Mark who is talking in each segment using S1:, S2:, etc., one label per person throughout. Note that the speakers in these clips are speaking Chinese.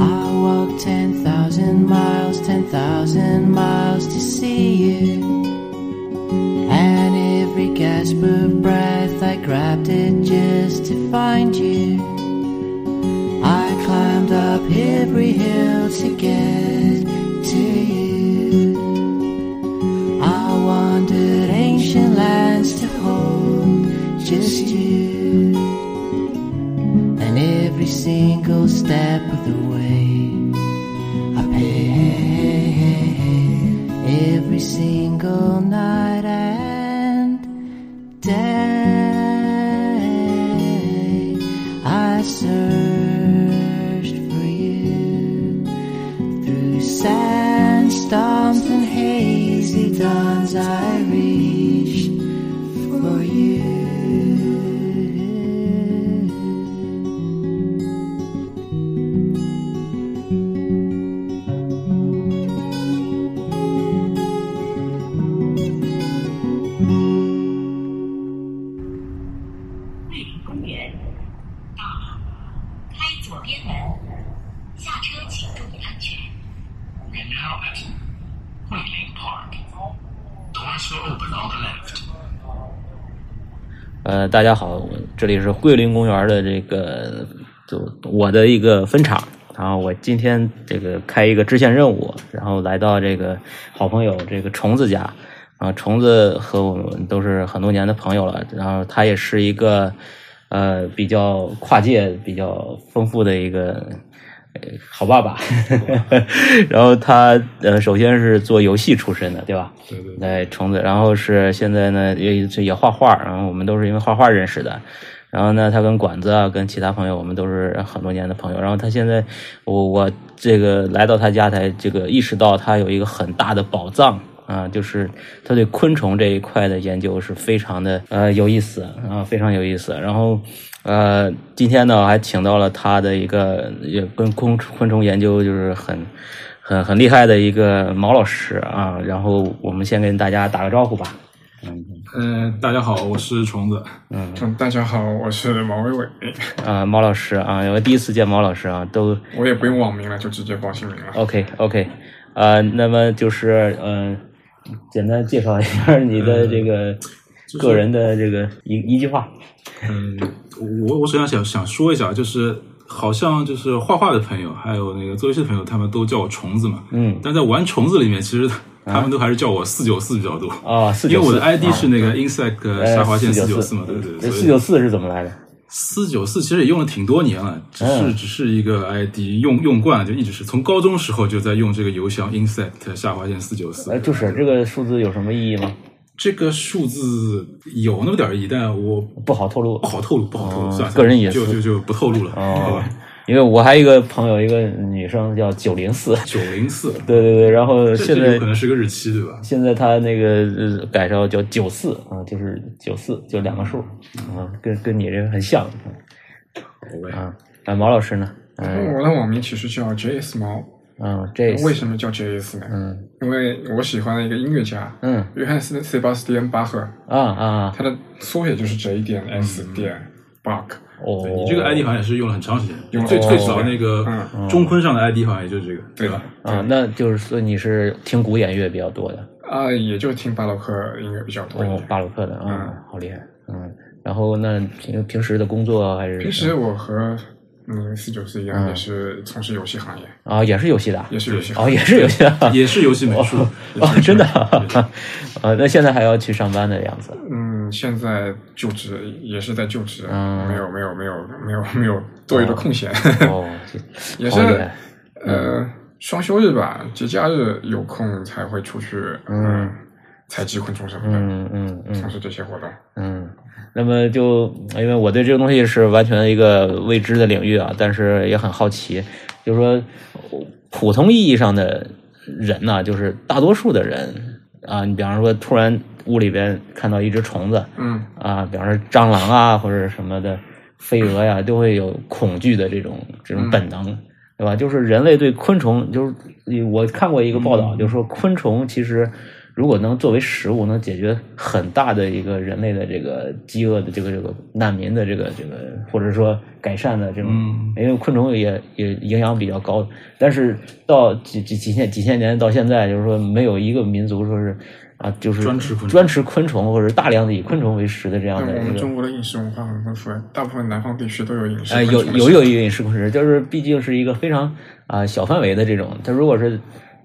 S1: I walked 10,000 miles, 10,000 miles to see you. And every gasp of breath, I grabbed it just to find you. I climbed up every hill to get to you. I wandered ancient lands to hold just you and every single step of the way I pay every single night and day I searched for you through sandstorms and hazy dawns I reached for you.
S2: We're now at Wheeling Park. Doors will open on the left.
S3: 呃，大家好，我这里是桂林公园的这个，就我的一个分场。然后我今天这个开一个支线任务，然后来到这个好朋友这个虫子家。啊，虫子和我们都是很多年的朋友了，然后他也是一个呃比较跨界比较丰富的一个呃好爸爸。 然后他呃首先是做游戏出身的，对吧？
S2: 对对对，
S3: 对，虫子，然后是现在呢也也画画，然后我们都是因为画画认识的。然后呢，他跟管子啊，跟其他朋友，我们都是很多年的朋友。然后他现在，我我这个来到他家才这个意识到他有一个很大的宝藏啊，就是他对昆虫这一块的研究是非常的呃有意思啊，非常有意思。然后呃，今天呢，我还请到了他的一个也跟昆昆虫研究就是很很很厉害的一个毛老师啊，然后我们先跟大家打个招呼吧。
S4: 呃
S5: 嗯、大家好，我是虫子。
S4: 嗯，大家好，我是毛伟伟，
S3: 啊、毛老师啊，我第一次见毛老师啊，都
S4: 我也不用网名了，就直接报姓名了。
S3: OK OK，呃，那么就是嗯、呃简单介绍一下你的这个
S5: 呃就是
S3: 个人的这个一一句话。
S5: 嗯，我我首先想想说一下，就是好像就是画画的朋友，还有那个做游戏的朋友，他们都叫我虫子嘛。
S3: 嗯，
S5: 但在玩虫子里面，其实他们都还是叫我四九四比较多。
S3: 啊，四
S5: 因为
S3: 九
S5: 我
S3: 四啊哎
S5: 的 ID 是那个 Insect 下划线四九四嘛，对对对，
S3: 四九四是怎么来的？
S5: 四九四其实也用了挺多年了，只是
S3: 嗯
S5: 只是一个 ID 用用惯了，就一直是从高中时候就在用这个邮箱 Insect 下划线四九四
S3: 呃，。就是这个数字有什么意义吗？
S5: 这个数字有那么点儿意义，但我
S3: 不好透露
S5: 不。好透露，不好透露，
S3: 哦
S5: 算了，
S3: 个人隐私
S5: 就就就不透露了，好
S3: 哦
S5: 吧？，
S3: 因为我还有一个朋友，一个女生叫九零四，
S5: 九零四，
S3: 对对对，然后
S5: 这
S3: 现
S5: 这
S3: 在
S5: 有可能是个日期，对吧？
S3: 现在他那个呃改造叫九四啊，就是九四，就两个数啊，跟跟你这个很像
S5: 好呗，
S3: 啊。啊，毛老师呢？嗯
S4: 我的网名其实叫 JS 毛，
S3: 嗯，这
S4: 为什么叫 JS 呢？
S3: 嗯
S4: 因为我喜欢的一个音乐家，
S3: 嗯
S4: 约翰斯 Sebastian 巴赫，
S3: 啊啊
S4: 他的缩写就是 J 点 S
S3: 嗯
S4: 点 Bach。
S3: 哦，
S5: 你这个 ID 好像也是用了很长时间，
S4: 用了
S5: 最
S4: 很
S5: 最
S4: 长时
S5: 早
S4: 间
S5: 那个
S4: 嗯
S5: 中坤上的 ID 好像也就是这个，对吧？
S3: 啊，那就是说你是听古典乐比较多的
S4: 啊、也就听巴洛克音乐比较多一
S3: 哦，
S4: 点。
S3: 巴洛克的啊，好厉害嗯。然后那平平时的工作还是
S4: 平时我和嗯四九四一样，
S3: 嗯
S4: 也是从事游戏行业，
S3: 啊也是游戏的
S4: 也是游戏行
S3: 哦
S4: 业。
S3: 也是游戏的
S5: 也是游戏美术，也
S3: 哦
S5: 是
S3: 真的
S5: 对
S3: 啊，那现在还要去上班的样子
S4: 嗯，现在就职也是在就职，
S3: 嗯
S4: 没有没有没有没有没有多余的空闲。
S3: 哦，
S4: 也是
S3: 好厉害
S4: 呃，双休日吧，节假日有空才会出去，嗯，采集昆虫什么的，
S3: 嗯嗯嗯
S4: 从。事这些活动。
S3: 嗯，那么就因为我对这个东西是完全一个未知的领域啊，但是也很好奇，就是说普通意义上的人呐，就是大多数的人啊，你比方说突然屋里边看到一只虫子
S4: 嗯，
S3: 啊，比方说蟑螂啊或者什么的飞蛾呀、都会有恐惧的这种这种本能。对吧？就是人类对昆虫，就是我看过一个报道，就是说昆虫其实如果能作为食物，能解决很大的一个人类的这个饥饿的这个这个难民的这个这个，或者说改善的这种，
S5: 嗯
S3: 因为昆虫也也营养比较高，但是到几几几千几千年到现在，就是说没有一个民族说是。啊，就是
S5: 专吃昆虫
S3: 专吃昆虫，或者大量的以昆虫为食的这样
S4: 但
S3: 的
S4: 我
S3: 一
S4: 们
S3: 个。
S4: 中国的饮食文化很丰富，大部分南方地区都有饮食
S5: 哎
S3: 呃，
S4: 昆
S3: 有
S4: 虫的习
S3: 有
S4: 惯。
S3: 有一个饮食控制，就是毕竟是一个非常啊、小范围的这种，它如果是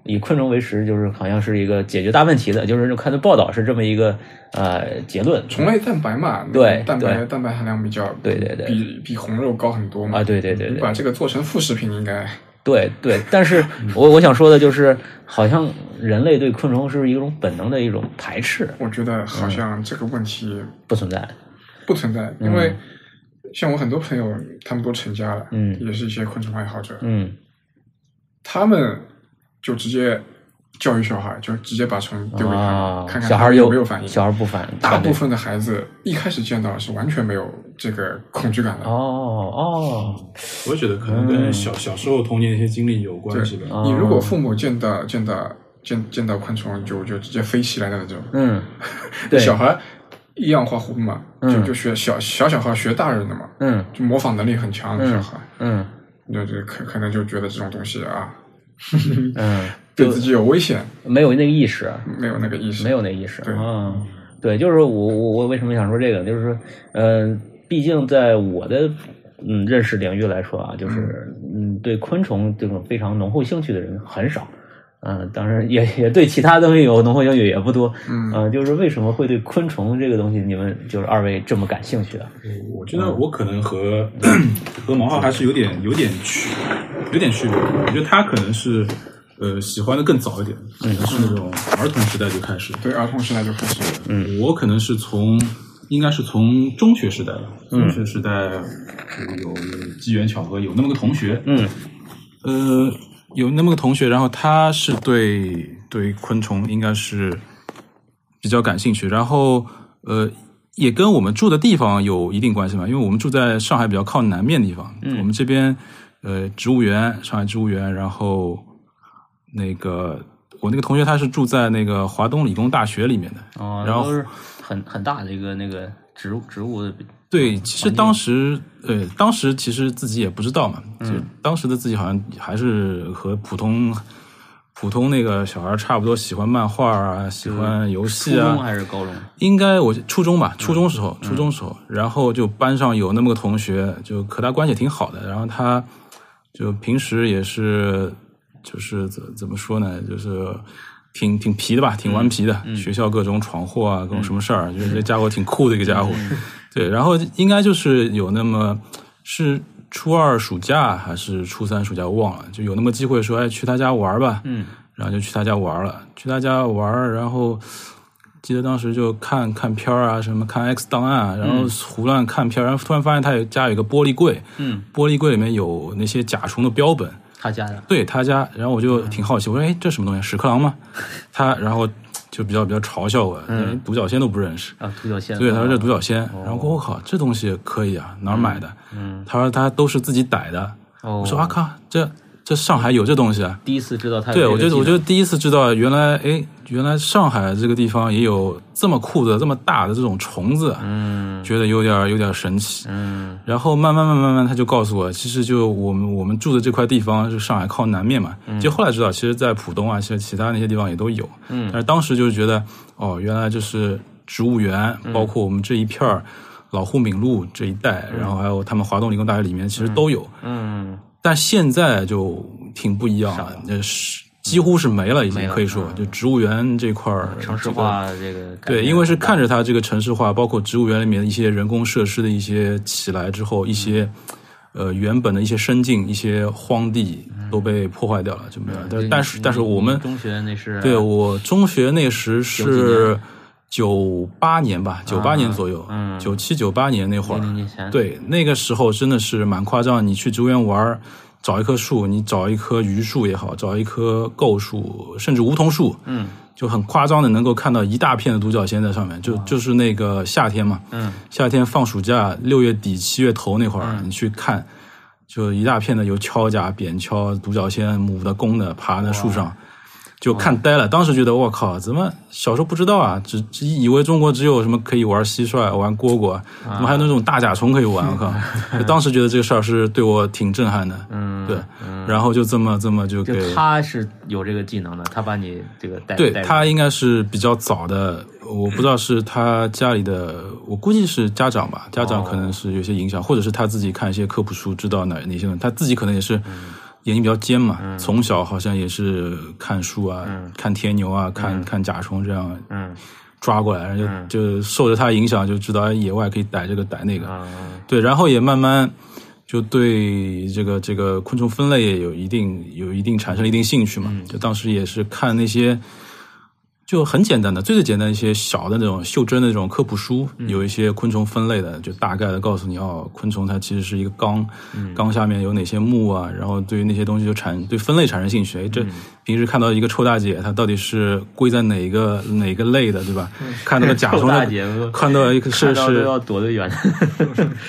S3: 以昆虫为食，就是好像是一个解决大问题的，就是看的报道是这么一个呃结论。
S4: 虫类蛋白嘛，那
S3: 对
S4: 蛋白
S3: 对
S4: 蛋白含量比较
S3: 对对对
S4: 比比红肉高很多嘛
S3: 啊，对对对
S4: 你
S3: 对
S4: 把这个做成副食品应该
S3: 对对，但是我 我想说的就是，好像人类对昆虫是一种本能的一种排斥，
S4: 我觉得好像这个问题
S3: 不存在。
S4: 不存在，
S3: 嗯
S4: 因为像我很多朋友，他们都成家了，
S3: 嗯
S4: 也是一些昆虫爱好者，
S3: 嗯
S4: 他们就直接教育小孩，就直接把虫丢给他们，
S3: 啊，
S4: 看看
S3: 小孩
S4: 他
S3: 儿
S4: 们有
S3: 有
S4: 没有反应。
S3: 小孩儿不反，
S4: 大
S3: 对
S4: 部分的孩子一开始见到是完全没有这个恐惧感的。
S3: 哦哦，
S5: 我也觉得可能
S3: 嗯
S5: 跟小小时候童年一些经历有关系吧。
S3: 哦
S4: 你如果父母见到见到见见到昆虫就就直接飞起来的那种，
S3: 嗯， 对，
S4: 小孩一样画葫芦嘛，就
S3: 嗯
S4: 就学小小小孩学大人的嘛，
S3: 嗯
S4: 就模仿能力很强的小
S3: 嗯
S4: 孩，
S3: 嗯
S4: 就就可可能就觉得这种东西啊，
S3: 嗯，
S4: 对自己有危险，
S3: 没有那个意识。
S4: 没有那个意识，
S3: 没有那意识
S4: 对
S3: 啊。对，就是说我我我为什么想说这个，就是说，呃，毕竟在我的嗯认识领域来说啊，就是嗯对昆虫这种非常浓厚兴趣的人很少。嗯、当然也也对其他东西有浓厚兴趣也不多。
S4: 嗯
S3: 呃就是为什么会对昆虫这个东西，你们就是二位这么感兴趣啊？
S5: 我觉得我可能和和毛浩还是有点有点区有点区别。我觉得他可能是呃喜欢的更早一点，可能是那种儿童时代就开始。
S4: 对儿童时代就开始了，
S5: 我可能是从应该是从中学时代吧，中学时代呃有有机缘巧合有那么个同学，
S3: 嗯
S5: 呃，有那么个同学，然后他是对对昆虫应该是比较感兴趣，然后呃，也跟我们住的地方有一定关系嘛，因为我们住在上海比较靠南面的地方，我们这边呃植物园，上海植物园，然后那个我那个同学他是住在那个华东理工大学里面的，
S3: 哦
S5: 然后
S3: 都是很很大的一个那个植物植物的
S5: 对，
S3: 嗯
S5: 其实当时，呃，当时其实自己也不知道嘛，就
S3: 嗯
S5: 当时的自己好像还是和普通普通那个小孩差不多，喜欢漫画啊，喜欢游
S3: 初
S5: 戏
S3: 中
S5: 啊。
S3: 还是高中？
S5: 应该我初中吧，初中时候，初中时候，然后就班上有那么个同学，就和他关系挺好的，然后他就平时也是就是怎怎么说呢，就是。挺挺皮的吧，挺顽皮的，学校各种闯祸啊，各种什么事儿，就是这家伙挺酷的一个家伙。对，然后应该就是有那么是初二暑假还是初三暑假，我忘了，就有那么机会说，哎，去他家玩儿吧。
S3: 嗯，
S5: 然后就去他家玩儿了，去他家玩儿，然后记得当时就看看片儿啊，什么看 X 档案啊，然后胡乱看片儿，然后突然发现他有家有一个玻璃柜，
S3: 嗯，
S5: 玻璃柜里面有那些甲虫的标本，
S3: 他家的。
S5: 对他家，然后我就挺好奇，我说哎，这什么东西？屎壳郎吗？他然后就比较比较嘲笑我，连独角仙都不认识。
S3: 嗯啊，哦独角仙。
S5: 对，他说这独角仙，然后我靠，这东西可以啊，哪儿买的？嗯，他说他都是自己逮的。
S3: 哦，
S5: 我说啊靠，这这上海有这东西啊？
S3: 第一次知道他有
S5: 对，
S3: 这个技
S5: 我就我
S3: 能
S5: 就第一次知道，原来哎，原来上海这个地方也有这么酷的、这么大的这种虫子，啊
S3: 嗯
S5: 觉得有点有点神奇。
S3: 嗯
S5: 然后慢慢慢慢慢，他就告诉我，其实就我们我们住的这块地方是上海靠南面嘛，
S3: 嗯
S5: 就后来知道，其实在浦东啊，其实其他那些地方也都有，嗯，但是当时就是觉得，哦，原来就是植物园，
S3: 嗯
S5: 包括我们这一片儿老沪闵路这一带，然后还有他们华东理工大学里面，其实都有，
S3: 嗯
S5: 但现在就挺不一样
S3: 少
S5: 了
S3: 了，
S5: 那是几乎是没了，已
S3: 没
S5: 经
S3: 了
S5: 可以说
S3: 嗯，
S5: 就植物园这块儿，
S3: 城市
S5: 这个
S3: 化这个改
S5: 对，
S3: 变
S5: 因为是看着它这个城市化，包括植物园里面的一些人工设施的一些起来之后，一些
S3: 嗯
S5: 呃原本的一些生境、一些荒地都被破坏掉了，就没了。
S3: 对
S5: 但是但是
S3: 你
S5: 但是我们
S3: 你中学那是
S5: 对我中学那时
S3: 几
S5: 是九八年吧，九八年左右
S3: 嗯，
S5: 九七九八年那会
S3: 零零
S5: 儿，
S3: 年前，
S5: 对那个时候真的是蛮夸张。你去植物园玩儿，找一棵树，你找一棵榆树也好，找一棵构树，甚至梧桐树，
S3: 嗯
S5: 就很夸张的能够看到一大片的独角仙在上面，就就是那个夏天嘛，
S3: 嗯
S5: 夏天放暑假，六月底七月头那会儿，你去看，就一大片的有锹甲、扁锹、独角仙、母的、公的爬在树上，就看呆了。当时觉得我靠，怎么小时候不知道啊？只只以为中国只有什么可以玩蟋蟀、玩蝈
S3: 啊
S5: 蝈，怎么还有那种大甲虫可以玩？我 靠！就当时觉得这个事儿是对我挺震撼的。
S3: 嗯，
S5: 对，然后就这么这么就给
S3: 就他是有这个技能的，他把你这个带
S5: 对
S3: 带入
S5: 他应该是比较早的，我不知道是他家里的，我估计是家长吧，家长可能是有些影响，或者是他自己看一些科普书，知道哪哪些人，他自己可能也是眼睛比较尖嘛，
S3: 嗯
S5: 从小好像也是看书啊，看天牛啊，看、看甲虫这样，
S3: 嗯
S5: 抓过来，然后就、就受着他影响，就知道哎野外可以逮这个逮那个，
S3: 嗯
S5: 对，然后也慢慢就对这个这个昆虫分类也有一定有一定产生了一定兴趣嘛。
S3: 嗯
S5: 就当时也是看那些就很简单的最最简单一些小的那种袖珍的那种科普书，
S3: 嗯
S5: 有一些昆虫分类的，就大概的告诉你哦，昆虫它其实是一个缸，
S3: 嗯
S5: 缸下面有哪些目啊，然后对于那些东西就产对分类产生兴趣。哎，这
S3: 嗯
S5: 平时看到一个臭大姐，她到底是归在哪一个哪个类的，对吧？看那个甲虫
S3: 嗯 臭
S5: 的
S3: 大姐我
S5: 看 到一个是
S3: 看到
S5: 是
S3: 都要躲得 远。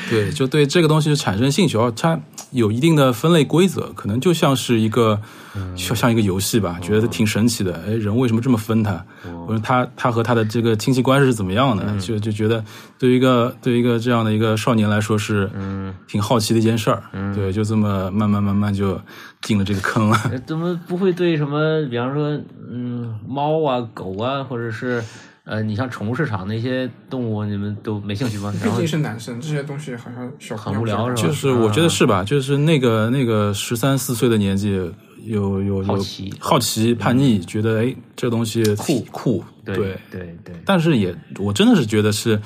S5: 对，就对这个东西就产生兴趣哦，它有一定的分类规则，可能就像是一个，
S3: 嗯
S5: 就像一个游戏吧，觉得挺神奇的。哎，人为什么这么分它？
S3: 哦
S5: 我说他他和他的这个亲戚关系是怎么样的？
S3: 嗯
S5: 就就觉得对于一个对于一个这样的一个少年来说是
S3: 嗯
S5: 挺好奇的一件事儿。对，就这么慢慢慢慢就进了这个坑了。
S3: 呃怎么不会对什么，比方说，嗯，猫啊、狗啊，或者是呃，你像宠物市场那些动物，你们都没兴趣 吗？
S4: 毕
S3: 然后
S4: 竟是男生，这些东西好像小朋
S3: 很
S4: 友
S3: 无聊
S4: 比较
S3: 吧
S5: 就是我觉得是吧？就是那个那个十三四岁的年纪，有有有
S3: 好奇嗯
S5: 好奇叛逆，觉得哎这东西酷酷，
S3: 对
S5: 对。
S3: 对对，
S5: 但是也，我真的是觉得是，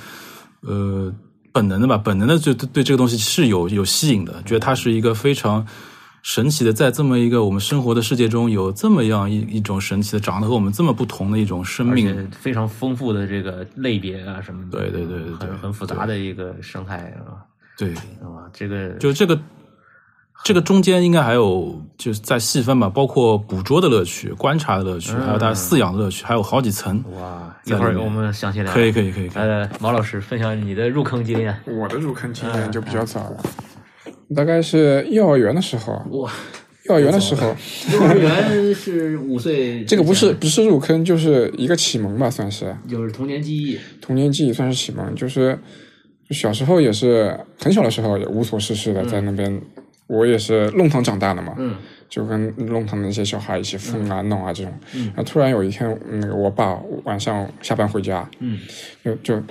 S5: 呃，本能的吧，本能的就对对这个东西是有有吸引的，觉得它是一个非常神奇的，在这么一个我们生活的世界中，有这么样一一种神奇的，长得和我们这么不同的一种生
S3: 而
S5: 命，
S3: 且非常丰富的这个类别啊什么的，
S5: 对对对对对
S3: 很很复杂的一个生态啊
S5: 对，
S3: 啊，这个
S5: 就这个这个中间应该还有就是在细分吧，包括捕捉的乐趣、观察的乐趣，还有它饲养的乐趣，还有好几层。
S3: 哇，一
S5: 在
S3: 会
S5: 里
S3: 儿
S5: 面
S3: 我们详细聊。
S5: 可以可以可以可以
S3: 呃，毛老师分享你的入坑经 验。
S4: 我的入坑经
S3: 哎
S4: 验就比较早了，大概是幼儿园的时候。
S3: 哇，
S4: 幼儿园的时候，
S3: 幼儿园是五岁，
S4: 这个不是不是入坑，就是一个启蒙吧，算是
S3: 就是童年记忆，
S4: 童年记忆，算是启蒙。就是小时候也是很小的时候也无所事事的，在那边我也是弄堂长大的嘛，
S3: 嗯
S4: 就跟弄堂的那些小孩一起疯啊闹啊这种。然后突然有一天，那个我爸晚上下班回家，
S3: 嗯
S4: 就就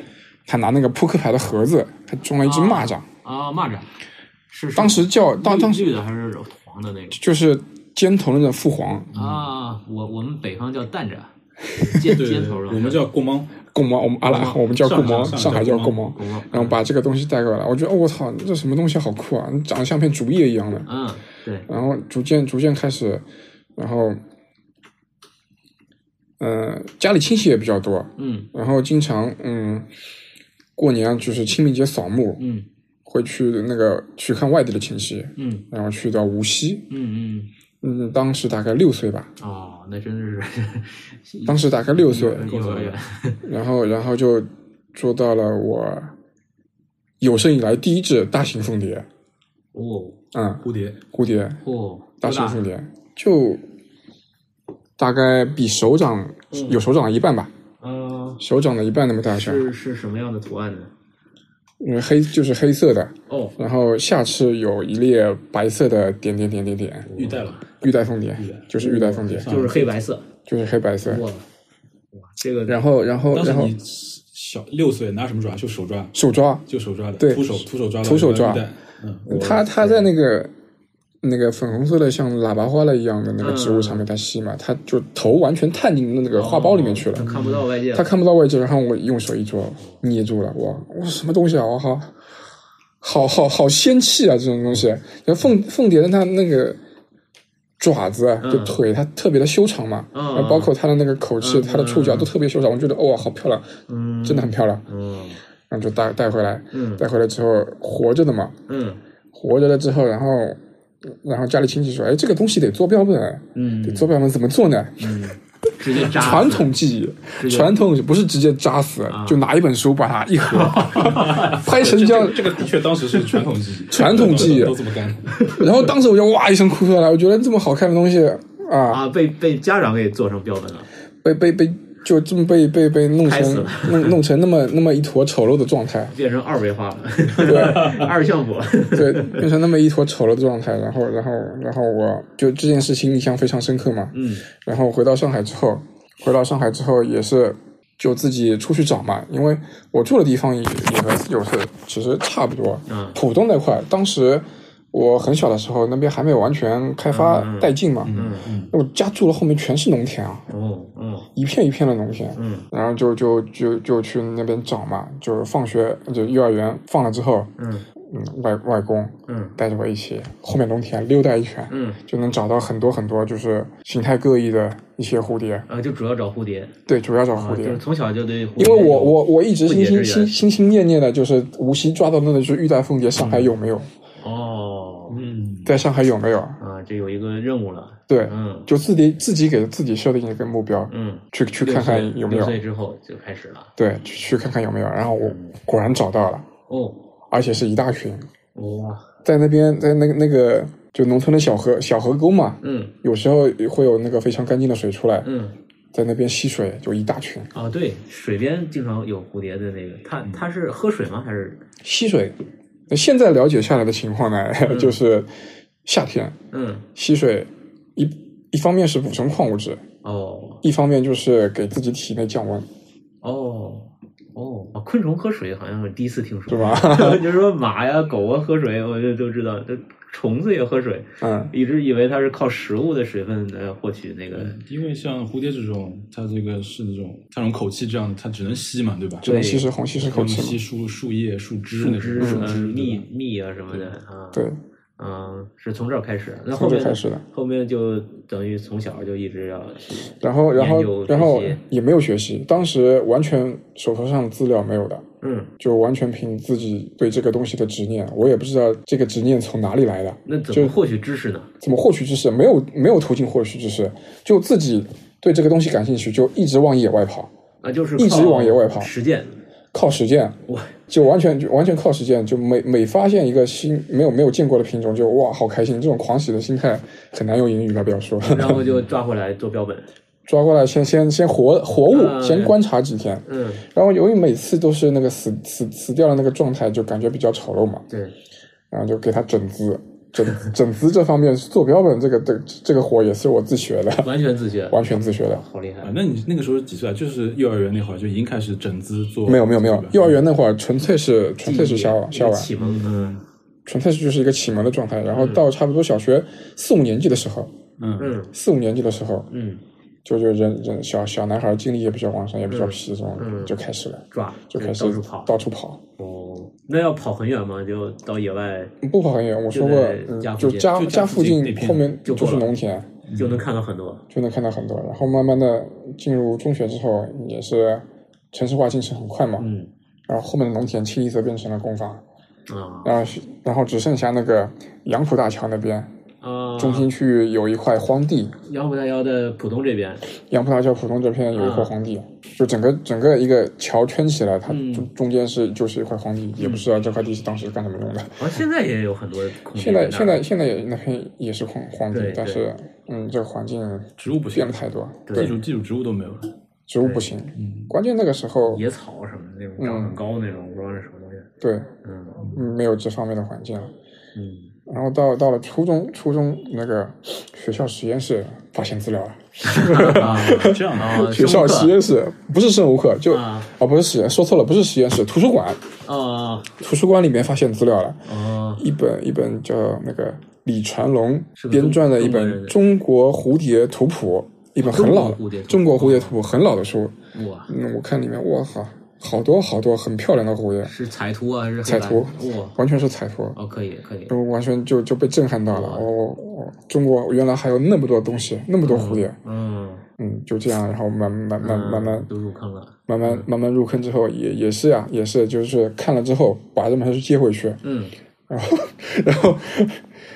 S4: 他拿那个扑克牌的盒子，还装了一只蚂蚱，
S3: 啊，蚂蚱是
S4: 当时叫当当时
S3: 绿的还是黄的那种
S4: 就是尖头那种父皇
S5: 嗯
S3: 啊？我我们北方叫蛋 蚱，尖尖头的，啊
S5: 顾猫，
S4: 贡猫，我们阿拉我们叫贡猫，哦上海叫贡猫
S5: 贡猫，
S4: 然后把这个东西带过来，我觉得哦我操，这什么东西好酷啊，长得像片竹叶一样的，
S3: 嗯，对，
S4: 然后逐渐逐渐开始，然后，呃，家里亲戚也比较多，
S3: 嗯
S4: 然后经常嗯，过年就是清明节扫墓，
S3: 嗯
S4: 会去那个去看外地的亲戚，
S3: 嗯
S4: 然后去到无锡，
S3: 嗯嗯，
S4: 嗯，当时大概六岁吧，
S3: 哦，那真的是
S4: 当时大概六岁，
S3: 幼儿园，
S4: 然后然后就捉到了我有生以来第一只大型凤蝶，
S3: 哦
S4: 嗯，
S5: 蝴蝶，
S4: 蝴蝶，
S3: 哦，
S4: 大型
S3: 多
S4: 凤蝶就大概比手掌有手掌的一半吧，
S3: 嗯，
S4: 手掌的一半那么大小，
S3: 是是什么样的图案呢？
S4: 因为黑就是黑色的，
S3: 哦，
S4: 然后下翅有一列白色的点点点点点，
S5: 玉带了，
S4: 玉带凤蝶就是玉带凤蝶，
S3: 就是黑白色，
S4: 就是黑白色。
S3: 哇哇，这个
S4: 然后然后
S5: 嗯当时
S4: 然后
S5: 你小六岁拿什么抓？就手抓，
S4: 手抓，
S5: 就手抓的，
S4: 对
S5: 徒手徒手抓的，
S4: 徒手抓
S5: 一般一代嗯，
S4: 它它在那个那个粉红色的像喇叭花了一样的那
S5: 嗯
S4: 个植物上面，它吸嘛，它就头完全探进那个花苞里面去了，
S3: 哦
S5: 哦
S3: 看不到外界了，
S4: 它看不到位置，然后我用手一抓，捏住了，哇，我什么东西啊，我靠，好好好仙气啊，这种东西。然后凤凤蝶的它那个爪子啊，就腿，它特别的修长嘛，
S3: 嗯
S4: 然后包括它的那个口气，它的触角都特别修长，我觉得哇，好漂亮，
S3: 嗯
S4: 真的很漂亮。
S3: 嗯
S4: 然后就带带回来，
S3: 嗯
S4: 带回来之后活着的嘛，
S3: 嗯
S4: 活着了之后，然后然后家里亲戚说，哎，这个东西得做标本，
S3: 嗯
S4: 得做标本怎么做呢？
S3: 直接扎死
S4: 传统技艺，
S3: 接
S4: 传统不是直接扎死，就拿一本书把它一合，拍成这样。
S5: 这个的确当时是传 统技艺，
S4: 传统技艺
S5: 都都这么干。
S4: 然后当时我就哇一声哭出来，我觉得这么好看的东西啊，
S3: 啊，被被家长给做成标本了，
S4: 被被被就这么被被被弄
S3: 拍死
S4: 成
S3: 了
S4: 弄弄成那么那么一坨丑陋的状态，
S3: 变成二维化了，
S4: 对
S3: 二项谱。
S4: 对，变成那么一坨丑陋的状态。然后然后然后我就这件事情印象非常深刻嘛。
S3: 嗯
S4: 然后回到上海之后，回到上海之后也是就自己出去找嘛，因为我住的地方也也和自由市其实差不多。
S3: 嗯
S4: 浦东那块，当时我很小的时候，那边还没有完全开发
S3: 嗯嗯
S4: 殆尽嘛。
S3: 嗯嗯，
S4: 那我家住的后面全是农田啊，
S3: 哦哦
S4: 一片一片的农田。
S3: 嗯
S4: 然后就就就就去那边找嘛，就是放学就幼儿园放了之后，
S3: 嗯
S4: 嗯，外外公
S3: 嗯
S4: 带着我一起后面农田溜达一圈，
S3: 嗯，
S4: 就能找到很多很多就是形态各异的一些蝴蝶。
S3: 啊，就主要找蝴蝶，
S4: 对，主要找
S3: 啊
S4: 蝴蝶，
S3: 就是从小就对蝴
S4: 因
S3: 蝶
S4: 为
S3: 有，
S4: 我我我一直
S3: 不
S4: 心
S3: 解之缘
S4: 心心心心念念的就是无锡抓到的那只玉带凤蝶，上
S3: 嗯
S4: 海有没有？
S3: 哦
S5: 嗯，
S4: 在上海有没有？
S3: 啊，这有一个任务了，
S4: 对，
S3: 嗯
S4: 就自己自己给自己设定一个目标，
S3: 嗯，
S4: 去去
S3: 六
S4: 看
S3: 岁
S4: 看有没有
S3: 六。岁之后就嗯开始了，
S4: 对，去去看看有没有。然后我果然找到了，
S3: 哦
S4: 而且是一大群，
S3: 哇，
S4: 在那边在那个那个就农村的小河小河沟嘛，
S3: 嗯
S4: 有时候会有那个非常干净的水出来，
S3: 嗯。
S4: 在那边吸水，就一大群
S3: 啊，对，水边经常有蝴蝶的那个，
S4: 嗯
S3: 它它是喝水吗？还是
S4: 吸水。那现在了解下来的情况呢，就是夏天
S3: 嗯
S4: 吸水一一方面是补充矿物质，
S3: 哦
S4: 一方面就是给自己体内降温，
S3: 哦哦，啊昆虫喝水好像我第一次听说，
S4: 是吧
S3: 就是说马呀、狗啊喝水，我就都知道，这虫子也喝水，
S4: 嗯，
S3: 一直以为它是靠食物的水分来获取那个。
S5: 嗯因为像蝴蝶这种，它这个是那种，它这种口气这样的，它只能吸嘛，对吧？
S4: 只能吸食虹吸食
S5: 它
S4: 口
S5: 能吸
S4: 气嘛。
S5: 树树叶、树枝
S3: 树
S5: 那
S3: 枝、
S5: 种树枝
S3: 嗯、蜜
S5: 对吧
S3: 蜜啊什么的啊，
S4: 对，
S3: 嗯，是从这儿开始，那后
S4: 从这
S3: 面
S4: 开始的。
S3: 后面就等于从小就一直要去，
S4: 然后，然
S3: 研究
S4: 后，
S3: 学习
S4: 然后也没有学习，当时完全手头上的资料没有的，
S3: 嗯，
S4: 就完全凭自己对这个东西的执念。我也不知道这个执念从哪里来的，
S3: 那怎
S4: 就
S3: 么获取知识呢？
S4: 怎么获取知识，没有没有途径获取知识，就自己对这个东西感兴趣，就一直往野外跑，
S3: 啊，就是
S4: 一直
S3: 靠
S4: 往野外跑
S3: 实践。
S4: 靠实践，
S3: 哇，
S4: 就完全就完全靠实践，就每每发现一个新没有没有见过的品种，就哇好开心，这种狂喜的心态很难用言语来表述。
S3: 然后就抓回来做标本。
S4: 抓过来先先先活活物，
S3: 嗯
S4: 先观察几天，
S3: 嗯，
S4: 然后由于每次都是那个死死死掉的那个状态，就感觉比较丑陋嘛，
S3: 对，
S4: 然后就给它整姿。整整姿这方面做标本这个这个这个活也是我自学的，
S3: 完全自学，
S4: 完全自学的。
S3: 好厉害
S5: 啊，。那你那个时候几岁啊？就是幼儿园那会儿就已经开始整姿做？
S4: 没有没有没有
S5: 对吧，
S4: 幼儿园那会儿纯粹是纯粹是瞎玩
S3: 一
S4: 瞎
S3: 个
S4: 玩，
S3: 启嗯蒙，嗯
S4: 纯粹是就是一个启蒙的状态。然后到差不多小学四五年级的时候，
S5: 嗯，
S3: 嗯
S4: 四五年级的时候，
S3: 嗯，
S4: 就就人人小小男孩精力也比较旺盛，也比较皮，这种
S3: 嗯
S4: 就开始了，
S3: 抓
S4: 就开
S3: 到
S4: 始
S3: 处跑。
S4: 到处跑，
S3: 哦，那要跑很远吗？就到野外
S4: 不跑很远。我说
S3: 就
S4: 过
S3: 在，家
S4: 嗯
S3: 附
S4: 就
S3: 近
S4: 家家
S5: 就家
S4: 附
S5: 附近那
S4: 近
S5: 片
S4: 后面
S3: 就
S4: 就
S3: 够
S4: 是
S3: 了
S4: 农田，
S3: 就能看到很多。
S4: 就能看到很多。然后慢慢的进入中学之后，也是城市化进程很快嘛，
S3: 嗯
S4: 然后后面的农田清一色变成了工房，
S3: 啊
S4: 然后是然后只剩下那个杨浦大桥那边
S3: 啊，
S4: 中心区域有一块荒地，
S3: 杨浦大桥的浦东这边，
S4: 杨浦大桥浦东这片有一块荒地，就整个整个一个桥圈起来，它
S3: 嗯
S4: 中中间是就是一块荒地，也不知道这块地是当时干什么用的。
S3: 好像现在嗯也有很多空地
S4: 现在
S3: 那儿
S4: 现在现在也那片也是荒荒地
S3: 对，
S4: 但是嗯，这个环境
S5: 植物不行
S4: 变了，太多，
S5: 地
S4: 对，
S5: 主地主植物都没有了。
S4: 植物不行。关键那个时候
S3: 野草什么的那种长
S4: 嗯
S3: 很高那种，我不知道是什么东西。
S4: 对
S3: 嗯
S4: 嗯没有这方面的环境了。
S3: 嗯，
S4: 然后到到了初中，初中那个学校实验室发现资料了。
S3: 啊
S5: 这样的，
S3: 啊，
S4: 嗯 学校实
S3: 生物
S4: 验室不是生物课，就
S3: 啊
S4: 哦不是实验，说错了，不是实验室，图书馆，
S3: 课啊
S4: 图书馆里面发现资料了。
S3: 啊，
S4: 一本一本叫那个李传龙
S3: 是个
S4: 编撰的一
S3: 中国人
S4: 本
S3: 的
S4: 《中国蝴蝶图谱》，一本很老的
S3: 中国蝴蝶
S4: 《
S3: 图谱啊
S4: 中国蝴蝶图谱》很老的书。
S3: 哇，
S4: 嗯，我看里面，我靠，好多好多很漂亮的蝴蝶，
S3: 是彩图啊，还是黑
S4: 彩
S3: 白
S4: 图
S3: 哇，
S4: 完全是彩图，
S3: 哦，可以可以，
S4: 我完全就就被震撼到了。我我我，中国原来还有那么多东西，那么多蝴蝶。
S3: 嗯，
S4: 嗯，就这样，然后慢慢慢慢慢
S3: 都入坑了，
S4: 慢慢慢慢入坑之后，也也是啊， 也是就是看了之后把这本书接回去，
S3: 嗯，
S4: 然后然后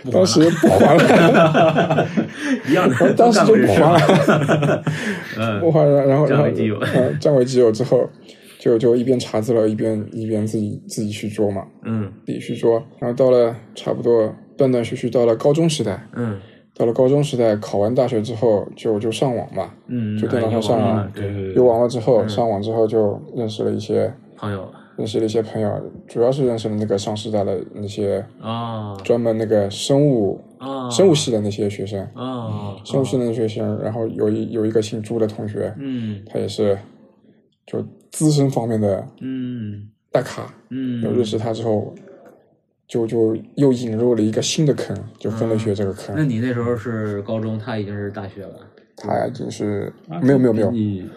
S5: 不还
S4: 当
S5: 了
S4: 时不还了，
S3: 一样的，
S4: 当时就不还了。
S3: 了。 嗯，
S4: 我然然后然
S3: 占
S4: 后
S3: 为己有
S4: 呃，占为己有之后，就就一边查资料一边一边自己自己去捉嘛，
S3: 嗯
S4: 自己去捉。然后到了差不多断断续续到了高中时代，
S3: 嗯
S4: 到了高中时代考完大学之后就就上网嘛，
S3: 嗯，
S4: 就电脑上上
S3: 网
S4: 网
S3: 了，对，嗯
S5: 对
S4: 有网络之后上网之后就认识了一些
S3: 朋友
S4: 认识了一些朋友，主要是认识了那个上师大的那些
S3: 啊
S4: 专门那个生物
S3: 啊，
S4: 生物系的那些学生，
S3: 啊，
S4: 生物系的那些学生，然后有一有一个姓朱的同学，
S3: 嗯
S4: 他也是就资深方面的
S3: 嗯
S4: 大咖，
S3: 嗯，
S4: 有认识他之后，就就又引入了一个新的坑，就分类学这个
S3: 啊那
S4: 坑，
S3: 你那时候是高中，他已经是大学了。
S4: 他已经是
S3: 啊
S4: 没有没有没有，
S5: 你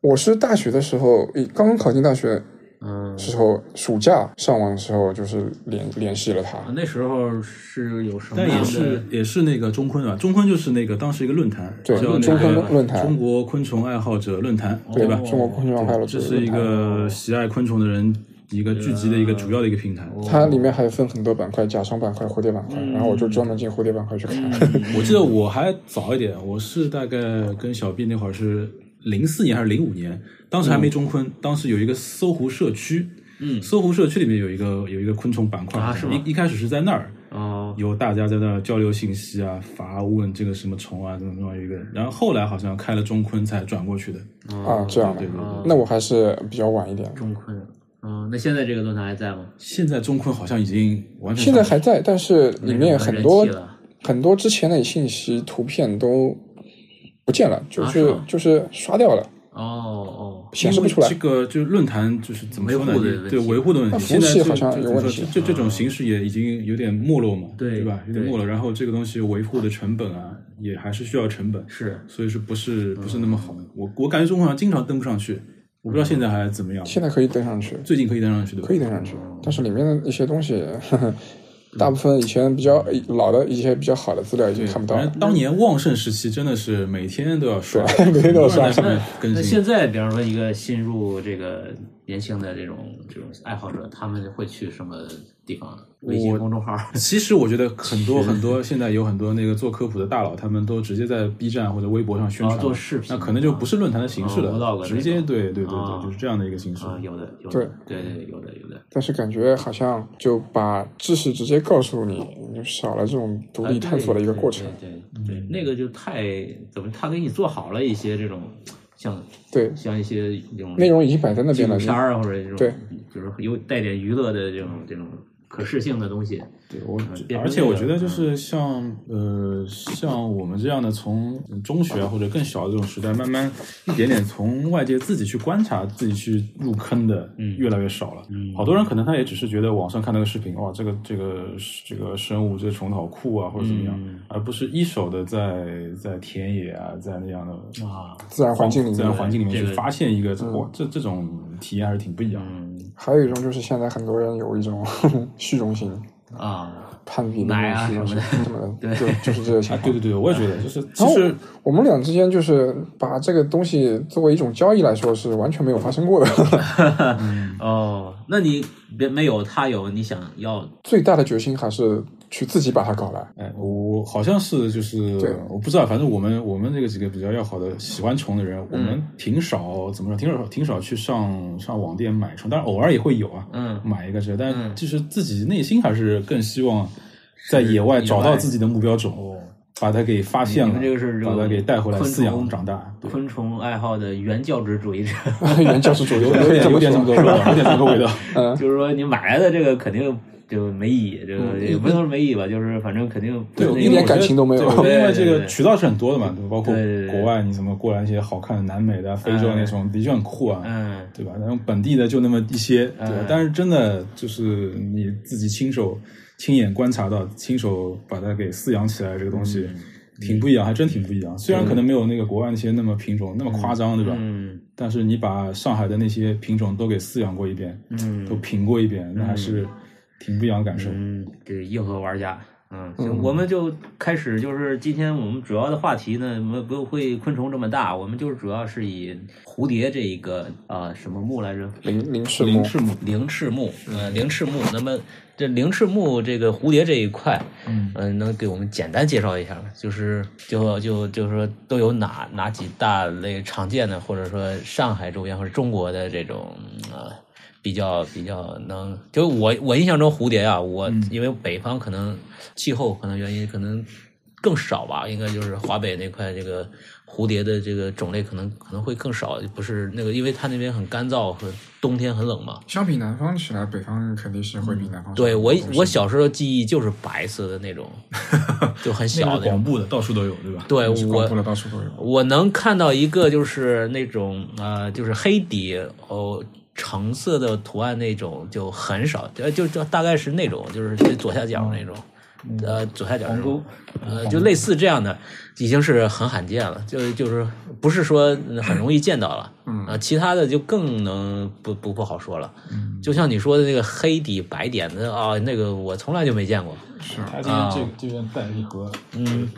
S4: 我是大学的时候，诶刚刚考进大学
S3: 嗯，
S4: 时候，暑假上网的时候就是联联系了他
S3: 啊，那时候是有什么
S4: 嗯
S5: 但
S3: 样的？
S5: 也是 也是那个中坤吧，中坤就是那个当时一个论坛，
S4: 对
S5: 叫那个
S4: 中坤论坛
S5: 中国昆虫爱好者论坛，哦对吧？
S4: 中国昆虫爱好
S5: 这
S4: 者
S5: 是一个喜爱昆虫的人一个聚集的一个主要的一个平台。
S4: 它里面还分很多板块，甲虫板块、蝴蝶板块，然后我就专门进蝴蝶板块去看。
S3: 哦嗯啊
S5: 我记得我还早一点，我是大概跟小 B 那会儿是零四年还是零五年，当时还
S4: 嗯
S5: 没中昆，当时有一个搜狐社区，
S3: 嗯
S5: 搜狐社区里面有一个有一个昆虫板块，
S3: 啊是吗
S5: 一一开始是在那儿，
S3: 哦，
S5: 有大家在那儿交流信息啊，发问这个什么虫啊，怎么怎么样一个，然后后来好像开了中昆才转过去的，
S3: 哦
S4: 啊这样的
S5: 对对对。
S4: 那我还是比较晚一点，
S3: 中坤，嗯，那现在这个论坛还在吗？
S5: 现在中昆好像已经完全
S4: 现在还在，但是里面
S5: 嗯
S4: 很多
S3: 没什么人气了
S4: 很多之前的信息、图片都不见了，就
S3: 啊
S4: 是、
S3: 是吗
S4: 就是刷掉了，
S3: 哦哦，
S4: 显示不出来
S5: 这。个就是论坛就是怎么说呢
S3: 维护的问？题
S5: 对维护的问
S4: 那
S5: 题，
S4: 服务
S5: 现
S4: 器
S5: 在这
S4: 好像
S5: 这
S4: 有
S5: 这
S4: 问题
S5: 这这这种形式也已经有点没落嘛，
S3: 对
S5: 对吧？有点
S3: 啊对
S5: 没落，然后这个东西维护的成本啊，也还是需要成本，
S3: 是
S5: 所以说不是不是那么好。我我感觉中国好像经常登不上去，我不知道现在还怎么样。
S4: 嗯现在可以登上去，
S5: 最近可以登上去对吧？
S4: 可以登上去，但是里面的一些东西， 呵呵大部分以前比较老的一些比较好的资料已经看不到
S5: 嗯反
S4: 了
S5: 正。当年旺盛时期真的是每天都要刷，
S4: 对每天都要刷
S5: 很多人在上面更
S3: 那
S5: 新
S3: 现。在，比方说一个新入这个年轻的这种这种爱好者，他们会去什么地方呢？微信公众 号
S5: 其实我觉得很多很多，现在有很多那个做科普的大佬，他们都直接在 B 站或者微博上宣传、
S3: 哦做视频
S5: 那可能就不是论坛的形式了，
S3: 哦，vlog
S5: 直接
S3: 那种
S5: 对对对对，
S3: 啊
S5: 就是这样的一个形式。
S3: 啊，有的有的，
S4: 对
S3: 对对有的有的。
S4: 但是感觉好像就把知识直接告诉你，你就少了这种独立探索的一个过程。嗯
S3: 啊呃对对对对对那个就太怎么，他给你做好了一些这种像
S4: 对，
S3: 像一些这种
S4: 内容已经摆在那
S3: 纪
S4: 边
S3: 录
S5: 嗯
S4: 了，
S3: 片儿啊，或者这种
S4: 对，
S3: 就是有带点娱乐的这种这种可视性的东西。
S5: 对我
S3: 嗯变成
S5: 而且我
S3: 这个
S5: 觉得就是像呃像我们这样的从中学或者更小的这种时代，慢慢一点点从外界自己去观察、自己去入坑的，
S3: 嗯
S5: 越来越少了。
S3: 嗯
S5: 好多人可能他也只是觉得网上看到个视频，哇，这个这个这个生物这个虫子好酷啊，或者怎么样，
S3: 嗯
S5: 而不是一手的在在田野啊，在那样的
S3: 啊，
S4: 自然环境里
S5: 自然
S4: 面。嗯
S5: 环境里面
S3: 这
S5: 去
S3: 个
S5: 发现一个，哇，这这种体验还是挺不一样的。
S3: 嗯
S4: 还有一种就是现在很多人有一种 虚荣心、
S3: 啊，
S4: 攀比的
S3: 奶
S4: 那
S3: 啊
S4: 种虚荣心
S3: 什
S4: 什 么的，
S3: 对
S4: 就就是这个情
S5: 啊，
S4: 况。
S5: 对对对，我也觉
S3: 嗯
S5: 得，就是其
S4: 然后
S5: 实
S4: 我们俩之间就是把这个东西作为一种交易来说，是完全没有发生过的。
S3: 哦，那你别没有他有你想要
S4: 最大的决心还是去自己把它搞来。
S5: 哎，我好像是就是
S4: 对
S5: 我不知道，反正我们我们这个几个比较要好的喜欢虫的人，我
S4: 嗯
S5: 们挺少怎么说，挺少挺少去上上网店买虫，当然偶尔也会有啊，
S3: 嗯
S5: 买一个这，
S3: 嗯
S5: 但就是自己内心还是更希望在野外找
S3: 野
S5: 到
S3: 外
S5: 自己的目标种，把它给发现
S3: 你
S5: 了，
S3: 们这个是这
S5: 把它
S3: 种
S5: 给带回来
S3: 昆
S5: 饲养
S3: 虫
S5: 长大，对，
S3: 昆虫爱好的原教旨主义者，
S4: 原教旨主义
S5: 有有
S4: 可以这
S5: 点有
S4: 么
S5: 点这么
S4: 说。
S5: 个味道， 有点这么个味道，
S4: 嗯
S3: 就是说你买来的这个肯定就没意义，这个也不能说没意义吧，就是反正肯定不是
S5: 对，
S3: 那
S4: 嗯一
S5: 因为
S4: 点
S3: 种
S5: 我
S4: 感
S5: 觉得
S4: 情都没有
S5: 对
S3: 对
S5: 因为这
S3: 对
S5: 个
S3: 对
S5: 渠道是很多的嘛，对吧包括
S3: 对对对哎
S5: 国外你什么过来一些好看的南美的、非洲那种，的确很酷啊。
S3: 嗯
S5: 对吧？然后本地的就那么一些，对吧
S3: 嗯
S5: 但是真的就是你自己亲手、亲眼观察到、亲手把它给饲养起来，这个东西、
S3: 嗯
S5: 挺不一样，还真挺不一样。虽然可能没有那个国外那些那么品种那么夸张，对吧？
S3: 嗯
S5: 但是你把上海的那些品种都给饲养过一遍，
S3: 嗯
S5: 都品过一遍，那还是挺不一样的感受。
S3: 嗯，这个硬核玩家，嗯，行，我们就开始，就是今天我们主要的话题呢，我们不会昆虫这么大，我们就是主要是以蝴蝶这一个啊、什么目来着？
S6: 零零翅
S5: 零
S6: 目，
S5: 翅目，
S3: 零翅目，呃，零翅目。那么这零翅目这个蝴蝶这一块，嗯、能给我们简单介绍一下吗？就是就就就是说都有哪哪几大类常见的，或者说上海周边或者中国的这种呃比较比较能，就我我印象中蝴蝶啊，我、
S5: 嗯
S3: 因为北方可能气候可能原因可能更少吧，应该就是华北那块这个蝴蝶的这个种类可能可能会更少，不是那个，因为它那边很干燥和冬天很冷嘛。
S4: 相比南方起来，北方肯定是会比南方少。
S3: 对
S5: 嗯
S3: 我
S4: 就是
S3: 我小时候记忆就是白色的那 种，就很
S5: 那
S3: 小
S5: 个
S3: 的
S5: 是。广布的，到处都有，对吧？
S3: 对
S4: 是广布
S3: 我
S4: 的到处都有。
S3: 我能看到一个就是那种呃，就是黑底哦橙色的图案那种就很少，呃，就就大概是那种就是最左下角那种。呃，左下角那种，呃，就类似这样的，已经是很罕见了，就就是不是说很容易见到了，嗯啊，其他的就更能不不不好说了，嗯，就像你说的那个黑底白点的啊，那个我从来就没见过，
S5: 它今
S3: 啊
S5: 天这个这边带了一盒，嗯，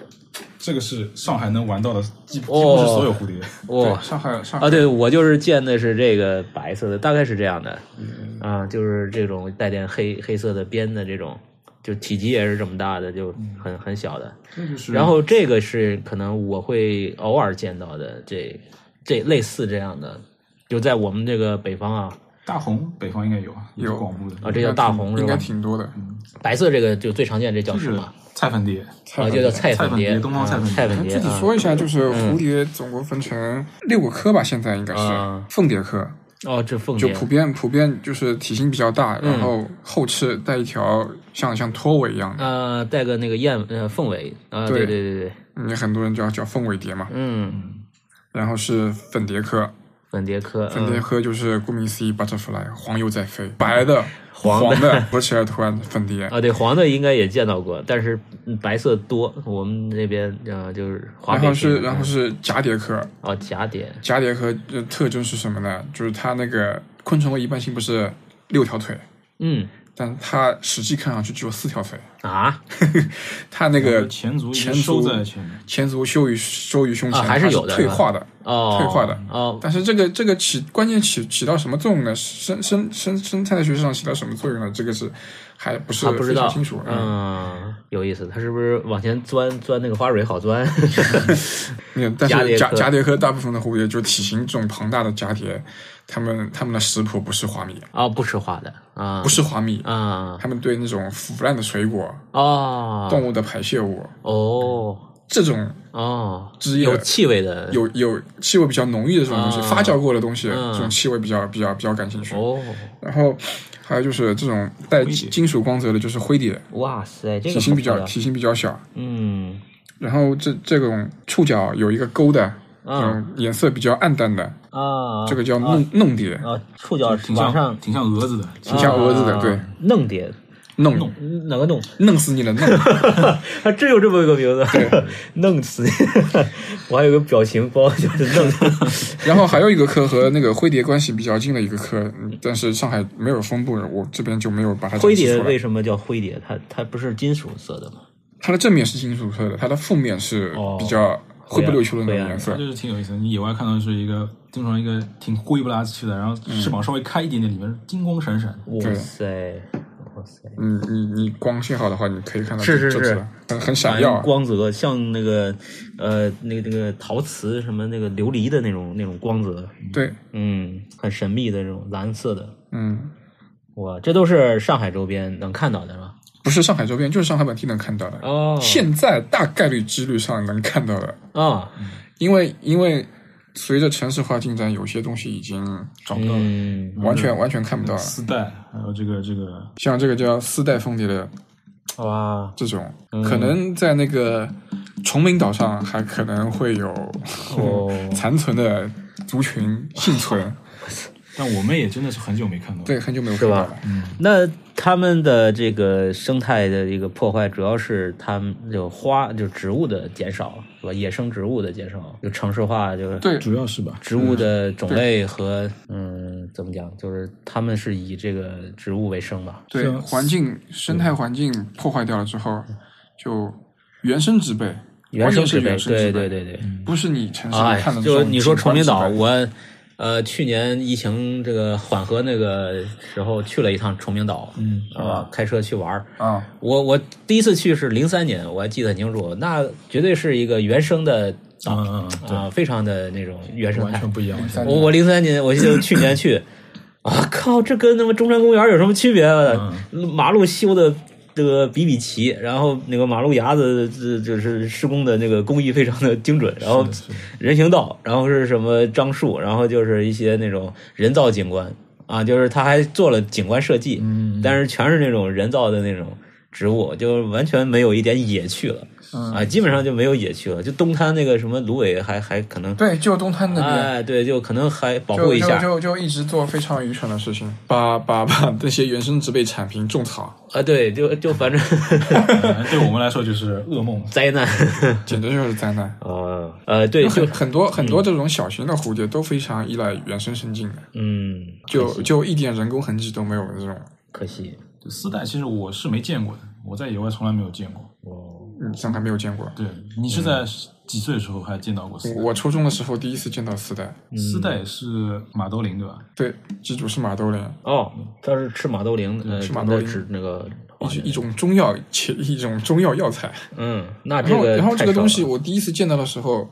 S5: 这个是上海能玩到的，几几乎
S3: 哦
S5: 是所有蝴蝶。
S3: 哦
S4: 对，上海上海
S3: 啊，对我就是见的是这个白色的，大概是这样的，
S4: 嗯
S3: 啊，就是这种带点黑黑色的边的这种，就体积也是这么大的，就
S4: 嗯
S3: 很很小的。
S5: 这就是
S3: 然后这个是可能我会偶尔见到的，这这类似这样的，就在我们这个北方啊，
S5: 大红，北方应该有啊，也是广布的
S3: 啊，这叫大红是
S4: 应该
S3: 吧？嗯
S4: 挺多的。
S3: 白色这个就最常见，这叫
S5: 就
S3: 什
S5: 是
S3: 么？
S5: 菜粉蝶，
S3: 啊，就叫菜
S5: 菜
S3: 粉
S5: 粉
S3: 蝶，
S5: 蝶东方
S3: 啊
S5: 菜粉蝶
S3: 菜粉蝶
S4: 哎具体
S3: 啊
S4: 说一下，就是蝴蝶总共分成六个科吧，现在应该
S3: 嗯
S4: 是凤蝶科，
S3: 哦，这凤
S4: 就
S3: 蝶嗯
S4: 普遍普遍就是体型比较大，然后后翅带一条像像拖尾一样的，
S3: 啊，带个那个燕呃凤尾啊，对
S4: 对
S3: 对对对，
S4: 你很多人叫叫凤尾蝶嘛。
S3: 嗯，
S4: 然后是粉蝶科，
S3: 粉蝶科，
S4: 粉
S3: 嗯
S4: 蝶科就是顾名思义，butterfly 黄油在飞，白的
S3: 黄的
S4: 的合起来图案粉蝶。
S3: 啊，对，黄的应该也见到过，但是嗯白色多。我们那边呃，就是华
S4: 然
S3: 北
S4: 后是
S3: 地区
S4: 然后是蛱蝶科，
S3: 哦，蛱蝶
S4: 蛱蝶科的特征是什么呢？就是它那个昆虫的一般性不是六条腿，
S3: 嗯
S4: 但它实际看上去只有四条腿。
S3: 啊
S4: 它那个
S5: 哦前足一直
S4: 前
S5: 收
S4: 足
S5: 在前面，
S4: 前足收于收于胸前，
S3: 啊还是
S4: 它是
S3: 有的
S4: 退化的。
S3: 哦，
S4: 退化的
S3: 哦
S4: 但是这个这个起关键起起到什么作用呢？生生生生态学上起到什么作用呢？这个是还不是
S3: 啊，不知
S4: 非
S3: 道
S4: 常清楚。，
S3: 嗯，有意思，它是不是往前钻钻那个花蕊好 钻？
S4: 嗯，但是
S3: 蛱蝶科
S4: 蛱蛱蝶科大部分的蝴蝶，就体型这种庞大的蛱蝶，它们它们的食谱不是花蜜，
S3: 啊，不吃花的啊，
S4: 不是花蜜，
S3: 啊
S4: 它们对那种腐烂的水果、动
S3: 哦
S4: 物的排泄物
S3: 哦
S4: 这种
S3: 哦，
S4: 枝叶
S3: 有气味的
S4: 有有气味比较浓郁的这种东西，
S3: 啊
S4: 发酵过的东西，
S3: 嗯
S4: 这种气味比较比较比较感兴趣。
S3: 哦，
S4: 然后还有就是这种带
S5: 蝶
S4: 金属光泽的，就是灰蝶，
S3: 哇塞，这个
S4: 体型比
S3: 好
S4: 较
S3: 漂亮
S4: 体型比较小，
S3: 嗯
S4: 然后这这种触角有一个钩的，
S3: 嗯
S4: 嗯，颜色比较暗淡的，
S3: 啊，
S4: 这个叫弄弄蝶，
S3: 啊触角
S5: 挺
S3: 往上
S5: 像挺像蛾子的，
S4: 挺像蛾子的，对，
S3: 啊弄蝶
S4: 弄
S3: 哪个弄？
S4: 弄死你了，弄。
S3: 他真有 这么一个名字， 弄死你！我还有个表情包，就是弄 死
S4: 然后还有一个科和那个灰蝶关系比较近的一个科，嗯但是上海没有分布，我这边就没有把它
S3: 灰
S4: 展示
S3: 蝶
S4: 出来
S3: 为什么叫灰蝶？它它不是金属色的吗？
S4: 它的正面是金属色的，它的负面是比
S3: 啊
S4: 较灰不溜秋的那种颜
S5: 它
S4: 色
S5: 就。是挺有意思的。你野外看到的是一个经常一个挺灰不拉几的，然后翅膀稍微开一点点，里面是金光闪闪。
S3: 哇塞，哇塞！
S4: 嗯，你你光线好的话，你可以看到
S3: 是
S4: 这
S3: 是
S4: 这
S3: 是
S4: 只很很闪
S3: 反
S4: 耀啊。
S3: 光泽像那个呃那个那个陶瓷什么那个琉璃的那种那种光泽，
S4: 对，
S3: 嗯，很神秘的这种蓝色的，
S4: 嗯，
S3: 哇，这都是上海周边能看到的是吧？
S4: 不是上海周边，就是上海本地能看到的。
S3: 哦
S4: 现在大概率几率上能看到的，
S3: 啊，
S4: 因为因为随着城市化进展，有些东西已经
S5: 找不到了
S3: 嗯，
S4: 完全完全看不到了。
S5: 丝带，还有这个这个
S4: 像这个叫丝带蜂蝶的
S3: 哇，
S4: 这种，
S3: 嗯
S4: 可能在那个崇明岛上还可能会有
S3: 哦
S4: 残存的族群幸 存。
S5: 但我们也真的是很久没看到。
S4: 对，，很久没有
S3: 是
S4: 看到
S3: 吧
S4: 了。
S3: 那他们的这个生态的一个破坏，主要是他们有花，就植物的减少，是吧？野生植物的减少，就城市化，就是
S4: 对
S5: 主要是吧，
S3: 植物的种类和嗯怎么讲，就是他们是以这个植物为生吧。
S4: 对，环境生态环境破坏掉了之后，就原生植被，
S3: 原生植
S4: 关
S3: 被，
S4: 键是原
S3: 对
S4: 生植
S3: 对对对，
S4: 不是你城市
S3: 啊，
S4: 里看的这
S3: 就是
S4: 种景观植被。
S3: 你说崇明岛，我呃去年疫情这个缓和那个时候去了一趟崇明岛，嗯啊，开车去玩儿
S4: 啊，
S3: 我我第一次去是零三年，我还记得很清楚，那绝对是一个原生的岛
S5: 嗯嗯嗯对
S3: 啊，非常的那种原生
S5: 完
S3: 态
S5: 全。不一样。我觉得
S3: 我我零三年，我记得去年去，啊靠，这跟他妈中山公园有什么区别啊？马路修的这个比比齐，然后那个马路牙子这就是施工的那个工艺非常的精准，然后人行道，然后是什么樟树，然后就是一些那种人造景观啊，就是他还做了景观设计，但是全是那种人造的那种。植物就完全没有一点野趣了、啊，基本上就没有野趣了。就东滩那个什么芦苇还还可能
S4: 对，就东滩那边，
S3: 哎，对，就可能还保护
S4: 就
S3: 一
S4: 就
S3: 下。
S4: 就就一直做非常愚蠢的事情，把把把这些原生植被铲平种草，
S3: 啊，对，就就反 正
S5: 嗯对我们来说就是噩梦。
S3: 灾难。
S4: 简直就是灾难。
S3: 呃呃，对，
S4: 很
S3: 就
S4: 很多很多这种小型的蝴蝶都非常依赖原生生境的，
S3: 嗯，
S4: 就就一点人工痕迹都没有的这种，
S3: 可惜
S5: 就丝带其实我是没见过的，我在野外从来没有见过。
S4: 嗯，上海没有见过。
S5: 对你是在几岁的时候还见到过丝带？
S4: 我初中的时候第一次见到丝带，
S5: 丝
S3: 嗯
S5: 带是马兜铃对吧？
S4: 对，记住是马兜铃，
S3: 哦，他是吃马兜铃，呃，
S4: 嗯吃马兜铃
S3: 吃那个
S4: 一种一种中药，且一种中药药材。
S3: 嗯，那
S4: 然
S3: 这
S4: 后
S3: 个
S4: 然后这
S3: 太
S4: 个
S3: 少
S4: 东西
S3: 了
S4: 我第一次见到的时候，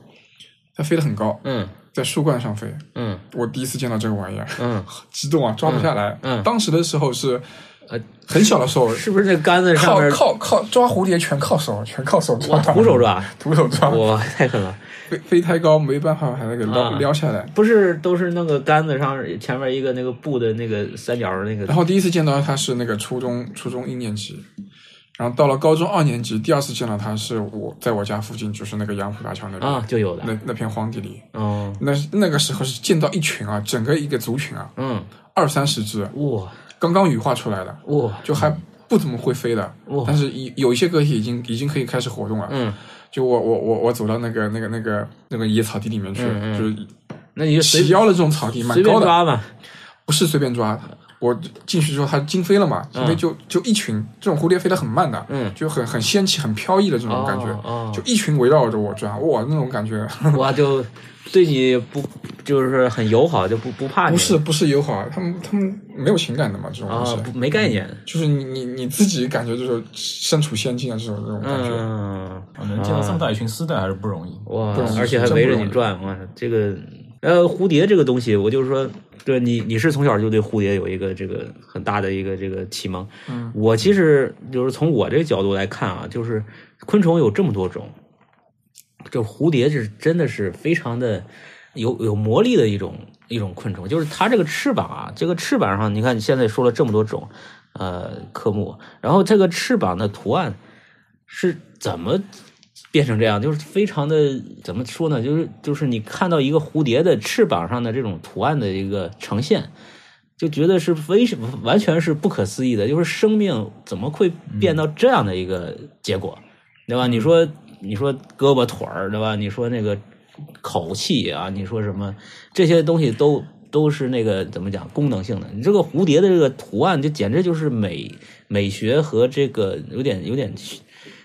S4: 它飞得很高，
S3: 嗯
S4: 在树冠上飞，
S3: 嗯
S4: 我第一次见到这个玩意儿，
S3: 嗯，
S4: 激动啊，抓不下来。
S3: 嗯嗯
S4: 当时的时候是
S3: 呃，
S4: 很小的时候，
S3: 是不是那杆子上
S4: 靠
S3: 面
S4: 靠靠抓蝴蝶全靠手，全靠手抓，
S3: 我徒手抓？
S4: 徒手抓，
S3: 哇，太狠了！
S4: 飞飞太高没办法把它给撩、
S3: 啊
S4: 撩下来。
S3: 不是都是那个杆子上前面一个那个布的那个三角儿那
S4: 然
S3: 个
S4: 后第一次见到它是那个初中初中一年级，然后到了高中二年级，第二次见到它是我在我家附近，就是那个杨浦大桥那边、
S3: 啊就有的，
S4: 那那片荒地里。
S3: 嗯
S4: 那那个时候是见到一群啊，整个一个族群啊，
S3: 嗯，
S4: 二三十只，
S3: 哇
S4: 刚刚羽化出来的，
S3: 哇，
S4: 就还不怎么会飞的，
S3: 哇
S4: 但是有有一些个体已经已经可以开始活动了。
S3: 嗯，
S4: 就我我我我走到那个那个那个那个野草地里面去，就是
S3: 那你就嗯随
S4: 起腰的这种草地，蛮
S3: 随便
S4: 高的，
S3: 抓吧，
S4: 不是随便抓。我进去之后，它惊飞了嘛，因为就就一群这种蝴蝶飞得很慢的，
S3: 嗯
S4: 就很很仙气、很飘逸的这种感觉，
S3: 哦哦
S4: 就一群围绕着我转，哇，那种感觉
S3: 我就对你不就是很友好，就不不怕你。
S4: 不是不是友好啊，他们他们没有情感的嘛，这种
S3: 啊
S4: 东西，，
S3: 不没概念。
S4: 就是你你你自己感觉就是身处仙境啊，这种这种感觉，
S3: 嗯，
S5: 啊能见到这么大一群丝带还是不容易。
S3: 哇
S4: 不容，易
S3: 而且还围着你转，哇，这个呃，蝴蝶这个东西，我就是说，对你你是从小就对蝴蝶有一个这个很大的一个这个启蒙。嗯，我其实就是从我这个角度来看啊，就是昆虫有这么多种，这蝴蝶是真的是非常的有有魔力的一种一种昆虫，就是它这个翅膀啊，这个翅膀上，你看你现在说了这么多种呃科目，然后这个翅膀的图案是怎么变成这样？就是非常的怎么说呢？就是就是你看到一个蝴蝶的翅膀上的这种图案的一个呈现。就觉得是为什么完全是不可思议的，就是生命怎么会变到这样的一个结果？对吧？
S4: 嗯
S3: 你说你说胳膊腿儿，对吧？你说那个口气啊，你说什么这些东西都都是那个怎么讲功能性的。你这个蝴蝶的这个图案，就简直就是美美学和这个有点有点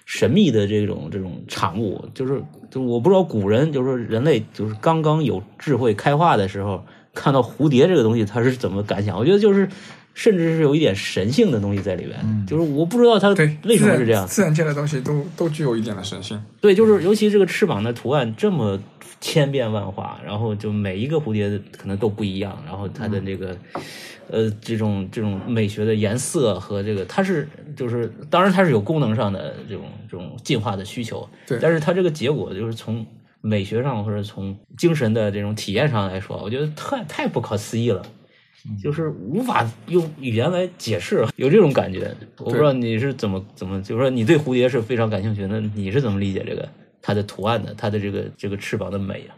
S3: 神秘的这种这种产物，就是就我不知道古人就是说人类就是刚刚有智慧开化的时候，看到蝴蝶这个东西，他是怎么感想？我觉得就是。甚至是有一点神性的东西在里边，就是我不知道它
S4: 嗯对，
S3: 为什
S4: 自
S3: 么
S4: 然
S3: 是这样。
S4: 自然界的东西都都具有一点的神性。
S3: 对，就是尤其这个翅膀的图案这么千变万化，然后就每一个蝴蝶可能都不一样，然后它的这个、呃这种这种美学的颜色和这个它是就是当然它是有功能上的这种这种进化的需求，
S4: 对
S3: 但是它这个结果就是从美学上或者从精神的这种体验上来说，我觉得太太不可思议了。
S5: 嗯
S3: 就是无法用语言来解释，有这种感觉。我不知道你是怎么怎么，就是说你对蝴蝶是非常感兴趣，那你是怎么理解这个它的图案的，它的这个这个翅膀的美啊？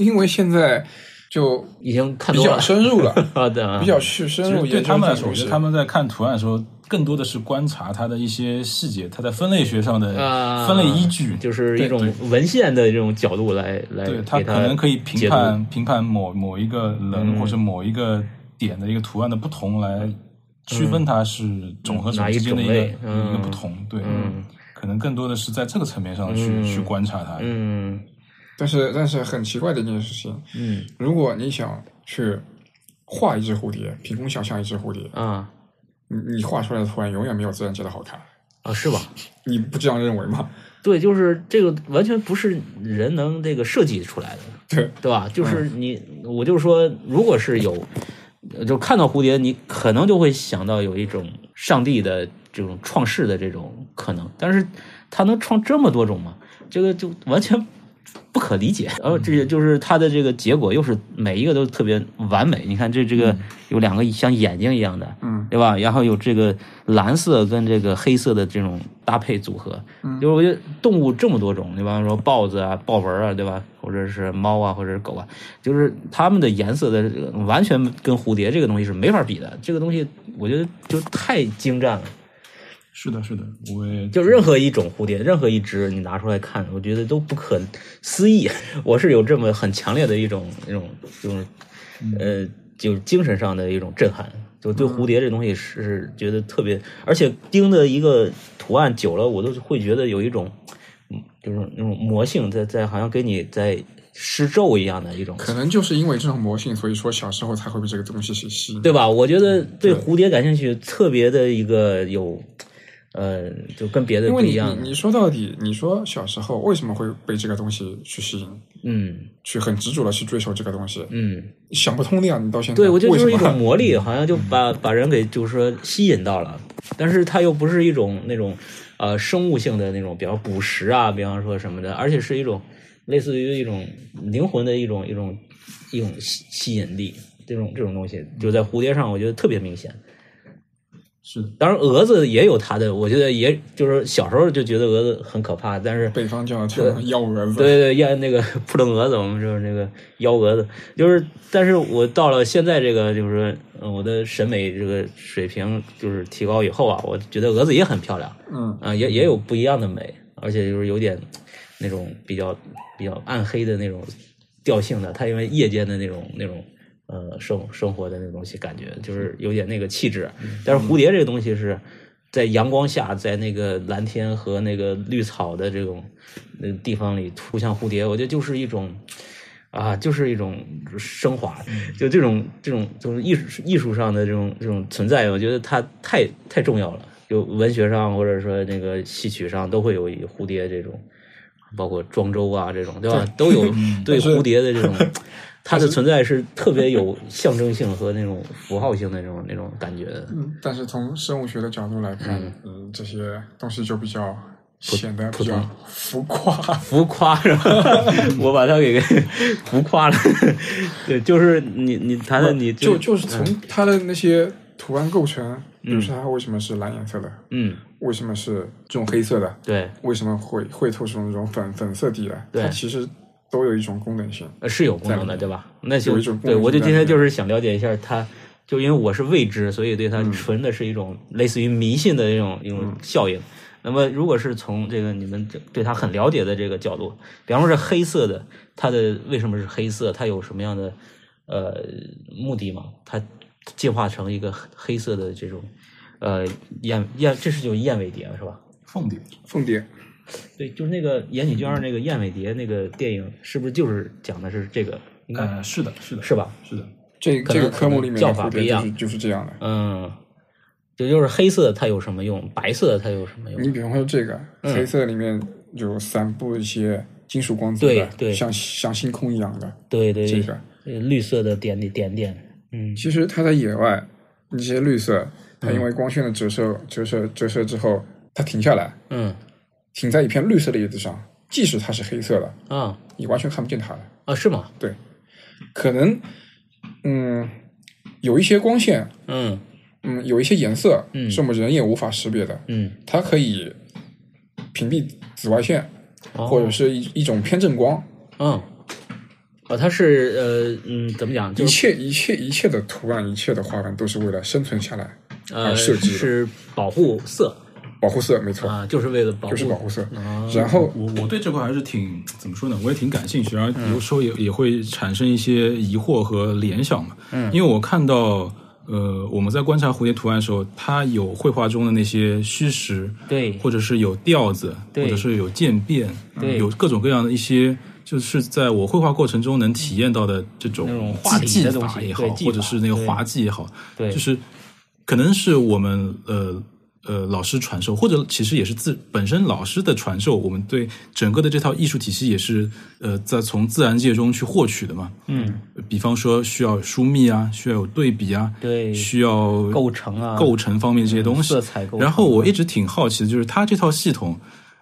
S4: 因为现在就
S3: 已经看
S4: 比
S3: 多
S4: 较
S3: 了，
S4: 深入了，
S3: 好的啊，
S4: 比较去深
S5: 其
S4: 入
S5: 实对
S4: 研究
S5: 他们来
S4: 这
S5: 说，
S4: 种
S5: 我觉得
S4: 事
S5: 他。们在看图案的时候，更多的是观察它的一些细节，它在分类学上的
S3: 啊
S5: 分类依据，
S3: 就是一种文献的这种角度来来
S5: 对
S3: 给
S5: 它
S3: 它
S5: 可能可以评
S3: 解读
S5: 判评判某某一个
S3: 嗯
S5: 人或者某一个点的一个图案的不同来区分它是种和种
S3: 嗯哪一
S5: 之间的一
S3: 种类
S5: 个
S3: 嗯
S5: 一个不同，对，可能更多的是在这个层面上去、
S3: 嗯
S5: 去观察它。
S3: 嗯
S4: 但是但是很奇怪的一件事情，
S3: 嗯
S4: 如果你想去画一只蝴蝶，凭空想象一只蝴蝶，
S3: 啊
S4: 你你画出来的图案永远没有自然界的好看，
S3: 啊，是 吧？
S4: 你不这样认为吗？
S3: 对，就是这个完全不是人能这个设计出来的，
S4: 对
S3: 对吧？就是你，我就是说，如果是有，呃就看到蝴蝶，你可能就会想到有一种上帝的这种创世的这种可能，但是它能创这么多种吗？这个就完全不可理解。然后这也就是它的这个结果，又是每一个都特别完美。你看这这个有两个像眼睛一样的，
S4: 嗯
S3: 对吧？然后有这个蓝色跟这个黑色的这种搭配组合，就是我觉得动物这么多种，对吧？说豹子啊、豹纹啊，对吧？或者是猫啊，或者是狗啊，就是它们的颜色的这个完全跟蝴蝶这个东西是没法比的。这个东西我觉得就太精湛了。
S5: 是的，是的，我也
S3: 就任何一种蝴蝶，任何一只你拿出来看，我觉得都不可思议。 我是有这么很强烈的一种一种这种
S4: 嗯
S3: 呃，就是精神上的一种震撼。就对蝴蝶这东西是是觉得特别，而且盯的一个图案久了，我都会觉得有一种，嗯，就是那种魔性在在，好像给你在施咒一样的一种
S4: 可能就是因为这种魔性，所以说小时候才会被这个东西所吸引。
S3: 对吧？我觉得
S4: 嗯
S3: 对蝴蝶感兴趣，特别的一个有，呃，就跟别的
S4: 因
S3: 不
S4: 为
S3: 一
S4: 你
S3: 样
S4: 你
S3: 的
S4: 你说到底，你说小时候为什么会被这个东西去吸引，
S3: 嗯
S4: 去很执着的去追求这个东西，
S3: 嗯，
S4: 想不通的呀！你到现在，
S3: 对，我觉得就是
S4: 为
S3: 一
S4: 什
S3: 种
S4: 么？嗯
S3: 魔力，好像就把把人给就是说吸引到了，但是它又不是一种那种呃生物性的那种，比方捕食啊，比方说什么的，而且是一种类似于一种灵魂的一种一种一种吸吸引力，这种这种东西就在蝴蝶上，我觉得特别明显。
S5: 是的，
S3: 当然，蛾子也有它的，我觉得也就是小时候就觉得蛾子很可怕，但是
S4: 北方叫它幺蛾子，
S3: 对对，燕那个扑棱蛾子，我们就是那个幺蛾子，就是，但是我到了现在这个，就是说呃我的审美这个水平就是提高以后啊，我觉得蛾子也很漂亮，
S4: 嗯
S3: 啊、也也有不一样的美，而且就是有点那种比较比较暗黑的那种调性的，它因为夜间的那种那种呃生生活的那种东西，感觉就是有点那个气质，但是蝴蝶这个东西是。在阳光下，在那个蓝天和那个绿草的这种呃地方里，扑向蝴蝶，我觉得就是一种啊，就是一种升华，
S4: 嗯
S3: 就这种这种就是艺术艺术上的这种这种存在，我觉得它太太重要了。就文学上或者说那个戏曲上都会有以蝴蝶这种，包括庄周啊这种，对吧？都有
S4: 嗯
S3: 对蝴蝶的这 种，它的存在是特别有象征性和那种符号性的那种那种感觉的。
S4: 嗯，但是从生物学的角度来看，嗯，这些东西就比较显得比较浮夸。
S3: 浮夸是吧？ 我把它给 浮夸了。 对，就是你你谈谈你
S4: 就就是从
S3: 嗯
S4: 它的那些图案构成，比如说它为什么是蓝颜色的，
S3: 嗯，
S4: 为什么是这种黑色的，
S3: 对，
S4: 为什么会会透出那种粉粉色底来，
S3: 对
S4: 它其实都有一种功能性。
S3: 呃是有功能的，
S4: 在
S3: 对吧？那就
S4: 有一种功
S3: 对
S4: 能
S3: 我就
S4: 在
S3: 今
S4: 里
S3: 天
S4: 面
S3: 就是想了解一下它，就因为我是未知，所以对它纯的是一种类似于迷信的一种一种效应。那么，如果是从这个你们这对它很了解的这个角度，比方说是黑色的，它的为什么是黑色？它有什么样的呃目的吗？它进化成一个黑黑色的这种呃燕燕，这是就是燕尾蝶是吧？
S5: 凤蝶
S4: 凤蝶，
S3: 对，就是那个岩井俊二那个《燕尾蝶》那个电影，是不是就是讲的是这个？应该
S5: 呃，是的，是的，
S3: 是吧？
S5: 是的，
S4: 这
S3: 可
S4: 这
S3: 能
S4: 个科目里面的
S3: 叫法
S4: 蝴
S3: 不
S4: 蝶
S3: 一
S4: 就
S3: 样
S4: 是就是这样的。
S3: 嗯，这就是黑色的它有什么用？白色的它有什么
S4: 你
S3: 用？
S4: 比方说这个
S3: 嗯
S4: 黑色里面有散布一些金属光泽
S3: 对
S4: 的，
S3: 对
S4: 像像星空一样的
S3: 对对
S4: 这
S3: 对，
S4: 个。
S3: 呃绿色的点点点点，嗯
S4: 其实它在野外，那些绿色，它因为光线的折射、折射、折射之后，它停下来，
S3: 嗯
S4: 停在一片绿色的叶子上，即使它是黑色的，
S3: 啊
S4: 你完全看不见它了。
S3: 啊是吗？
S4: 对，可能，嗯，有一些光线，
S3: 嗯
S4: 嗯，有一些颜色，
S3: 嗯
S4: 是我们人也无法识别的，
S3: 嗯，
S4: 它可以屏蔽紫外线，
S3: 哦
S4: 或者是一一种偏振光，
S3: 嗯哦，它是呃嗯怎么讲？
S4: 一
S3: 就是
S4: 切一切一切的图案，一切的花纹都是为了生存下来
S3: 呃
S4: 而设计的，
S3: 是保护色
S4: 保护色，没错，
S3: 啊，就是为了保护啊
S4: 就是保护色。然后
S5: 我我对这块还是挺怎么说呢？我也挺感兴趣，然后有时候也也会产生一些疑惑和联想嘛。嗯，因为我看到呃，我们在观察蝴蝶图案的时候，它有绘画中的那些虚实，
S3: 对
S5: 或者是有调子，
S3: 对
S5: 或者是有渐变，
S3: 对
S5: 有各种各样的一些，就是在我绘画过程中能体验到的这种
S3: 那种画理
S5: 技
S3: 的
S5: 技
S3: 东西
S5: 法也好
S3: 对，技
S5: 或者
S3: 法
S5: 是那个
S3: 对
S5: 画技也好，
S3: 对
S5: 就是可能是我们呃呃老师传授，或者其实也是自本身老师的传授，我们对整个的这套艺术体系也是呃在从自然界中去获取的嘛。
S3: 嗯，
S5: 比方说需要疏密啊，需要有对比啊，
S3: 对
S5: 需要
S3: 构成啊嗯
S5: 构成方面这些东西，
S3: 色彩构成
S5: 然后我一直挺好奇的，就是它这套系统，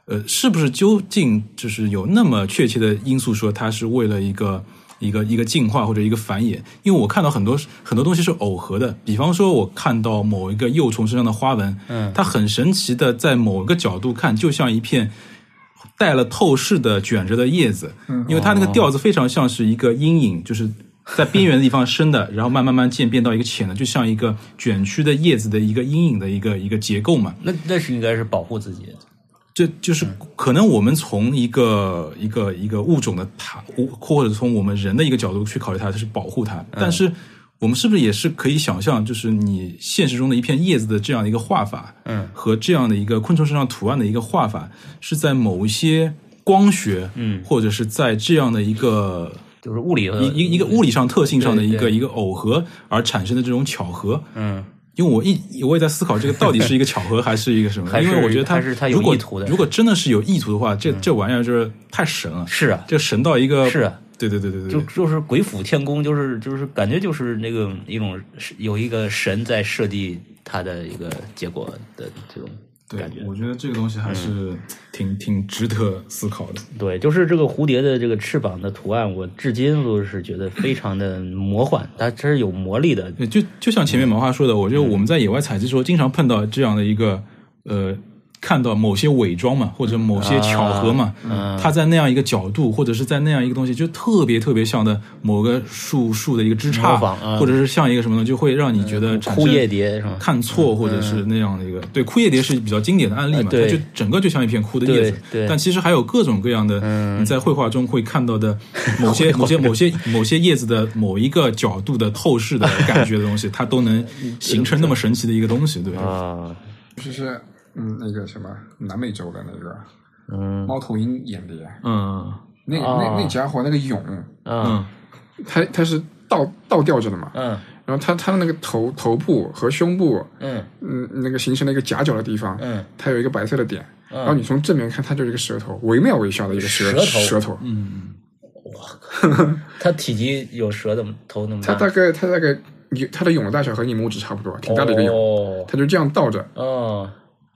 S5: 呃，是不是究竟就是有那么确切的因素说它是为了一个一个一个进化或者一个繁衍？因为我看到很多很多东西是耦合的，比方说我看到某一个幼虫身上的花纹，嗯，它很神奇的在某个角度看，就像一片。带了透视的卷着的叶子，因为它那个调子非常像是一个阴影，就是在边缘的地方深的，然后慢慢慢渐变到一个浅的，就像一个卷曲的叶子的一个阴影的一个一个结构嘛。
S3: 那那是应该是保护自己的，
S5: 这就是
S3: 嗯
S5: 可能我们从一个一个一个物种的它，或或者从我们人的一个角度去考虑它，就是保护它。
S3: 嗯
S5: 但是我们是不是也是可以想象，就是你现实中的一片叶子的这样的一个画法，嗯，和这样的一个昆虫身上图案的一个画法，是在某一些光学，嗯，或者是在这样的一个
S3: 就是物理和
S5: 一一一个物理上特性上的一个
S3: 呃对对
S5: 一个耦合而产生的这种巧合。
S3: 嗯，
S5: 因为我一我也在思考这个到底是一个巧合还是一个什 么？
S3: 还是
S5: 因为我觉得它
S3: 还是它有
S5: 如果
S3: 意图的嗯
S5: 如果真的是有意图的话，这这玩意儿就是太神了，
S3: 是啊，
S5: 这神到一个
S3: 是啊，
S5: 对对对对对
S3: 就
S5: 对，
S3: 就是鬼斧天工，就是就是感觉就是那个一种有一个神在设计他的一个结果的这种感觉嗯
S5: 对，。我觉得这个东西还是挺挺值得思考的。
S3: 对，就是这个蝴蝶的这个翅膀的图案，我至今都是觉得非常的魔幻，它它是有魔力的。
S5: 对，就就像
S3: 嗯
S5: 前面毛花说的，我觉得我们在野外采集的时候，经常碰到这样的一个呃，看到某些伪装嘛，或者某些巧合嘛，
S3: 啊嗯
S5: 它在那样一个角度，或者是在那样一个东西，就特别特别像的某个树树的一个枝杈
S3: 模仿，啊
S5: 或者是像一个什么东西，就会让你觉得产生
S3: 枯叶蝶是吗嗯
S5: 看错或者是那样的一个。对，枯叶蝶是比较经典的案例嘛，
S3: 呃对
S5: 它就整个就像一片枯的叶子，
S3: 对对
S5: 但其实还有各种各样的，
S3: 嗯
S5: 你在绘画中会看到 的某些某些某些某些叶子的某一个角度的透视的感觉的 东西，它都能形成那么神奇的一个东西，对吧？
S3: 啊，
S4: 就是嗯那个什么南美洲的那个，嗯，猫头鹰眼蝶，
S3: 哦
S5: 嗯
S4: 那个
S3: 啊
S4: 那那家伙那个蛹，
S3: 嗯
S5: 嗯，
S4: 它它是倒倒吊着的嘛，
S3: 嗯
S4: 然后它它的那个头头部和胸部，
S3: 嗯
S4: 嗯，那个形成了一个夹角的地方，
S3: 嗯，
S4: 它有一个白色的点，然后你从正面看，它就是一个舌头，惟妙惟肖的一个舌
S3: 舌头嗯
S4: 舌头，
S3: 它体积有蛇的头那么
S4: 它
S3: 大，
S4: 大概它大概你它的蛹的大小和你拇指差不多，挺大的一个蛹，
S3: 哦
S4: 它就这样倒着，
S3: 哦，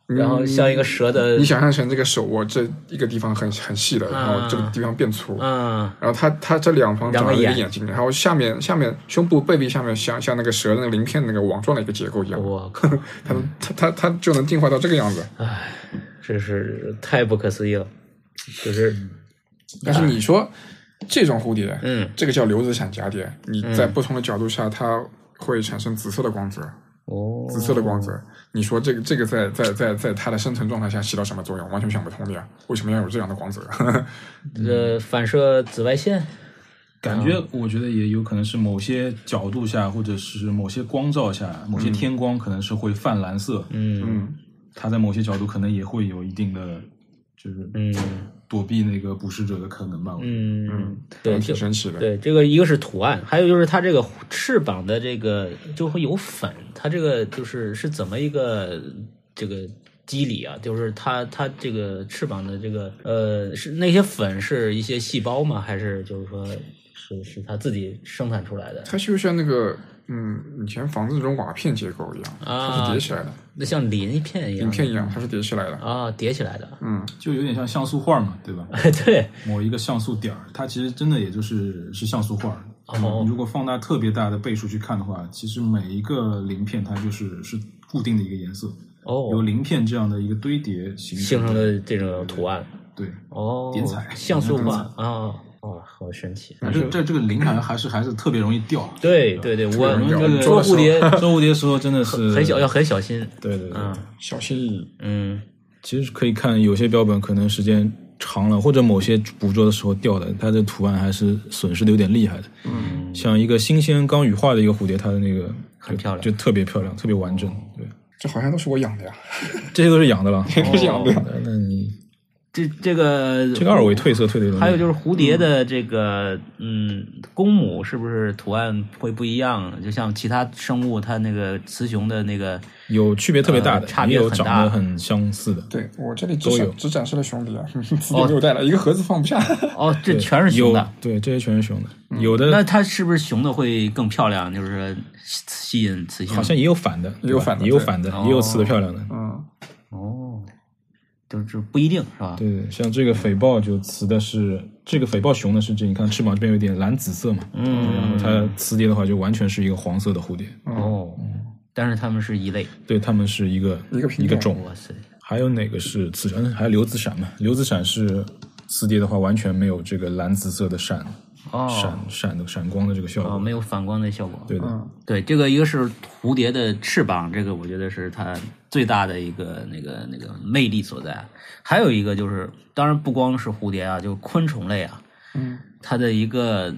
S3: 然后像一个蛇的
S4: 你，想象成这个手握这一个地方很很细的，
S3: 啊
S4: 然后这个地方变粗，
S3: 嗯
S4: 然后它它这两旁长了一
S3: 两个
S4: 个
S3: 眼
S4: 眼睛，然后下面下面胸部背壁下面像像那个蛇的那个鳞片那个网状的一个结构一样，
S3: 我靠，
S4: 它能它它它就能进化到这个样子。
S3: 嗯这是太不可思议了，就是
S4: 但是你说这种蝴蝶，
S3: 嗯，
S4: 这个叫流子闪蛱蝶，你在不同的角度下，它会产生紫色的光泽，
S3: 哦，
S4: 紫色的光泽。你说这个这个在在在在它的生成状态下起到什么作用？完全想不通的呀！为什么要有这样的光泽？
S3: 呃，反射紫外线，
S5: 感觉我觉得也有可能是某些角度下，或者是某些光照下，某些天光可能是会泛蓝色，
S3: 嗯
S4: 嗯，
S5: 它在某些角度可能也会有一定的，就是
S3: 嗯
S5: 躲避那个捕食者的可能吧。我觉得
S3: 嗯，对，
S4: 挺
S3: 就
S4: 神奇的。
S3: 对，这个一个是图案，还有就是它这个翅膀的这个就会有粉，它这个就是是怎么一个这个机理啊？就是它它这个翅膀的这个呃是那些粉是一些细胞吗？还是就是说是是它自己生产出来的？
S4: 它就像那个嗯，以前房子那种瓦片结构一样，
S3: 啊
S4: 它是叠起来的，
S3: 那像鳞片一样
S4: 鳞片一样，它是叠起来的。
S3: 啊，叠起来的。
S5: 就有点像像素画嘛，对吧？
S3: 对，
S5: 某一个像素点儿，它其实真的也就是是像素画儿。
S3: 哦
S5: 你如果放大特别大的倍数去看的话，其实每一个鳞片它就是是固定的一个颜色，
S3: 哦，
S5: 由鳞片这样的一个堆叠形
S3: 形
S5: 成
S3: 成的这种图案
S5: 对。
S3: 哦，
S5: 点彩
S3: 像素
S5: 点
S3: 画
S5: 彩
S3: 啊，哇，好神奇！
S5: 反正这这个鳞还还是还是特别容易掉，
S3: 对对对，我
S5: 我们这个
S3: 捉蝴蝶
S5: 捉蝴蝶的时候真的是
S3: 很小，要很小心。
S5: 对对对，
S3: 嗯
S4: 小心翼翼，
S3: 嗯，
S5: 其实可以看有些标本可能时间长了，或者某些捕捉的时候掉的，它的图案还是损失的有点厉害的。嗯，像一个新鲜刚羽化的一个蝴蝶，它的那个
S3: 很漂亮
S5: 就特别漂亮，特别完整。对，
S4: 这好像都是我养的呀，
S5: 这些都是养的了，
S4: 都是养的。
S5: 那你
S3: 这这个
S5: 这个二维褪色褪的有点
S3: 还有就是蝴蝶的这个嗯公母是不是图案会不一样？就像其他生物，它那个雌雄的那个
S5: 有区别特别大的，
S3: 呃差别
S5: 也有
S3: 很
S5: 长
S3: 大
S5: 得很相似的，
S4: 对我这里只
S5: 都有
S4: 展只展示了雄蝶， 自己没有带来，一个盒子放不下。
S3: 哦，这全是雄
S5: 有
S3: 的。嗯
S5: 对，这些全是雄的，有的
S3: 那它是不是雄的会更漂亮？就是吸吸引雌性？
S5: 好像也有反的，
S4: 也有
S5: 对吧
S4: 反的
S5: 也有
S4: 对
S5: 反的，也有雌的漂亮的。
S4: 嗯，
S3: 哦，就是不一定是吧？
S5: 对对，像这个匪豹就雌的是这个匪豹雄的是这，你看翅膀这边有点蓝紫色嘛，嗯，然后它雌蝶的话就完全是一个黄色的蝴蝶，
S3: 哦，
S5: 嗯
S3: 但是它们是一类。
S5: 对，它们是一个
S4: 一个品种
S5: 种。
S3: 哇塞，
S5: 还有哪个是雌闪？还有流子闪嘛？流子闪是雌蝶的话完全没有这个蓝紫色的闪、闪
S3: 哦
S5: 闪的闪光的这个效果，
S3: 哦，没有反光的效果。
S5: 对的，
S3: 对，这个一个是蝴蝶的翅膀，这个我觉得是它最大的一个那个那个魅力所在。还有一个就是，当然不光是蝴蝶啊，就昆虫类啊，
S4: 嗯，
S3: 它的一个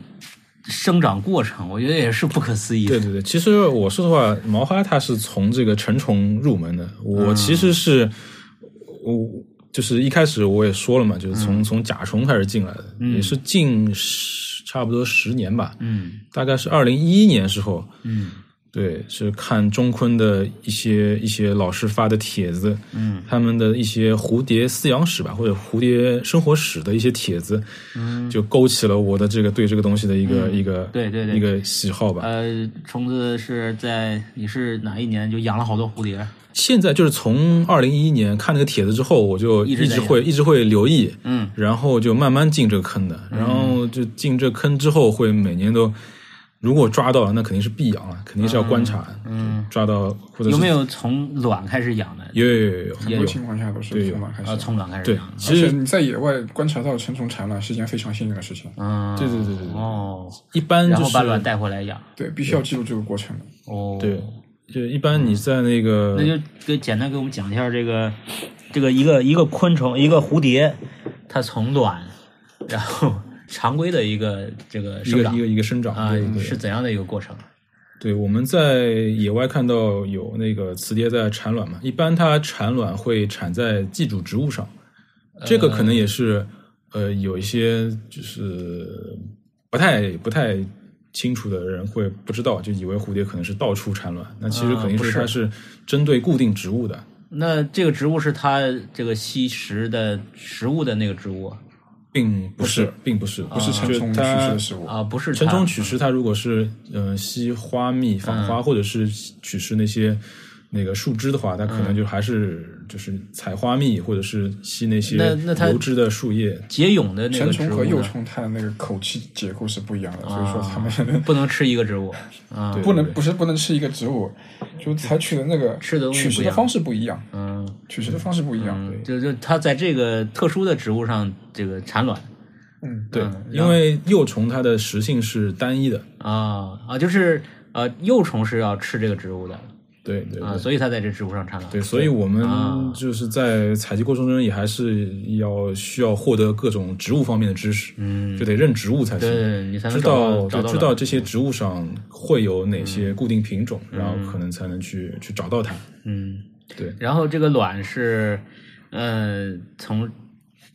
S3: 生长过程，我觉得也是不可思议的。
S5: 对对对，其实我说实话，毛花它是从这个成虫入门的。我其实是，我就是一开始我也说了嘛，就
S3: 嗯
S5: 是从、从甲虫开始进来的，也是近十差不多十年吧，
S3: 嗯
S5: 大概是二零一一年时候，
S3: 嗯
S5: 对，是看中坤的一些一些老师发的帖子，
S3: 嗯，
S5: 他们的一些蝴蝶饲养史吧，或者蝴蝶生活史的一些帖子，嗯，就勾起了我的这个对这个东西的一个、一个
S3: 嗯对对对
S5: 一个喜好吧。
S3: 呃，虫子是在你是哪一年就养了好多蝴蝶？
S5: 现在就是从二零一一年看那个帖子之后，我就
S3: 一
S5: 一
S3: 直在
S5: 直会一直会留意，
S3: 嗯，
S5: 然后就慢慢进这个坑的，然后就进这坑之后会每年都，如果抓到了，那肯定是必养了，肯定是要观察，嗯，抓到或者是
S3: 有没有从卵开始养的？
S5: 有有有有
S4: 很
S5: 有
S4: 多
S5: 有，
S4: 情况下都是
S5: 对
S4: 从
S5: 有
S4: 卵开始
S3: 啊，
S4: 的。
S3: 从卵开始
S5: 对
S3: 养的，。
S5: 其
S4: 而且
S5: 实
S4: 你在野外观察到成虫产卵是一件非常幸运的事情，
S3: 嗯，
S5: 对对对对对
S3: 哦，
S5: 一般
S3: 然
S5: 就
S3: 后
S5: 是
S3: 把卵带回来养。
S4: 对，必须要记录这个过程的。
S3: 哦，
S5: 对，就一般你在那个
S3: 那就给简单给我们讲一下这个，这个一个一个昆虫，一个蝴蝶，它从卵，然后常规的一个这个
S5: 一
S3: 生
S5: 个
S3: 长
S5: 一个一个生长
S3: 啊、
S5: 对对对
S3: 是怎样的一个过程？
S5: 对，我们在野外看到有那个雌蝶在产卵嘛，一般它产卵会产在寄主植物上，这个可能也是呃有一些就是不太不太清楚的人会不知道，就以为蝴蝶可能是到处产卵，那其实肯定
S3: 不
S5: 啊是
S3: 是
S5: 它是针对固定植物的。
S3: 那这个植物是它这个吸食的食物的那个植物
S5: 并不是，并不是，不啊
S4: 是成虫
S5: 它
S4: 取食的食物，
S3: 啊，不是它
S5: 晨虫取食，它如果是呃吸花蜜、
S3: 嗯
S5: 访花，或者是取食那些那个树枝的话，它可
S3: 嗯
S5: 能就还是就是采花蜜，或者是吸那些
S3: 那那它
S5: 油脂的树叶。
S3: 结蛹的那
S4: 成
S3: 个
S4: 虫
S3: 植
S4: 和
S3: 物
S4: 幼
S3: 呢
S4: 虫它的那个口气结构是不一样的，所以说它们
S3: 不能吃一个植物啊，
S5: 对
S4: 不能
S5: 对
S4: 不是不能吃一个植物，就采取的那个
S3: 吃的东西
S4: 取
S3: 不
S4: 食
S3: 一
S4: 的
S3: 样
S4: 方式不一样，
S3: 嗯，
S4: 取食的方式不一样。
S3: 嗯就就它在这个特殊的植物上这个产卵
S4: 嗯，
S5: 对，因为幼虫它的食性是单一的，
S3: 啊啊，就是呃幼虫是要吃这个植物的，
S5: 对对
S3: 啊，
S5: 对。
S3: 所以它在这植物上产卵。
S5: 对，所以我
S3: 啊
S5: 们就是在采集过程中也还是要需要获得各种植物方面的知识，
S3: 嗯
S5: 就得认植物才行。
S3: 对你才能
S5: 知
S3: 找到
S5: 道
S3: 找
S5: 对
S3: 到嗯
S5: 知道
S3: 卵
S5: 这些植物上会有哪些固定品种，然后可能才能去去找到它。
S3: 嗯，
S5: 对，
S3: 然后这个卵是，呃，从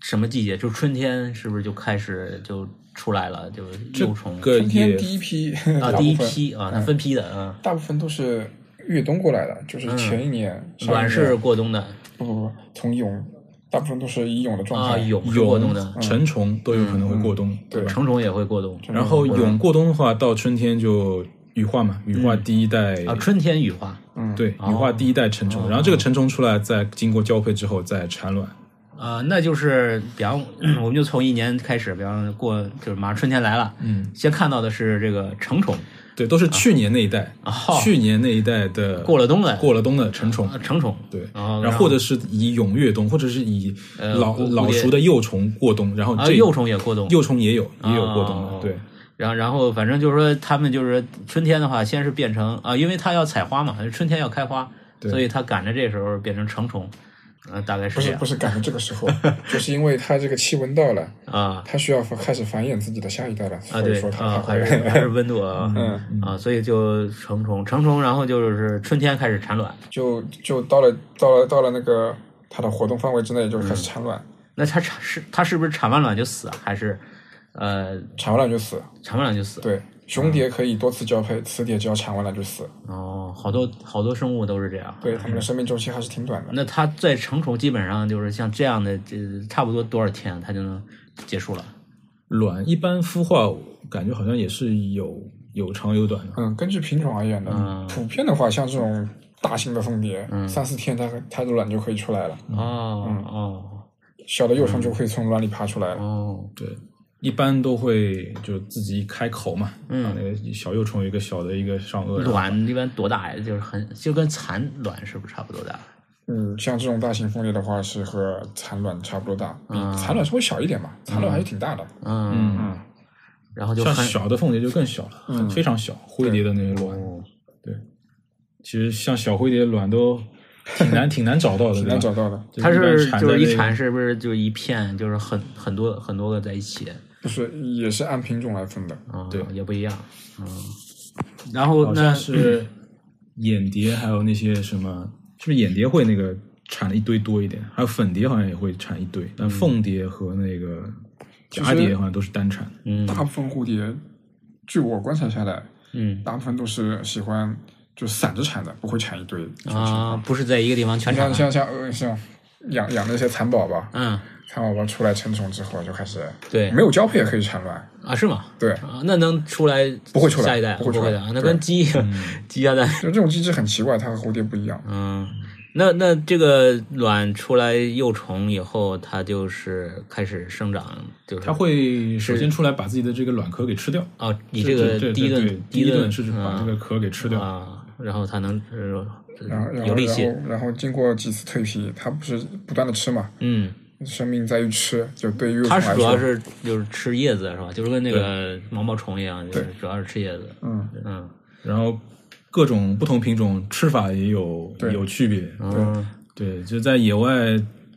S3: 什么季节？就春天是不是就开始就出来了？就是幼虫
S5: 个
S4: 今天
S5: 也
S4: 第一批
S3: 啊，
S4: 大
S3: 第
S4: 部
S3: 一
S4: 分
S3: 批啊，
S5: 嗯
S3: 它分批的啊，
S4: 大部分都是越冬过来的，
S3: 嗯
S4: 就是前一年上一
S3: 卵
S4: 年
S3: 是过冬的
S4: 不不不从蛹，大部分都是以蛹的状
S3: 啊，
S4: 态。
S3: 蛹是过冬的，嗯
S5: 蛹、成虫都有可能会过冬，对吧？
S3: 成虫也会过冬
S5: 然后蛹过冬的话，到春天就羽化嘛，羽化第一代
S3: 啊，春天哦羽化
S4: 嗯
S5: 对，羽化第一代成虫，然后这个成虫出来，再经过交配之后再产卵。
S3: 啊，那就是比方我们就从一年开始，比方过就是马上春天来了，
S5: 嗯，
S3: 先看到的是这个成虫
S5: 对，都是去年那一代，
S3: 啊，哦
S5: 去年那一代的
S3: 过了冬了，
S5: 过了冬的成虫
S3: 啊，成虫
S5: 对，
S3: 啊
S5: 然
S3: 然
S5: 后
S3: 后
S5: 或者是以蛹越冬，或者是以
S3: 呃
S5: 老、
S3: 蝴
S5: 老
S3: 蝴蝶
S5: 熟的幼虫过冬，然后
S3: 啊，
S5: 这
S3: 幼虫也过冬，
S5: 幼虫也有也有过冬的，
S3: 哦
S5: 对
S3: 然后，然后反正就是说，他们就是春天的话，先是变成啊，因为它要采花嘛，春天要开花，
S5: 对
S3: 所以它赶着这时候变成成虫，啊，大概是
S4: 不
S3: 这
S4: 是
S3: 样
S4: 不是赶着这个 时候，就是因为它这个气温到了，
S3: 啊
S4: 它需要开始繁衍自己的下一代了，
S3: 啊，
S4: 所以
S3: 对
S4: 说它
S3: 啊，
S4: 它
S3: 还
S4: 会
S3: 是还是温度啊
S4: 嗯
S3: 啊，所以就成虫，成虫，然后就是春天开始产卵。
S4: 就就到了到了到了那个它的活动范围之内，就开始产卵，
S3: 那它产是它是不是产完卵就死啊？还是呃
S4: 产完卵就死。
S3: 产完卵就死？啊
S4: 对，雄蝶可以多次交配，雌蝶只要产完卵就死。
S3: 哦，好多好多生物都是这样。
S4: 对，它们的生命周期还是挺短的。
S3: 那它在成虫基本上就是像这样的，这差不多多少天它就能结束了？
S5: 卵一般孵化，感觉好像也是有有长有短的。
S4: 嗯，根据品种而言呢，
S3: 嗯
S4: 普遍的话，像这种大型的蜂蝶，三四天它它的卵就可以出来了，
S3: 哦
S4: 小的幼虫就可以从卵里爬出来
S3: 哦
S4: 了。
S3: 哦，
S5: 对，一般都会就自己开口嘛，
S3: 嗯
S5: 把那个小幼虫有一个小的一个上颚，然后
S3: 卵一般多大呀？就是很就跟蚕卵是不是差不多大？
S4: 嗯，像这种大型蜂蝶的话，是和产卵差不多大，比
S3: 嗯
S4: 产卵稍微小一点嘛，产卵还是挺大的。
S3: 嗯，
S5: 嗯，
S3: 然后就
S5: 像
S3: 很
S5: 小的凤蝶就更小了，
S4: 嗯
S5: 非常小，灰蝶的那个卵，
S3: 哦
S5: 对，其实像小灰蝶的卵都挺难挺难找到的，
S4: 挺难找到的，
S5: 对吧。
S3: 它是
S5: 般
S3: 就是一
S5: 产在那
S3: 产是不是就一片，就是很很多很多个在一起
S4: 不是也是按品种来分的。
S3: 啊？
S5: 对
S3: 也不一样。嗯，然后
S5: 好
S3: 那
S5: 像是眼蝶，还有那些什么，是不是眼蝶会那个产了一堆多一点？还有粉蝶好像也会产一堆，但凤蝶和那个蛱蝶好像都是单产。
S3: 嗯
S4: 大部分蝴蝶，据我观察下来，
S3: 嗯
S4: 大部分都是喜欢就散着产的，不会产一堆。
S3: 啊，不是在一个地方全
S4: 你
S3: 产
S4: 像
S3: 了。
S4: 像像呃像养养那些蚕宝宝，
S3: 嗯，
S4: 蚕宝宝出来成虫之后就开始
S3: 对
S4: 没有交配也可以产卵，
S3: 啊，是吗？
S4: 对
S3: 啊，那能出来
S4: 不会出来
S3: 下一代
S4: 不
S3: 会
S4: 会出来
S3: 的啊？那
S4: 对
S3: 跟鸡 鸡下蛋，
S4: 就这种机制很奇怪，它和蝴蝶不一样。
S3: 嗯，那那这个卵出来幼虫以后，它就是开始生长，就是
S5: 它会首先出来把自己的这个卵壳给吃掉。
S3: 哦，你
S5: 是
S3: 这个
S5: 对对
S3: 第一
S5: 对
S3: 顿
S5: 第一
S3: 顿
S5: 顿是把这个壳给
S3: 嗯
S5: 吃掉，
S3: 啊，然后它能
S4: 然后
S3: 呃
S4: 然
S3: 有
S4: 后
S3: 力
S4: 然
S3: 气，
S4: 后然后经过几次蜕皮，它不是不断的吃嘛，
S3: 嗯，
S4: 生命在于吃，就对于
S3: 它
S4: 幼虫
S3: 是
S4: 来
S3: 主
S4: 说
S3: 要是就是吃叶子是吧？就是跟那个毛毛虫一样，就是主要是吃叶子，
S4: 嗯
S3: 嗯
S5: 然后各种不同品种吃法也有
S4: 对
S5: 有区别。
S3: 嗯
S5: 对，就在野外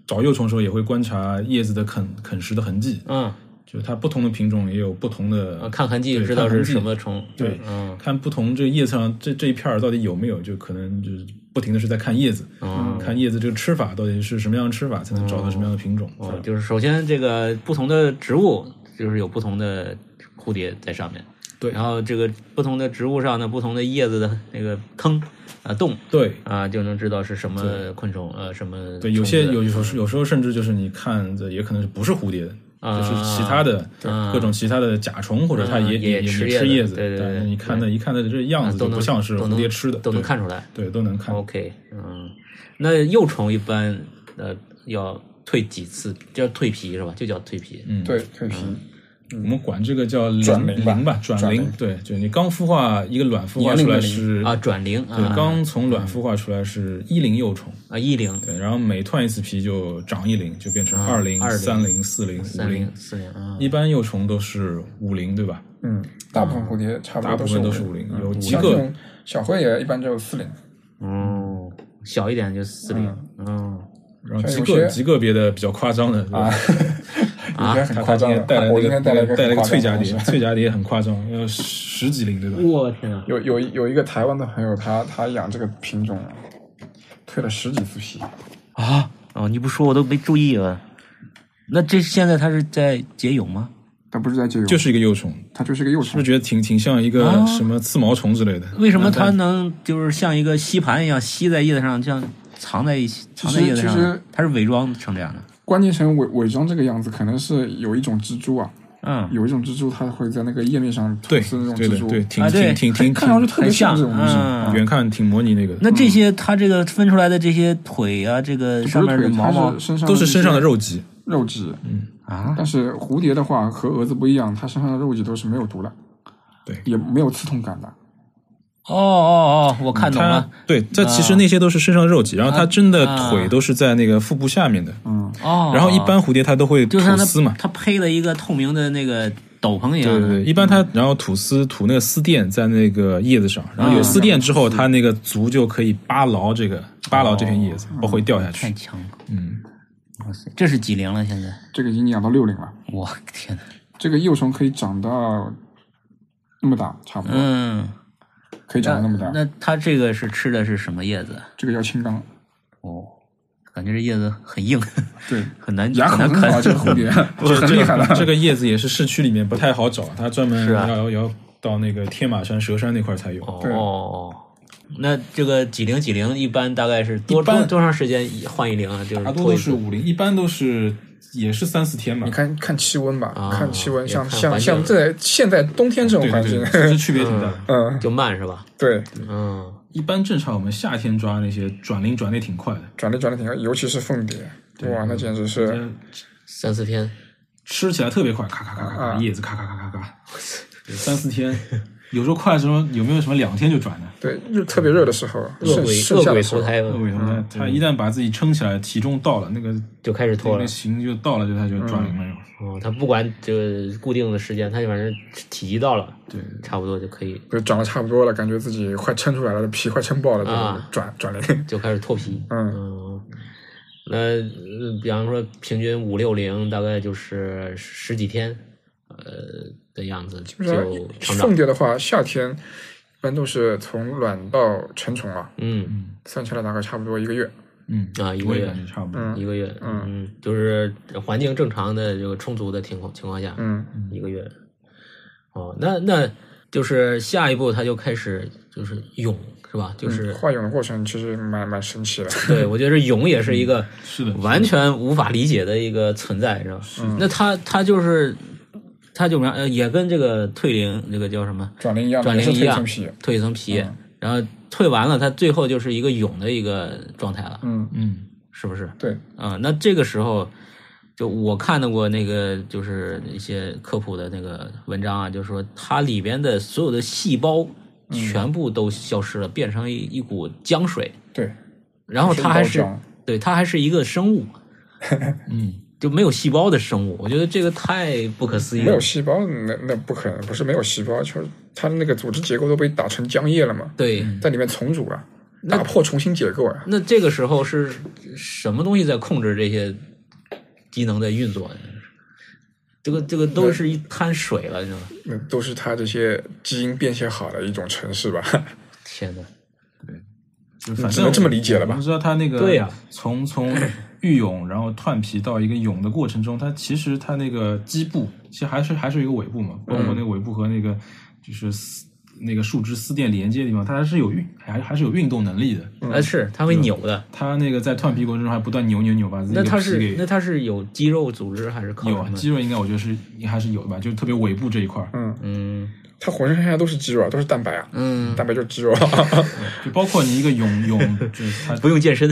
S5: 找幼虫的时候，也会观察叶子的啃啃食的痕迹。
S3: 嗯
S5: 就是它不同的品种也有不同的
S3: 啊，看痕迹
S5: 对
S3: 知道
S5: 看
S3: 是
S5: 痕迹
S3: 什么虫，
S5: 对
S3: 嗯
S5: 看不同这个叶子上这这一片儿到底有没有，就可能就是不停的是在看叶子，
S3: 嗯
S5: 看叶子这个吃法到底是什么样的吃法才能找到什么样的品种。
S3: 哦，就是首先这个不同的植物就是有不同的蝴蝶在上面，
S5: 对
S3: 然后这个不同的植物上的不同的叶子的那个坑啊洞
S5: 对
S3: 啊，就能知道是什么昆虫呃什么
S5: 对，有些
S3: 虫子
S5: 有有时候有时候甚至就是你看的也可能不是蝴蝶的。
S3: 啊
S5: 就是其他的
S3: 啊
S5: 各种其他的甲虫，或者它
S3: 嗯
S5: 也
S3: 也
S5: 也
S3: 吃
S5: 吃
S3: 叶
S5: 叶
S3: 子
S5: 子，
S3: 对对对
S5: 但是你看它一看它的这样
S3: 啊
S5: 子
S3: 都
S5: 就
S3: 能
S5: 不像是
S3: 都
S5: 蝴
S3: 能
S5: 蝶吃的，
S3: 都能
S5: 对
S3: 看出来，
S5: 对，都能看。
S3: OK，嗯，那幼虫一般呃要蜕几次？叫蜕皮是吧？就叫蜕皮。
S5: 嗯，
S4: 对蜕皮，
S5: 我们管这个叫
S4: 转
S5: 龄
S4: 龄吧
S5: 吧，转
S4: 转
S5: 龄
S4: 龄。
S5: 对，就你刚孵化一个卵孵化
S4: 年龄
S5: 出来
S4: 的龄
S5: 是
S3: 啊，转龄
S5: 对，
S3: 啊，
S5: 刚从卵孵化出来是一龄幼虫，
S3: 啊一龄、
S5: 对，然后每窜一次皮就长一龄，就变成二龄、
S3: 啊二龄
S5: 三龄、四龄、五
S3: 三
S5: 龄
S3: 龄、。四龄啊，
S5: 一般幼虫都是五龄，对吧？
S4: 嗯，大部分蝴蝶差不嗯
S5: 大
S4: 多
S5: 部
S4: 都
S5: 分都
S4: 都
S5: 是
S4: 是
S5: 五
S4: 龄，
S5: 龄，有几
S4: 嗯像这
S5: 个
S4: 种小灰也一般只有四龄，
S3: 哦，小一点就四龄，嗯，
S5: 然后
S4: 像
S5: 极
S4: 有些
S5: 个极个别的比较夸张的啊，
S4: 有些很
S5: 他
S4: 夸
S5: 他今
S4: 张
S5: 天带来
S4: 的。我今天带来一
S5: 那个
S4: 个
S5: 带来一个
S4: 很夸
S5: 翠
S4: 张
S5: 蛱
S4: 的
S5: 蝶，
S4: 东西
S5: 翠蛱蝶很夸张，要十十几龄，对吧？
S3: 我天啊，
S4: 有有一有一个台湾的朋友，他他养这个品种，蜕了十几次皮。
S3: 啊哦，你不说我都没注意啊。那这现在它是在结蛹吗？
S4: 它不是在这个，
S5: 就是一个幼虫，
S4: 它就是个幼
S5: 是不
S4: 虫
S5: 是，觉得挺挺像一
S3: 啊
S5: 个什么刺毛虫之类的？
S3: 为什么它能就是像一个吸盘一样吸在叶子上，像藏在一起藏在叶子
S4: 其实其
S3: 上
S4: 实？
S3: 它是伪装成这样的。
S4: 关键成伪伪装这个样子，可能是有一种蜘蛛啊，
S3: 嗯，
S4: 有一种蜘蛛它会在那个叶面上
S5: 对
S4: 吐丝那种
S5: 对
S4: 蜘
S5: 的
S4: 蛛，
S5: 对，挺
S3: 啊对
S5: 挺挺挺，
S4: 看上去特别
S3: 很像
S4: 这种东西。
S3: 嗯
S5: 远看挺模拟那个的，
S3: 那这些它这个分出来的这些腿啊，这个上
S4: 不是
S3: 面的
S4: 腿，
S3: 毛毛
S4: 它是身上
S5: 嗯都是身上的
S4: 肉
S5: 肉嗯棘。
S4: 肉质，
S3: 啊，
S4: 但是蝴蝶的话和蛾子不一样，它身上的肉质都是没有毒的，
S5: 对
S4: 也没有刺痛感的。
S3: 哦哦哦，我看懂
S5: 它
S3: 了，啊
S5: 对，它其实那些都是身上的肉棘，然后它真的腿都是在那个腹部下面的。
S4: 嗯
S3: 哦，
S5: 然后一般蝴蝶它都会吐
S3: 就像它
S5: 丝嘛，
S3: 它披了一个透明的那个斗篷一样
S5: 对
S3: 的，
S5: 对对，一般它然后吐丝吐
S3: 啊
S5: 那个丝垫在那个叶子上，然后有丝垫之后，它那个足就可以扒牢这个扒牢这片叶子，不会掉下
S3: 哦太
S5: 去。
S3: 强了，
S7: 嗯，
S3: 哇塞，这是几龄了？现在
S7: 这个已经养到六龄了，
S3: 我天呐，
S7: 这个幼虫可以长到那么大，差不多、
S3: 嗯，
S7: 可以长到那么大。
S3: 那它这个是吃的是什么叶子？
S7: 这个叫青冈，
S3: 哦，感觉这叶子很硬，
S7: 对，
S3: 很难
S7: 牙口
S3: 很难
S7: 很好啊，
S3: 啃。
S7: 这个蝴 蝶
S5: 不是
S7: 很厉害的。
S5: 这个叶子也是市区里面不太好找，它专门
S3: 是啊
S5: 要要到那个天马山、蛇山那块儿才有。
S7: 对
S3: 哦，那这个几零几零一般大概是多
S5: 一般
S3: 多多长时间一换一零啊？就是
S5: 大多
S3: 脱
S5: 都
S3: 一
S5: 是
S3: 次
S5: 五龄，一般都是也是三四天吧
S4: 你。看看气温吧，
S3: 啊
S4: 看气温，
S3: 也
S4: 像
S3: 看
S4: 像
S3: 环
S4: 像
S3: 境
S4: 在现在冬天这种
S5: 对
S4: 环
S5: 对
S4: 境
S5: 对，，其实区别挺大的。
S4: 嗯，
S3: 就慢是吧？
S4: 对，
S3: 嗯，
S5: 一般正常我们夏天抓那些转龄转的也挺快的，
S4: 转的转的挺快，尤其是凤蝶，哇，那简直是
S5: 嗯
S3: 三四天。
S5: 吃起来特别快，咔咔咔咔咔，
S4: 啊
S5: 叶子咔咔咔咔咔，对三四天，有时候快的时候有没有什么两天就转的？
S4: 对，热特别热的时候，
S3: 恶
S4: 盛
S3: 鬼
S4: 盛
S3: 恶
S4: 夏
S3: 鬼
S4: 的时
S3: 投
S4: 候，
S3: 胎
S5: 恶鬼
S3: 嘛，
S5: 头呢，它一旦把自己撑起来，体重到了，那个
S3: 就开始嗯脱
S5: 那
S3: 了
S5: 个。型就到了，就它就转
S4: 嗯
S5: 龄了。
S3: 哦，他不管就是固定的时间，他就反正体积到了，
S5: 对，
S3: 差不多就可以
S4: 就长得差不多了，感觉自己快撑出来了，皮快撑爆了，
S3: 啊
S4: 就转转龄。
S3: 就开始脱皮。
S4: 嗯，
S3: 嗯，那呃比方说平均五六零，大概就是十几天，呃的样子就成
S4: 凤
S3: 长。
S4: 蝶的话，夏天一般都是从卵到成虫啊，
S3: 嗯
S4: 算起来大概差不多一个月。
S5: 嗯，
S3: 啊，一个
S5: 我也
S3: 月
S5: 感觉差不多。
S4: 嗯
S3: 一个月，
S4: 嗯
S3: 嗯，就是环境正常的这个充足的情况情况下，
S4: 嗯，
S3: 一个月。哦，那那就是下一步他就开始就是蛹是吧？就是、
S4: 化蛹的过程其实蛮蛮神奇的。
S3: 对我觉得蛹也是一
S4: 嗯
S3: 个
S5: 嗯是的，
S3: 完全无法理解的一个存在，是吧？那它它就是它就呃也跟这个退龄这个叫什么
S4: 转龄一样，
S3: 转龄
S4: 也是
S3: 一
S4: 蜕
S3: 样
S4: 成皮。，
S3: 蜕一层皮，然后退完了，它最后就是一个蛹的一个状态了，
S4: 嗯，
S5: 嗯，
S3: 是不是？
S4: 对，
S3: 啊、那这个时候，就我看到过那个就是一些科普的那个文章啊，就是说它里边的所有的细胞全部都消失了，变成一一股浆水，
S4: 对，
S3: 然后它还是
S4: 生包浆
S3: 对它还是一个生 物，嗯，就没有细胞的生物，我觉得这个太不可思议
S4: 没
S3: 了
S4: 有。细胞，那那不可能，不是没有细胞，就是它的那个组织结构都被打成浆液了嘛，
S3: 对，
S5: 嗯
S4: 在里面重组啊，打破重新结构啊。
S3: 那这个时候是什么东西在控制这些机能在运作呢？这个这个都是一滩水了，你知道吗？
S4: 那都是它这些基因变现好的一种程式吧？
S3: 天哪！
S5: 就
S4: 嗯
S5: 反
S4: 只
S5: 正
S4: 能这么理解了吧
S5: 我们知道它那个
S3: 对呀
S5: 从从育蛹然后蜕皮到一个蛹的过程中，它其实它那个基部其实还是还是有一个尾部嘛，包
S3: 嗯
S5: 括那个尾部和那个就是丝那个树枝丝垫连接的地方，它还是有运还还是有运动能力的。
S3: 啊，是它会
S5: 嗯
S3: 扭的。
S5: 它那个在蜕皮过程中还不断扭扭扭，把自己
S3: 那
S5: 的
S3: 它
S5: 皮
S3: 是那
S5: 给
S3: 它是有肌肉组织还是靠
S5: 有
S3: 什
S5: 啊
S3: 么？
S5: 肌肉应该我觉得是还是有的吧，就特别尾部这一块儿，
S3: 嗯
S4: 它浑身上下都是肌肉啊，都是蛋白啊，
S3: 嗯，
S4: 蛋白就是肌肉啊。
S5: 就包括你一个蛹蛹，就是它
S3: 不用健身。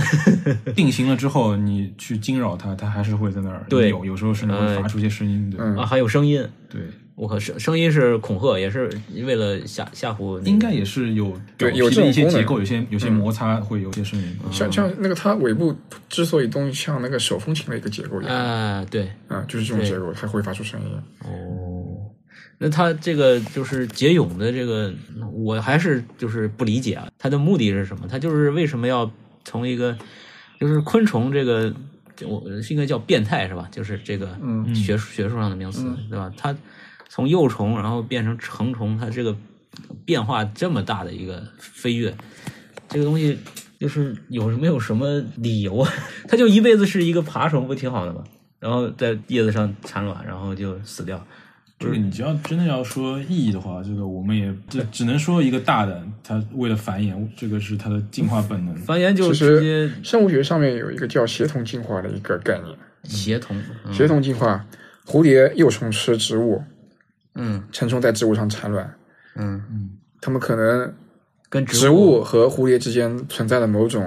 S5: 定型了之后，你去惊扰它，它还是会在那儿
S3: 对哎
S5: 扭，有时候甚至会发出一些声音，对、
S3: 啊，还有声音，
S5: 对，
S3: 我靠，声声音是恐吓，也是为了吓吓唬你。
S5: 应该也是有
S4: 对
S5: 表
S4: 有
S5: 皮
S4: 这种
S5: 的一些
S4: 功能
S5: 结构，有些有些摩擦会有些声音，嗯
S4: 像像那个它尾部之所以东西像那个手风琴的一个结构一样，
S3: 啊，对，
S4: 啊，就是这种结构，它会发出声音。
S3: 哦，那他这个就是解蛹的这个，我还是就是不理解啊，他的目的是什么？他就是为什么要从一个就是昆虫这个，我应该叫变态是吧？就是这个学术、学术上的名词、对吧？它从幼虫然后变成成虫，它这个变化这么大的一个飞跃，这个东西。就是有没有什么理由啊？ 它就一辈子是一个爬虫，不挺好的吗？然后在叶子上产卵，然后就死掉。
S5: 这个你只要真的要说意义的话，这个我们也这只能说一个大的，它为了繁衍，这个是它的进化本能。
S3: 繁衍就
S4: 其
S3: 直接
S4: 实生物学上面有一个叫协同进化的一个概念，
S3: 协同，嗯
S4: 协同进化，蝴蝶幼虫吃植物，
S3: 嗯
S4: 成虫在植物上产卵，
S3: 嗯，
S4: 它们可能
S3: 跟
S4: 植物和蝴蝶之间存在了某种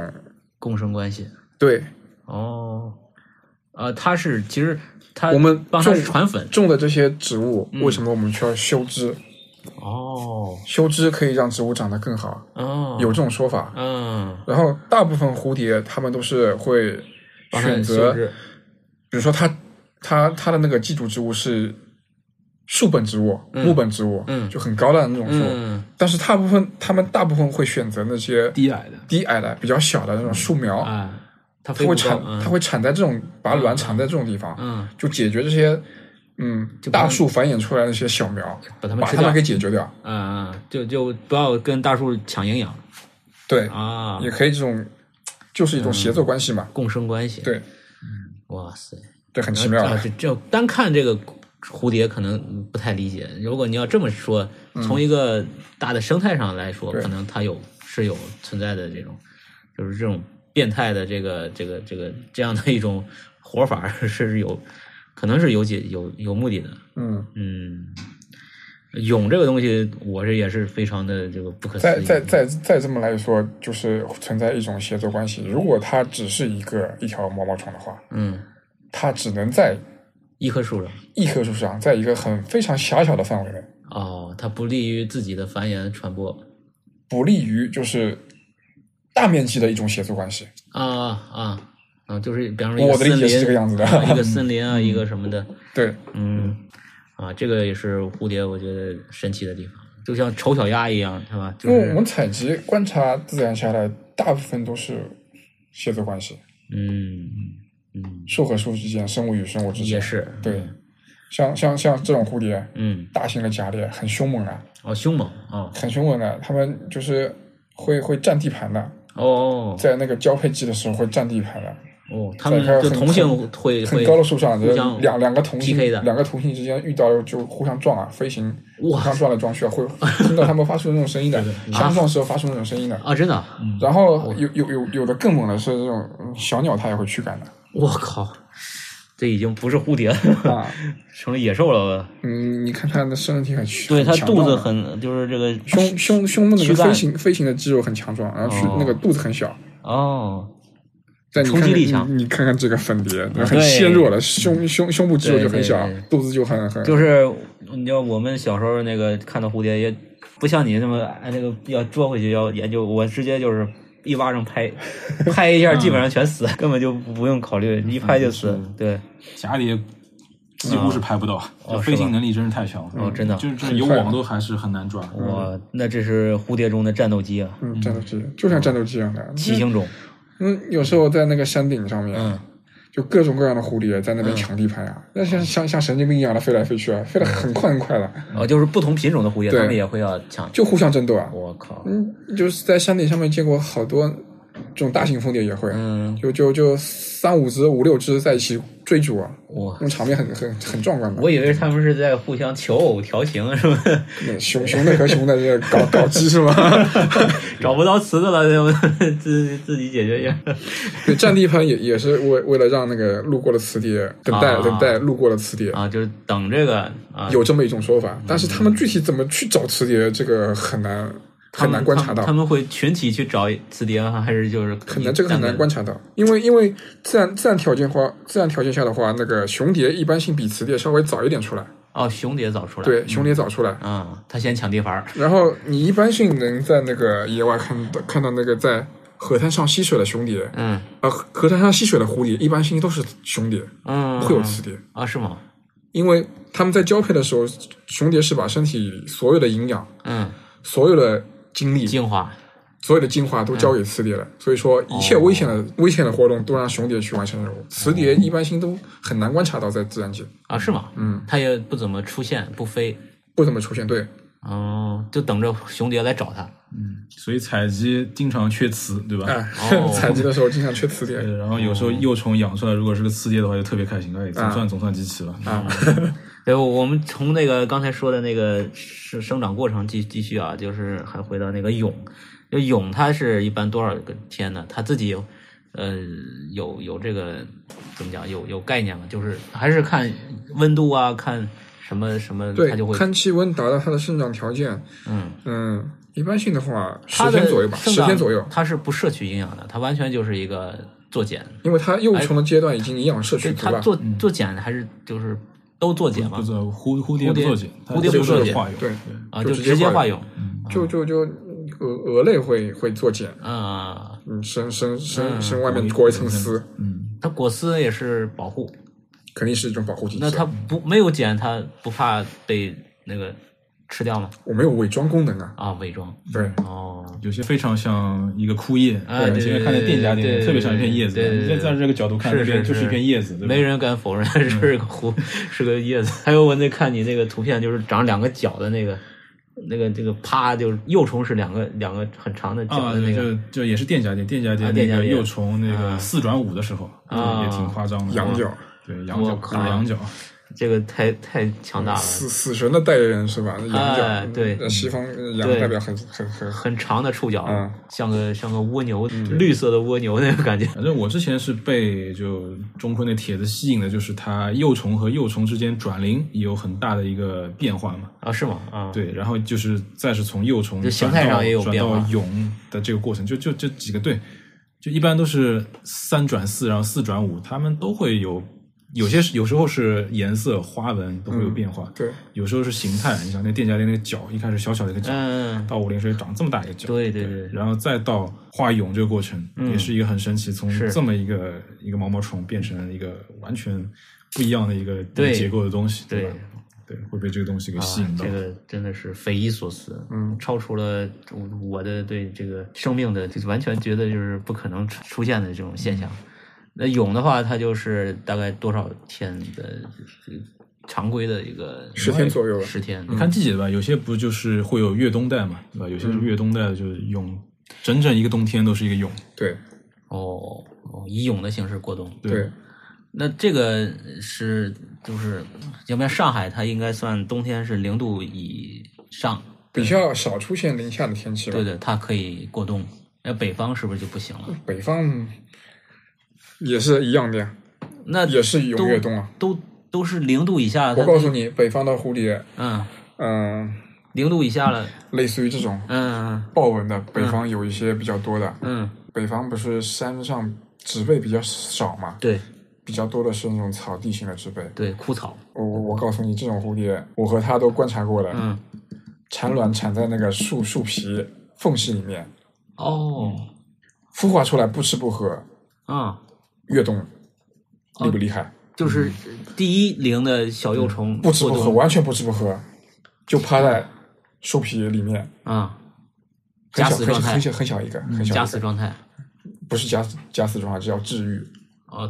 S3: 共生关系。
S4: 对
S3: 哦，呃，它是其实它
S4: 我们
S3: 帮它
S4: 种
S3: 传粉。
S4: 种的这些植物，
S3: 嗯
S4: 为什么我们需要修枝？
S3: 哦
S4: 修枝可以让植物长得更好，
S3: 哦，
S4: 有这种说法。
S3: 嗯，
S4: 然后大部分蝴蝶它们都是会
S3: 帮它
S4: 选
S3: 修
S4: 择，
S3: 枝
S4: 比如说它它它的那个寄主植物是树本植物、木本植物，
S3: 嗯
S4: 就很高大的那种树。
S3: 嗯
S4: 但是大部分他们大部分会选择那些
S5: 低矮的，
S4: 低矮的、比较小的那种树苗，
S3: 啊，它
S4: 它
S3: 飞
S4: 会
S3: 不
S4: 产
S3: 高，嗯
S4: 它会产在这种把卵产在这种地方，
S3: 嗯，
S4: 就解决这些嗯
S3: 就把它
S4: 大树繁衍出来的那些小苗，
S3: 把它们
S4: 把
S3: 吃
S4: 它
S3: 掉
S4: 们，给解决掉。
S3: 嗯嗯，就就不要跟大树抢营养
S4: 对，
S3: 啊，嗯
S4: 也可以这种，就是一种协作关系嘛。
S3: 共生关系，，
S4: 对
S3: 哇塞，
S4: 对，很奇妙
S3: 啊，
S4: 的。
S3: 这这单看这个蝴蝶可能不太理解。如果你要这么说，从一个大的生态上来说，
S4: 对
S3: 可能它有是有存在的这种，就是这种变态的这个这个这个这样的一种活法儿 是有，可能是有解有有目的的。
S4: 嗯，
S3: 嗯，蛹这个东西，我这也是非常的这个不可思
S4: 再
S3: 议。
S4: 再再再这么来说，就是存在一种协作关系。如果它只是一个一条毛毛虫的话，
S3: 嗯，
S4: 它只能在
S3: 一棵树上
S4: 一棵树上，在一个很非常狭小的范围内，
S3: 哦，它不利于自己的繁衍传播
S4: 不利于就是大面积的一种协作关系。
S3: 啊啊啊！就是比方说一个
S4: 我的理
S3: 森
S4: 解是
S3: 林
S4: 这个样子的。
S3: 啊一个森林 啊，一个什么的，
S4: 对，
S3: 嗯，啊，这个也是蝴蝶我觉得神奇的地方，就像丑小鸭一样，是吧？就
S4: 因为我
S3: 是
S4: 们采集观察自然下来，大部分都是协作关系，
S3: 嗯嗯，
S4: 树和树之间，生物与生物之间
S3: 也是
S4: 对。像像像这种蝴蝶，
S3: 嗯，
S4: 大型的蛱蝶很凶猛的，
S3: 哦，凶猛啊，
S4: 很凶猛的，它们就是会会占地盘的，
S3: 哦
S4: 在那个交配季的时候会占地盘的，
S3: 哦，它
S4: 在
S3: 们
S4: 它
S3: 就
S4: 很
S3: 同性会
S4: 很
S3: 会
S4: 高的树上，
S3: 互相
S4: 两两个同性
S3: PK 的
S4: 两个同性之间遇到就互相撞啊，飞行互
S3: 哇
S4: 相撞来撞去 啊，会听到它们发出那种声音的，相撞时候发出那种声音的。
S3: 啊，真的啊，
S4: 然后有有有有的更猛的是这种嗯小鸟，它也会驱 赶的
S3: 我靠，这已经不是蝴蝶了，
S4: 啊。
S3: 成了野兽了吧。
S4: 嗯，你看它的身体很强，
S3: 对，它
S4: 很强
S3: 肚
S4: 壮
S3: 子
S4: 的
S3: 很就是这个
S4: 胸胸胸部那
S3: 躯
S4: 个
S3: 干
S4: 飞行飞行的肌肉很强壮，然后去
S3: 哦
S4: 那个肚子很小。
S3: 哦，
S4: 但你
S3: 冲
S4: 看
S3: 击
S4: 看
S3: 力强
S4: 你你看看这个粉蝶，很
S3: 对
S4: 纤弱的，胸胸胸部肌肉就很小
S3: 对对对，
S4: 肚子就很很
S3: 就是你知道我们小时候那个看到蝴蝶，也不像你那么哎那个要捉回去要研究，我直接就是一巴掌拍，拍一下基本上全死，根本就不用考虑，一拍就死。
S4: 嗯
S3: 对，
S5: 家里几乎是拍不到，就飞行能力真是太强了。
S3: 哦真的
S5: 就是就是有网都还是很难抓。
S3: 哇，那这是蝴蝶中的战斗机啊，
S4: 嗯战斗机，就像战斗机一样的。
S3: 七星种。
S4: 嗯，有时候在那个山顶上
S3: 嗯
S4: 面，就各种各样的蝴蝶在那边抢地盘呀，那像像像神经病一样的飞来飞去啊，飞得很快很快的，
S3: 哦，就是不同品种的蝴蝶，
S4: 对
S3: 它们也会要抢。
S4: 就互相争斗啊。
S3: 我靠，
S4: 嗯，就是在山顶上面见过好多这种大型蝴蝶也会，啊
S3: 嗯，
S4: 就就就三五只、五六只在一起追逐啊，
S3: 哇
S4: 那。种场面很很很壮观的。
S3: 我以为他们是在互相求偶调情，是吧？
S4: 那熊熊的和熊的这个搞搞基是吧？
S3: 找不着词的了，就 自自己解决一下。
S4: 对，占地盘也也是为为了让那个路过的磁碟等待、
S3: 啊
S4: 等待路过的磁碟，
S3: 啊，嗯就是等这个啊，
S4: 有这么一种说法。但是他们具体怎么去找磁碟，这个很难
S3: 他
S4: 很
S3: 们
S4: 难观察到
S3: 他们，他，们会群体去找磁碟吗？还是就是
S4: 很难这个很难观
S3: 察？
S4: 察到，因为因为自然自然条件话，自然条件下的话，那个雄蝶一般性比雌蝶稍微早一点出来，
S3: 哦，雄蝶早出来，
S4: 对，雄蝶早出来。
S3: 啊，他先抢地盘儿
S4: 然后你一般性能在那个野外看到看到那个在河滩上吸水的雄蝶，
S3: 嗯
S4: 呃，河滩上吸水的蝴蝶，一般性都是雄蝶，
S3: 嗯，
S4: 不会有雌蝶，
S3: 啊？是吗？
S4: 因为它们在交配的时候，雄蝶是把身体所有的营养、
S3: 嗯，
S4: 所有的精力、
S3: 精华
S4: 所有的精华都
S3: 嗯
S4: 交给雌蝶了，所
S3: 哦
S4: 以说一切危险的、危险的活动都让雄蝶去完成任务，雌蝶一般性都很难观察到在自然界，
S3: 啊？是吗？
S4: 嗯，
S3: 他也不怎么出现，不飞，
S4: 不怎么出现。对，
S3: 嗯，就等着雄蝶来找他。
S5: 所以采集经常缺雌，对吧？
S4: 哎，
S3: 哦
S4: 采集的时候经常缺雌蝶，
S5: 对，然后有时候幼虫养出来，如果是个雌蝶的话，就特别开心，哎，总算总算集齐了。
S3: 对，我我们从那个刚才说的那个生生长过程继继续啊，就是还回到那个蛹，就蛹它是一般多少个天呢？它自己有，呃，有有这个怎么讲？有有概念吗？就是还是看温度啊，看什么什么，
S4: 对
S3: 它就，会
S4: 看气温达到它的生长条件，
S3: 嗯，
S4: 嗯，一般性的话十
S3: 它的
S4: 天左右吧，
S3: 生
S4: 十
S3: 长
S4: 天左右，
S3: 它是不摄取营养的，它完全就是一个作茧，
S4: 因为它幼虫的阶段已经营养摄取
S3: 对，
S4: 足
S3: 哎它
S4: 了。
S3: 作作茧还是就是都作茧
S5: 不
S3: 嘛，
S5: 做蝴蝴蝶不
S3: 蝴蝶
S5: 做茧，它
S3: 蝴蝶不
S5: 就是
S3: 作茧
S5: 化蛹，
S4: 对
S3: 啊，
S4: 就
S3: 就
S4: 直
S3: 直
S4: 接
S3: 接
S4: 化
S3: 化
S4: 蛹嗯
S3: 蛹，
S4: 就就就鹅鹅类会会作茧，
S3: 啊，嗯
S4: 嗯，身身身身外面裹一层丝，
S5: 嗯，
S3: 它果丝也是保护。
S4: 肯定是一种保护机制。
S3: 那它不没有茧，它不怕被那个吃掉吗？
S4: 我没有伪装功能啊，
S3: 啊，伪装
S4: 对，
S3: 哦，
S5: 有些非常像一个枯叶，
S3: 啊
S5: 对吧？
S3: 对
S5: 你
S3: 对
S5: 现在看那店家
S3: 对对
S5: 店，
S3: 对
S5: 特别像一片叶子
S3: 对对。
S5: 你
S3: 对
S5: 现在站这个角度看，
S3: 是
S5: 那边
S3: 是
S5: 就是
S3: 是
S5: 一片叶子，对吧嗯
S3: 没人敢否认 是个湖，是个叶子。还有我那看你那个图片，就是长两个脚的那个，那个这个啪，就是幼虫是两个两个很长的脚
S5: 啊，
S3: 的那个
S5: 就就也是店家店，店家
S3: 啊
S5: 店
S3: 店家
S5: 那个
S3: 店
S5: 幼虫那个
S3: 啊
S5: 四转五的时候，
S3: 啊
S5: 也挺夸张的。
S4: 羊角，
S5: 对羊角
S3: 我靠
S5: 打羊角，
S3: 这个太太强大了，
S4: 死死神的代言人是吧？羊角，
S3: 哎对
S4: 呃西方呃羊
S3: 对
S4: 代表很很很很
S3: 很长的触角，
S4: 嗯
S3: 像个像个蜗牛，
S5: 嗯
S3: 绿色的蜗牛那个感觉。
S5: 反正我之前是被就中坤那帖子吸引的，就是它幼虫和幼虫之间转龄也有很大的一个变化嘛。
S3: 啊，是吗？啊，，
S5: 对，然后就是再是从幼虫
S3: 就
S5: 转
S3: 形态
S5: 到
S3: 上也有
S5: 转
S3: 变化
S5: 到蛹的这个过程，就就这几个对，就一般都是三转四，然后四转五，它们都会有有些是有时候是颜色花纹都会有变化，
S3: 嗯
S4: 对，
S5: 有时候是形态。你想那店家的那个角，一开始小小的一个角，
S3: 嗯，
S5: 到五零水长这么大一个角，
S3: 对对对，嗯
S5: 然后再到化蛹这个过程，也是一个很神奇，从
S3: 是
S5: 这么一个一个毛毛虫变成一个完全不一样的一个
S3: 对
S5: 结构的东西，对
S3: 对
S5: 吧？对，会被这个东西给
S3: 啊
S5: 吸引，到。
S3: 这个真的是匪夷所思，嗯，超出了我我的对这个生命的，就是完全觉得就是不可能出出现的这种现象。
S4: 嗯
S3: 那蛹的话，它就是大概多少天的就是常规的一个
S4: 十天左右吧嗯
S3: 十天。
S5: 你看季节吧，有些不就是会有越冬带嘛，对吧？有些
S3: 嗯
S5: 是越冬带，就是蛹，整整一个冬天都是一个蛹。
S4: 对
S3: 哦哦，以蛹的形式过冬。
S5: 对
S4: 对，
S3: 那这个是就是，要不然上海它应该算冬天是零度以上，
S4: 比较少出现零下的天气吧
S3: 对。对，它可以过冬。那北方是不是就不行了？
S4: 北方也是一样的呀，
S3: 那
S4: 也是蛹越冬啊。
S3: 都都是零度以下，
S4: 我
S3: 它
S4: 告诉你，北方的蝴蝶，
S3: 嗯，
S4: 嗯，
S3: 零度以下了，
S4: 类似于这种
S3: 嗯
S4: 豹纹的，北方有一些比较多的。
S3: 嗯，
S4: 北方不是山上植被比较少嘛，
S3: 对
S4: 比较多的是那种草地型的植被。
S3: 对，枯草，
S4: 我我我告诉你，这种蝴蝶，我和他都观察过了，
S3: 嗯，
S4: 产卵产在那个树树皮缝隙里面，
S3: 哦，
S4: 孵化出来不吃不喝，
S3: 啊，
S4: 越冬厉不厉害？
S3: 就是第一龄的小幼虫
S4: 嗯不吃不
S3: 过
S4: 喝，
S3: 冬
S4: 完全不吃不喝，就趴在树皮里面，
S3: 啊，
S4: 很
S3: 假
S4: 小
S3: 死状
S4: 很
S3: 态嗯
S4: 小很，小很小一个，很小
S3: 假
S4: 一
S3: 死
S4: 个，
S3: 状态，
S4: 不是假死假死状态，叫治愈
S3: 啊，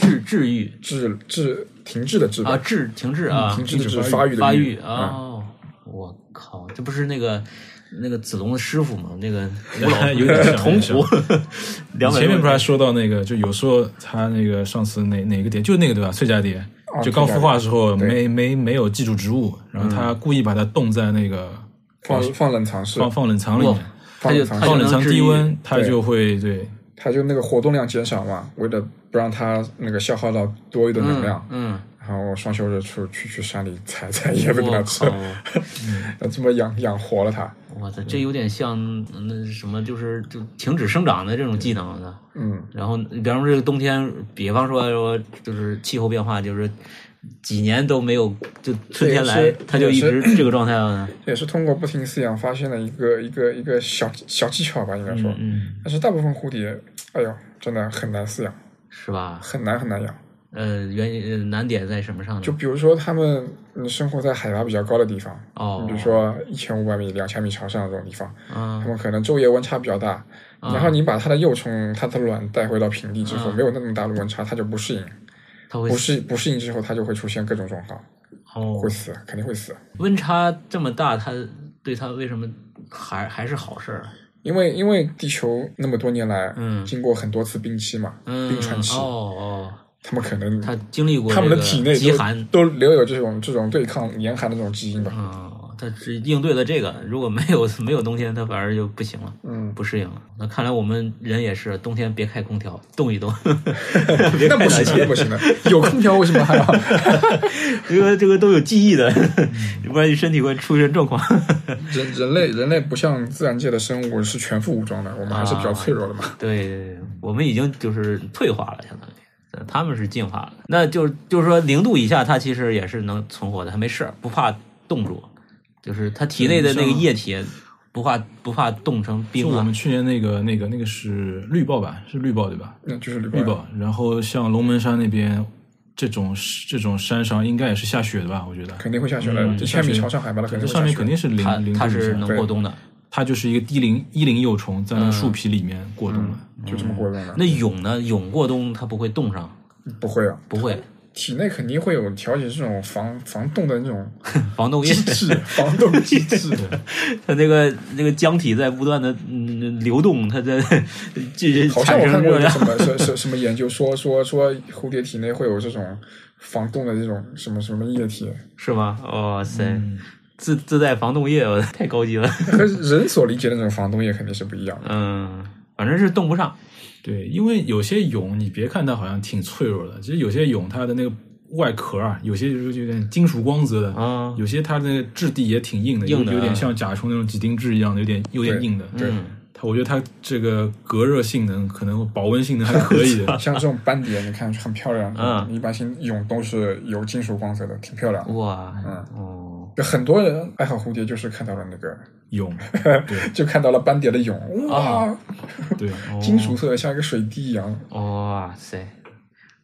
S3: 治治愈
S4: 治治停滞的治吧
S3: 啊，治停滞啊，
S4: 嗯停滞
S5: 停止
S4: 就是
S5: 发
S4: 育的
S3: 发育
S4: 育啊，
S3: 哦，我靠，这不是那个那个子龙的师傅吗？那个 古老
S5: 有点像
S3: 铜
S5: 有
S3: 鼓，两百
S5: 前面不是
S3: 是
S5: 还说到那个，就有时候他那个上次哪哪个蝶，就那个对吧？翠蛱蝶
S4: 啊，
S5: 就刚孵化的时候
S4: 翠蛱蝶
S5: 没没没有记住植物，然
S3: 嗯
S5: 后他故意把它冻在那个
S4: 放放冷藏室
S5: 放，放冷藏里
S3: 哇
S5: 面，
S3: 它就
S4: 放
S3: 它就
S5: 放冷
S3: 能
S5: 藏
S3: 治
S5: 低
S3: 愈
S5: 温，它
S4: 对
S5: 就会对
S4: 它就那个活动量减少嘛，为了不让它那个消耗到多余的能量，
S3: 嗯，
S4: 然后双休日出去去山里采采叶子给它
S3: 我
S4: 吃，
S3: 靠。嗯
S4: 这么养养活了它，
S3: 我操，这有点像那什么，就是就停止生长的这种技能的。
S4: 嗯，
S3: 然后，比方说这个冬天，比方说说就是气候变化，就是几年都没有，就春天
S4: 这
S3: 来
S4: 也是，
S3: 它就一直
S4: 这也是
S3: 这个状态了。
S4: 也是通过不停饲养发现了一个一个一个小小技巧吧，应该说，
S3: 嗯，
S4: 但是大部分蝴蝶，哎呦，真的很难饲养，
S3: 是吧？
S4: 很难很难养。
S3: 呃，原因呃难点在什么上呢？
S4: 就比如说，它们嗯生活在海拔比较高的地方，
S3: 哦，
S4: 比如说一千五百米、两千米朝上这种地方，它
S3: 啊
S4: 们可能昼夜温差比较大。然后你把它的幼虫、它的卵带回到平地之后，
S3: 嗯
S4: 没有那么大的温差，它就不适应，
S3: 它会
S4: 不适不适应之后，它就会出现各种状况，
S3: 哦
S4: 会，死，肯定会死。
S3: 温差这么大，它对它为什么还还是好事儿啊？
S4: 因为因为地球那么多年来，
S3: 嗯
S4: 经过很多次冰期嘛，
S3: 嗯，
S4: 冰川
S3: 哦
S4: 期，
S3: 哦，
S4: 它们可能
S3: 它经历过
S4: 它们的
S3: 这个
S4: 体内
S3: 极
S4: 都
S3: 寒，
S4: 都留有这种这种对抗严寒的这种基因吧。
S3: 嗯，他只应对了这个，如果没有 没有冬天，他反而就不行了，
S4: 嗯，
S3: 不适应了。那看来我们人也是，冬天别开空调，动 一动，别
S4: 那
S3: 开
S4: 不
S3: 暖
S4: 行，啊那
S3: 气，
S4: 不行的，有空调为什么还要？
S3: 这个这个都有记忆的，
S4: 嗯
S3: 不然你身体会出现状况。
S4: 人人类人类不像自然界的生物是全副武装的，我们还是比较脆弱的嘛。
S3: 对对，对我们已经就是退化了，相当于。呃他们是进化了，那就是就是说零度以下，它其实也是能存活的，它没事儿，不怕冻住，就是它体内的那个液体不怕不怕冻成
S5: 就
S3: 冰
S5: 我
S3: 啊
S5: 们。去年那个那个那个是绿豹吧，是绿豹对吧？
S4: 那就是绿
S5: 绿
S4: 豹，
S5: 豹，然后像龙门山那边，这种这种山上应该也是下雪的吧？我觉得
S4: 肯定会下雪
S5: 嗯
S4: 的。这千米朝上海拔的肯
S5: 这
S4: 定会
S5: 上面
S4: 下
S5: 肯
S4: 雪。
S5: 定是零
S3: 它
S5: 零
S3: 它
S5: 度以
S3: 是
S5: 上
S3: 能过嗯冬的。
S5: 它就是一个低龄一龄幼虫在那个树皮里面过冬的。
S3: 嗯
S4: 就这么过冬的，
S3: 那蛹呢？蛹过冬它不会冻上，
S4: 不会啊，
S3: 不会
S4: 体内肯定会有调节这种防防冻的那种
S3: 防冻液
S4: 机。制，防冻机制。
S3: 它那个那个浆体在不断的嗯流动，它在 这
S4: 好像
S3: 产
S4: 我
S3: 生
S4: 看
S3: 热
S4: 过一个
S3: 量
S4: 什。么什什什么研究说说说蝴蝶体内会有这种防冻的这种什么什么液体，
S3: 是吗？哇塞，
S4: 嗯
S3: 自自带防冻液，我太高级 了。
S4: 和人所理解的那种防冻液肯定是不一样的。
S3: 嗯，反正是冻不上。
S5: 对，因为有些蛹，你别看它好像挺脆弱的，其实有些蛹它的那个外壳啊，有些就是有点金属光泽的，
S3: 啊
S5: 有些它的那个质地也挺硬的，
S3: 硬的啊嗯
S5: 有点像甲虫那种几丁质一样的，有点有点
S4: 对
S5: 硬的。
S4: 对，
S5: 它我觉得它这个隔热性能可能保温性能还可 以
S3: 啊
S4: 像这种斑蝶，你看上去很漂亮，
S3: 嗯
S4: 一般性蛹都是有金属光泽的，挺漂亮的。
S3: 哇，
S4: 嗯，
S3: 哦，
S4: 有很多人爱好蝴蝶，就是看到了那个，
S5: 蛹，对
S4: 就看到了斑蝶的蛹，哇，
S3: 啊
S5: 对，哦
S4: 金属色的像一个水滴一样，
S3: 哦哇塞，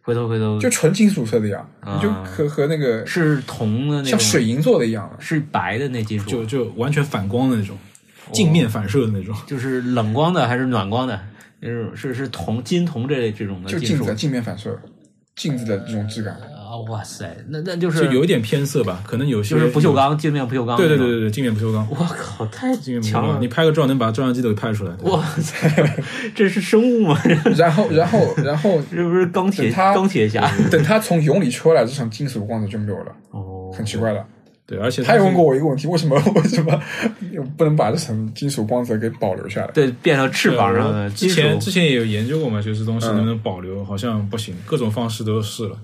S3: 回头回头
S4: 就纯金属色的呀，
S3: 啊
S4: 你就和和那个
S3: 是铜的那种，
S4: 像水银做的一样，
S3: 是白的那金属，
S5: 就就完全反光的那种，镜面反射的那种。
S3: 就是冷光的还是暖光的？就是是是铜金铜这类这种的
S4: 就
S3: 金
S4: 镜
S3: 属
S4: 子镜面反射，镜子的这种质感。
S3: 啊！哇塞，那那就是
S5: 就有一点偏色吧，可能有些
S3: 就是不锈，钢镜面不锈钢，
S5: 对对对对，对，镜面不 锈钢，
S3: 我靠，太
S5: 镜面不锈
S3: 强了啊
S5: 钢，你！拍个照能把照相机都给拍出来。对
S3: 哇塞，这是生物吗？
S4: 然后然后然后
S3: 这不是 钢铁
S4: 等它
S3: 钢铁侠？
S4: 等它从蛹里出来，这层金属光泽就没有了，
S3: 哦，
S4: 很奇怪了。
S5: 对，而且它
S4: 他也问
S5: 是
S4: 过我一个问题，为什么 为什么不能把这层金属光泽给保留下来？
S3: 对，变成翅膀上的嗯
S5: 之
S3: 金属
S5: 前之前也有研究过嘛，就是东西能不能保留，好像不行，各种方式都试了。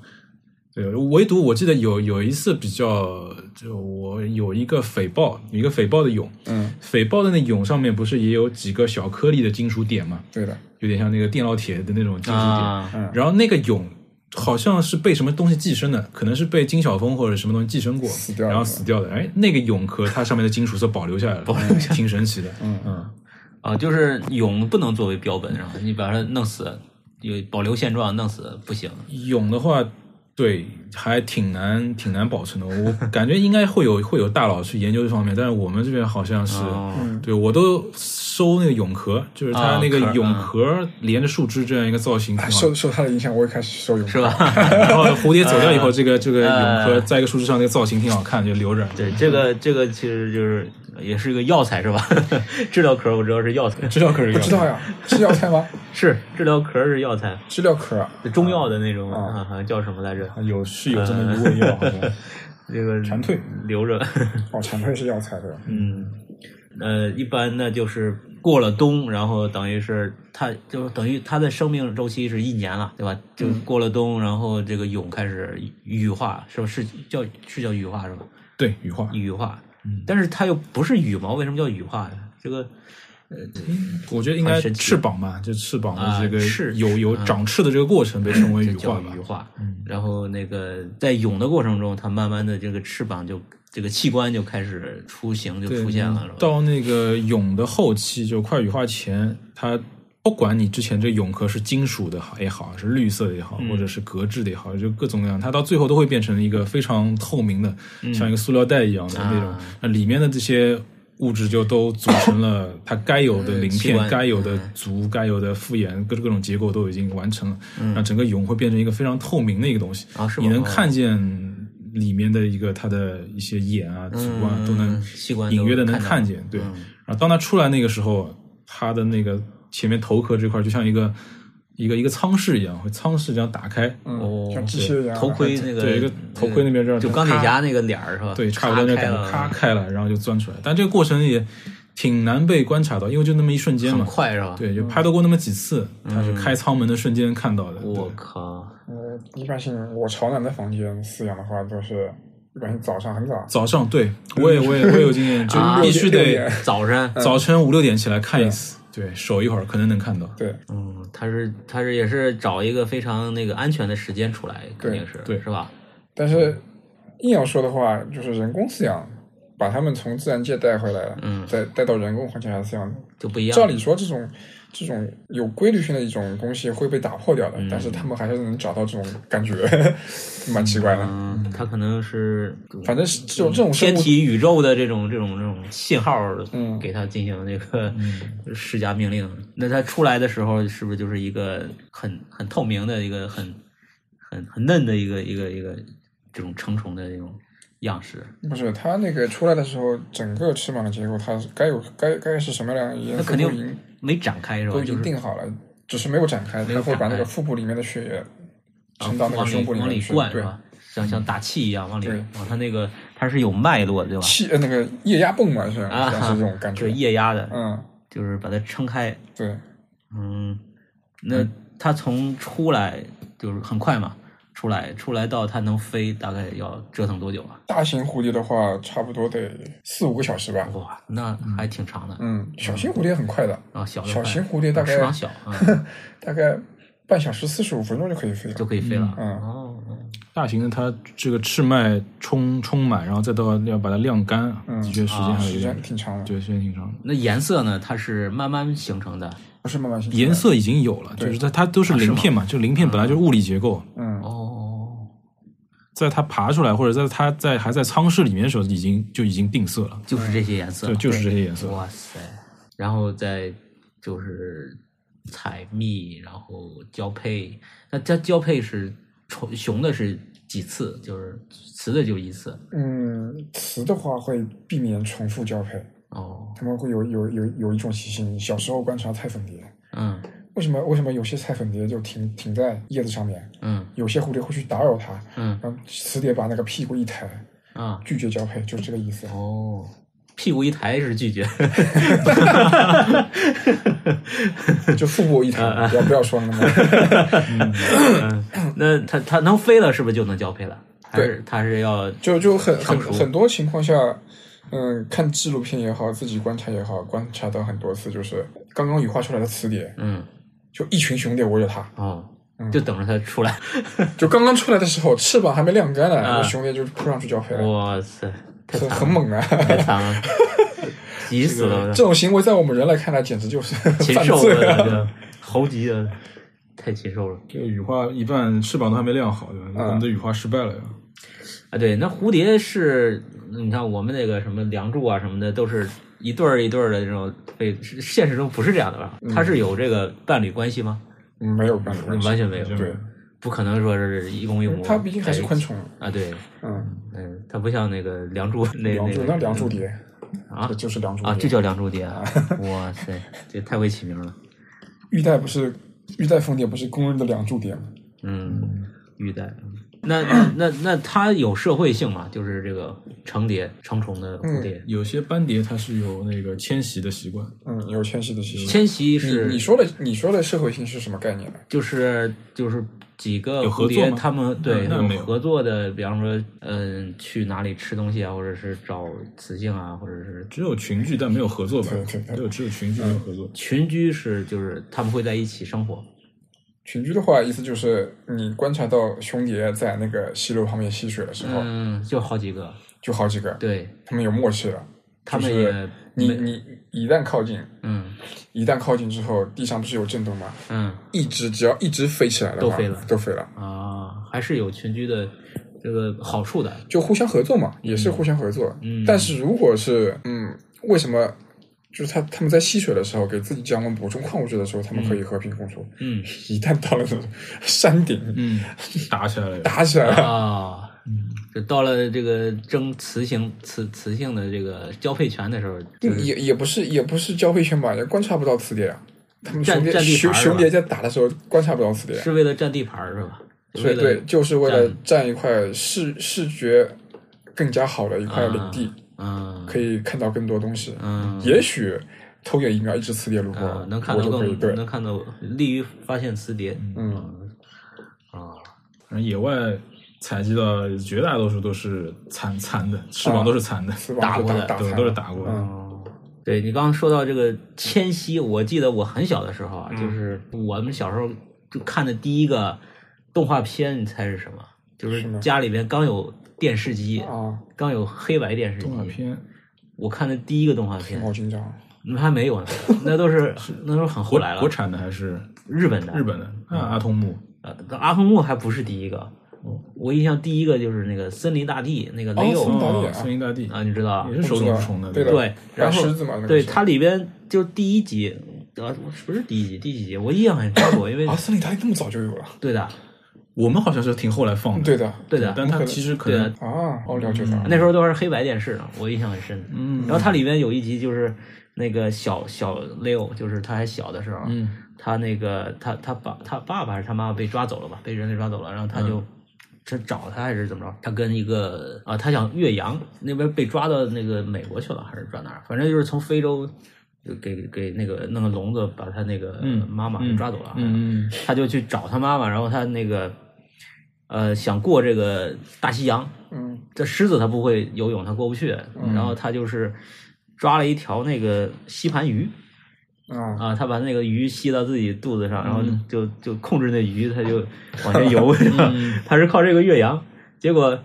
S5: 对，唯独我记得有有一次比较，就我有一个匪豹，有一个匪豹的蛹，
S4: 嗯，
S5: 匪豹的那蛹上面不是也有几个小颗粒的金属点嘛，
S4: 对的，
S5: 有点像那个电烙铁的那种金属点。
S3: 啊，
S4: 嗯
S5: 然后那个蛹好像是被什么东西寄生的，可能是被金晓峰或者什么东西寄生过，
S4: 死掉了
S5: 然后死掉的。哎，那个蛹壳它上面的金属色保留下来了，挺神奇的。嗯嗯，
S3: 啊，就是蛹不能作为标本，然后你把它弄死，有保留现状弄死不行。
S5: 蛹的话，对，还挺难挺难保存的。我感觉应该会有会有大佬去研究这方面，但是我们这边好像是，
S3: 哦
S5: 对我都收那个蛹壳，就是它
S3: 啊
S5: 那个
S3: 壳
S5: 蛹壳连着树枝这样一个造型，挺
S4: 哎
S5: 好
S4: 受受他的影响，我也开始受用。
S3: 是吧？
S5: 然后蝴蝶走掉以后，这个这个
S3: 呃
S5: 蛹壳在一个树枝上，那个造型挺好看，就留着。
S3: 对，这个这个其实就是也是个药材是吧？ 治疗壳我知道是药材，
S5: 知道可是
S4: 不知道呀，是药材吗？
S3: 是治疗壳是药材，
S4: 知了壳啊，
S3: 中药的那种
S5: 嗯
S4: 啊
S3: 啊，好像叫什么来着？
S5: 有是有这么
S4: 嗯
S5: 一味药，好像
S3: 这个
S5: 蝉蜕
S3: 留着，
S4: 哦，蝉蜕是药材的。
S3: 嗯，呃，一般呢就是过了冬，然后等于是它就等于它的生命周期是一年了，对吧？就过了冬，然后这个蛹开始羽化，是吧？是叫是叫羽化是吧？
S5: 对羽化。
S3: 羽化，
S5: 嗯
S3: 但是它又不是羽毛，为什么叫羽化呢？这个
S5: 我觉得应
S3: 很
S5: 该
S3: 神奇
S5: 翅膀吧，就翅膀的这个
S3: 啊翅
S5: 有有长翅的这个过程被称为
S3: 就
S5: 羽
S3: 叫
S5: 化吧嗯
S3: 羽。化。然后那个在蛹的过程中，它慢慢的这个翅膀就这个器官就开始出行，就
S5: 对嗯
S3: 出现了，是吧？
S5: 到那个蛹的后期，就快羽化前，它不管你之前这蛹壳是金属的好也好，是绿色的也好，或
S3: 嗯
S5: 者是革质的也好，就各种各样，它到最后都会变成一个非常透明的，像一个塑料袋一样的那种
S3: 嗯啊。
S5: 那里面的这些物质就都组 成了它该有的鳞
S3: 嗯器
S5: 片
S3: 官、
S5: 该有的足、该有的复眼，各种各种结构都已经完成了。那整个蛹会变成一个非常透明的一个东西
S3: 嗯啊是，吗
S5: 你能
S3: 哦
S5: 看见里面的一个它的一些眼啊、足啊
S3: 嗯
S5: 都能
S3: 器官都
S5: 隐约的能
S3: 看到
S5: 看见。对，
S3: 嗯
S5: 然后当它出来那个时候，它的那个前面头壳这块就像一个一个一个舱室一样，会舱室这样打开。
S3: 哦
S4: 嗯像啊机器人一样
S3: 头盔那个
S5: 对一个头盔那边这样
S3: 就钢铁侠那个脸儿是吧？
S5: 对，差不多那
S3: 咔
S5: 感
S3: 开
S5: 觉，
S3: 了
S5: 咔开了，然后就钻出来。但这个过程也挺难被观察到，因为就那么一瞬间
S3: 很
S5: 嘛。
S3: 快啊嗯是吧？，
S5: 对，就拍到过那么几次，它是开舱门的瞬间看到的。
S3: 我
S5: 对
S3: 靠，
S4: 呃，一般性我朝南的房间饲养的话，都是一般性早上很早，
S5: 早上对我也我也我也有经验，就
S3: 啊
S5: 必须
S4: 六
S5: 得
S4: 点
S3: 早晨，
S5: 早晨五六点起来看一次，对，守一会儿可能能看到。
S4: 对，
S3: 嗯，他是他是也是找一个非常那个安全的时间出来，肯定是
S5: 对
S3: 是吧？
S4: 但是硬要说的话，就是人工饲养把它们从自然界带回来了，嗯，再带到人工环境还是这样的。
S3: 就不一样。
S4: 照理说，这种这种有规律性的一种东西会被打破掉的，
S3: 嗯
S4: 但是他们还是能找到这种感觉， 蛮奇怪的。
S3: 嗯，它可能是
S4: 反正是这种这种生
S3: 天
S4: 物
S3: 体宇宙的这种这种这种信号，
S4: 嗯
S3: 给它进行这个施加命令。那它出来的时候，是不是就是一个很很透明的一个很很很嫩的一个一个一个这种成虫的这种样式？
S4: 不是它那个出来的时候，整个翅膀的结构，它是该有该该是什么样的颜
S3: 它
S4: 色
S3: 肯
S4: 都
S3: 定
S4: 已经
S3: 没展开是吧？
S4: 都已
S3: 就
S4: 经
S3: 是
S4: 定好了，只是没有展开，
S3: 没有
S4: 它会把
S3: 展开
S4: 那个腹部里面的血液
S3: 啊
S4: 沉到那个
S3: 往
S4: 胸
S3: 里
S4: 部里
S3: 往
S4: 面
S3: 里
S4: 去，
S3: 灌是
S4: 对，嗯
S3: 吧？像像打气一样往里
S4: 对
S3: 往它那个它是有脉络的对吧？
S4: 气呃那个液压泵嘛，是
S3: 啊
S4: 像是这种感
S3: 就
S4: 觉
S3: 是。液压的，
S4: 嗯，
S3: 就是把它撑开。
S4: 对，
S3: 嗯，那它从出来就是很快嘛，出来出来到它能飞，大概要折腾多久啊？
S4: 大型蝴蝶的话，差不多得四五个小时吧。
S3: 哇，那还挺长的。
S4: 嗯，小型蝴蝶很快的，
S3: 啊，小的
S4: 小
S3: 快
S4: 型蝴蝶大概
S3: 翅膀小啊
S4: 大概半小时四十五分钟就可以飞
S3: 就
S4: 了。
S3: 可以飞了。
S4: 嗯
S3: 哦，哦
S5: 大型的它这个翅脉充充满，然后再到要把它晾干，的确时间还有
S4: 嗯啊时
S5: 一点
S4: 间，挺长的，
S5: 对，时间挺长的。
S3: 那颜色呢？它是慢慢形成的。
S4: 不是慢慢形成的
S5: 颜，色已经有了，就是它它都是鳞片嘛，就鳞片本来就是物理结构，
S4: 嗯，
S3: 哦，
S5: 在它爬出来或者在它在还在舱室里面的时候，已经就已经定色了，
S3: 就是这些颜色
S5: 对，。就是这些颜色。
S3: 哇塞！然后再就是采蜜，然后交配。那它交配是虫雄的是几次？就是雌的就一次。
S4: 嗯，雌的话会避免重复交配，
S3: 哦，
S4: 它们会有有有有一种习性。小时候观察菜粉蝶，
S3: 嗯
S4: 为什么为什么有些菜粉蝶就停停在叶子上面，
S3: 嗯
S4: 有些蝴蝶会去打扰它，
S3: 嗯
S4: 然后雌蝶把那个屁股一抬，
S3: 啊，
S4: 拒绝交配，就是这个意思。
S3: 哦，屁股一抬是拒 绝。
S4: 就腹部一抬，不要不要说那么。
S3: 那它它能飞了，是不是就能交配了？还是它是要
S4: 就就很很
S3: 成熟
S4: 很多情况下，嗯，看纪录片也好，自己观察也好，观察到很多次，就是刚刚羽化出来的雌蝶，
S3: 嗯
S4: 就一群雄蝶围着它，
S3: 哦，
S4: 嗯
S3: 就等着它出来。
S4: 就刚刚出来的时候，翅膀还没晾干呢，
S3: 啊
S4: 那雄蝶就扑上去交配了，
S3: 哇塞，太
S4: 很
S3: 惨
S4: 很
S3: 了，
S4: 猛啊！
S3: 太惨 了，急死了！我
S4: 这种行为在我们人类看来，简直就是
S3: 禽
S4: 犯
S3: 兽
S4: 罪
S3: 了，
S4: 啊！
S3: 这猴急的，太禽兽了
S5: 这个羽化一半翅膀都还没晾好，对吧？那我们的羽化失败了呀。
S3: 啊！对，那蝴蝶是，你看我们那个什么梁祝啊什么的，都是一对儿一对儿的这种，对，是现实中不是这样的吧？它
S4: 嗯
S3: 是有这个伴侣关系吗？
S4: 没有办法，
S3: 完全没有，
S4: 对，嗯
S3: 不可能说是一公一母。
S4: 它毕竟还是昆虫，
S3: 啊，对，
S4: 嗯，
S3: 嗯，它不像那个梁祝那
S4: 梁祝
S3: 那
S4: 那
S3: 个
S4: 梁祝蝶
S3: 啊
S4: 这就是梁祝
S3: 啊，
S4: 蝶
S3: 这叫梁祝蝶 啊！哇塞，这太会起名了。
S4: 玉带不是玉带凤蝶不是公认的梁祝蝶吗？
S3: 嗯，玉带。那那那那它有社会性吗？就是这个成蝶成虫的蝴蝶，
S5: 有些斑蝶它是有那个迁徙的习惯，
S4: 嗯，有迁徙的习性。
S3: 迁徙是
S4: 嗯你你说的你说的社会性是什么概念呢？
S3: 就是就是几个
S5: 有合
S3: 蝴
S5: 作
S3: 蝶，
S5: 吗嗯
S3: 他们对
S5: 那没有
S3: 合作的，比方说嗯去哪里吃东西啊，或者是找雌性啊，或者是
S5: 只有群聚但没有合作吧
S4: 对对？对
S5: 只有只有群聚没有合作。
S3: 群居是就是他们会在一起生活。
S4: 群居的话，意思就是你观察到雄蝶在那个溪流旁边戏水的时候，
S3: 嗯，就好几个，
S4: 就好几个，
S3: 对
S4: 他们有默契了。
S3: 他们
S4: 就是
S3: 也
S4: 你
S3: 没
S4: 你一旦靠近，
S3: 嗯
S4: 一旦靠近之后，地上不是有震动吗？
S3: 嗯
S4: 一只只要一直飞起来的
S3: 都
S4: 话，
S3: 飞了
S4: 都飞了，
S3: 啊，还是有群居的这个好处 的。
S4: 就互相合作嘛，也是互相合作。
S3: 嗯
S4: 但是如果是嗯，为什么？就是他他们在吸水的时候，给自己降温补充矿物质的时候，他们可以和平共处。
S3: 嗯
S4: 一旦到了那种山顶，
S5: 嗯，打起来了呀。
S4: 打起来了，
S3: 啊，
S5: 嗯
S3: 就到了这个争雌性雌雌性的这个交配权的时候，就
S4: 嗯
S3: 是
S4: 也也不是也不是交配圈吧，也观察不到雌蝶啊。他们
S3: 占
S4: 雄蝶
S3: 占地
S4: 雄
S3: 盘儿
S4: 雄
S3: 吧
S4: 蝶在打的时候观察不到雌蝶啊，
S3: 是为了占地盘儿是吧？就
S4: 所
S3: 为
S4: 以
S3: 了
S4: 对，就是为了
S3: 占
S4: 占一块视视觉更加好的一块领地，
S3: 嗯，
S4: 可以看到更多东西。
S3: 嗯
S4: 也许偷眼一秒，一只雌蝶路过，
S3: 啊，能看到
S4: 我就可以
S3: 更
S4: 对
S3: 能看到，利于发现雌蝶。嗯啊，
S5: 反正野外采集到绝大多数都是残残的，翅膀都是残的，
S4: 啊翅膀
S3: 打
S4: 就
S3: 过
S4: 打
S3: 来
S4: 打
S5: 对，
S4: 残
S5: 都是
S4: 了
S5: 打过的。
S4: 嗯
S3: 对你刚刚说到这个迁徙，我记得我很小的时候啊，就是我们小时候就看的第一个动画片，你猜是什么？就是
S4: 是吗
S3: 家里边刚有电视机，
S4: 啊，
S3: 刚有黑白电视机，嗯
S5: 动画片
S3: 我看的第一个动画片，
S4: 好紧张。啊
S3: 那还没有呢，那都是那都是很后
S5: 国
S3: 来了，
S5: 国产的还是
S3: 日本的
S5: 日本的？那阿童木
S3: 呃，阿童木还不是第一个，我印象第一个就是那个森林大帝那个雷
S4: 森林大
S3: 欧
S4: 帝
S5: 哦，森林大帝
S3: 啊，你知道啊
S5: 也是手冢治虫的，
S4: 对
S5: 吧
S4: 的？
S3: 对，然后
S4: 白狮子嘛那个
S3: 对
S4: 是
S3: 它里边就第一集，呃，不是第一集，第几集？我印象很深刻，因为
S4: 啊，森林大帝那么早就有了？嗯
S3: 对的，
S5: 我们好像是挺后来放的，
S4: 对的
S3: 对的，
S5: 但它其实可
S3: 对
S5: 能
S3: 的，
S4: 啊，哦，了解到了。
S3: 嗯那时候都是黑白电视呢，我印象很深。嗯，然后它里面有一集就是那个小小 Leo，就是他还小的时候，嗯，他那个他他爸他爸爸还是他妈妈被抓走了吧，被人类抓走了，然后
S5: 嗯
S3: 他就。这找他还是怎么着？他跟一个啊，他想越洋那边被抓到那个美国去了，还是抓哪儿？反正就是从非洲就给给那个弄个笼子把他那个妈妈给抓走了。
S5: 嗯，嗯
S3: 他就去找他妈妈，然后他那个呃想过这个大西洋，
S4: 嗯，
S3: 这狮子它不会游泳，它过不去，然后他就是抓了一条那个吸盘鱼
S4: 啊，
S3: 啊，他把那个鱼吸到自己肚子上，然后就就控制那鱼，他就往前游，是吧他是靠这个越洋，结果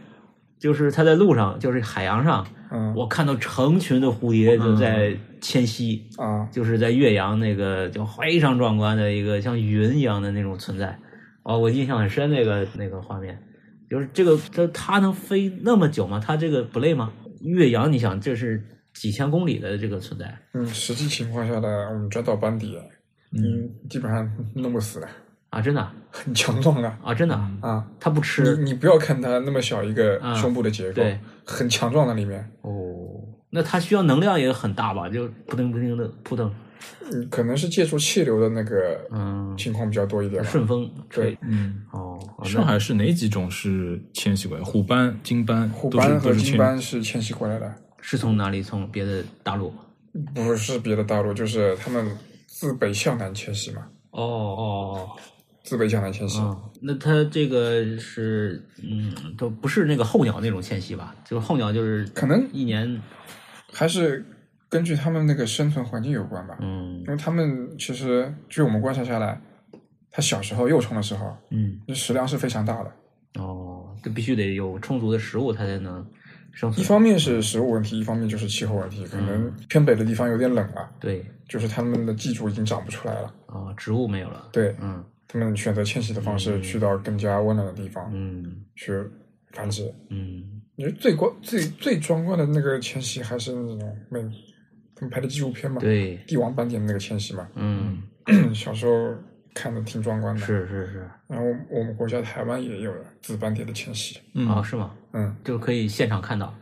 S3: 就是他在路上，就是海洋上，
S4: 嗯
S3: 我看到成群的蝴蝶就在迁徙，
S4: 啊，
S3: 就是在岳阳那个就非常壮观的一个像云一样的那种存在。哦，我印象很深那个那个画面，就是这个这它能飞那么久吗？它这个不累吗？岳阳，你想这是几千公里的这个存在
S4: 嗯，实际情况下呢，我们转到班底，嗯，基本上弄不死的，
S3: 啊，真的啊
S4: 很强壮的
S3: 啊，真的啊，
S4: 啊。
S3: 它不
S4: 你
S3: 吃
S4: 你不要看它那么小一个
S3: 嗯啊
S4: 胸部的结构
S3: 对，
S4: 很强壮的里面，
S3: 哦。那它需要能量也很大吧？就扑腾扑腾的扑腾，
S4: 嗯可能是借助气流的那个
S3: 嗯，
S4: 情况比较多一点吧。
S3: 顺风吹
S4: 对，
S5: 嗯，
S3: 哦，好那
S5: 上海是哪几种是迁徙过来？虎斑、金斑，
S4: 虎
S5: 都是
S4: 斑
S5: 都
S4: 和
S5: 是
S4: 金
S5: 迁
S4: 斑是迁徙过来的，
S3: 是从哪里？从别的大陆？
S4: 不是别的大陆，就是他们自北向南迁徙嘛，
S3: 哦哦哦，
S4: 自北向南迁徙。
S3: 啊，那它这个是，嗯，都不是那个候鸟那种迁徙吧？就是候鸟就是
S4: 可能
S3: 一年，
S4: 还是根据他们那个生存环境有关吧。
S3: 嗯
S4: 因为他们其实据我们观察下来，他小时候幼虫的时候，
S3: 嗯，
S4: 那食量是非常大的。
S3: 哦，这必须得有充足的食物，它才能生
S4: 一
S3: 存。
S4: 方面是食物问题，一方面就是气候问题。可能
S3: 嗯
S4: 偏北的地方有点冷了，
S3: 对，
S4: 就是他们的寄主已经长不出来了。
S3: 啊、植物没有了。，
S4: 对
S3: 嗯
S4: 他们选择迁徙的方式，去到更加温暖的地方
S3: 嗯
S4: 去繁殖。
S3: 嗯，
S4: 你觉得最光最最壮观的那个迁徙还是那种美，他们拍的纪录片嘛，
S3: 对，
S4: 帝王斑点的那个迁徙嘛，
S3: 嗯，
S4: 小时候看的挺壮观的。
S3: 是是是，
S4: 然后我们国家台湾也有紫斑蝶的迁徙，
S5: 嗯
S3: 啊，是吗？
S4: 嗯，
S3: 就可以现场看到。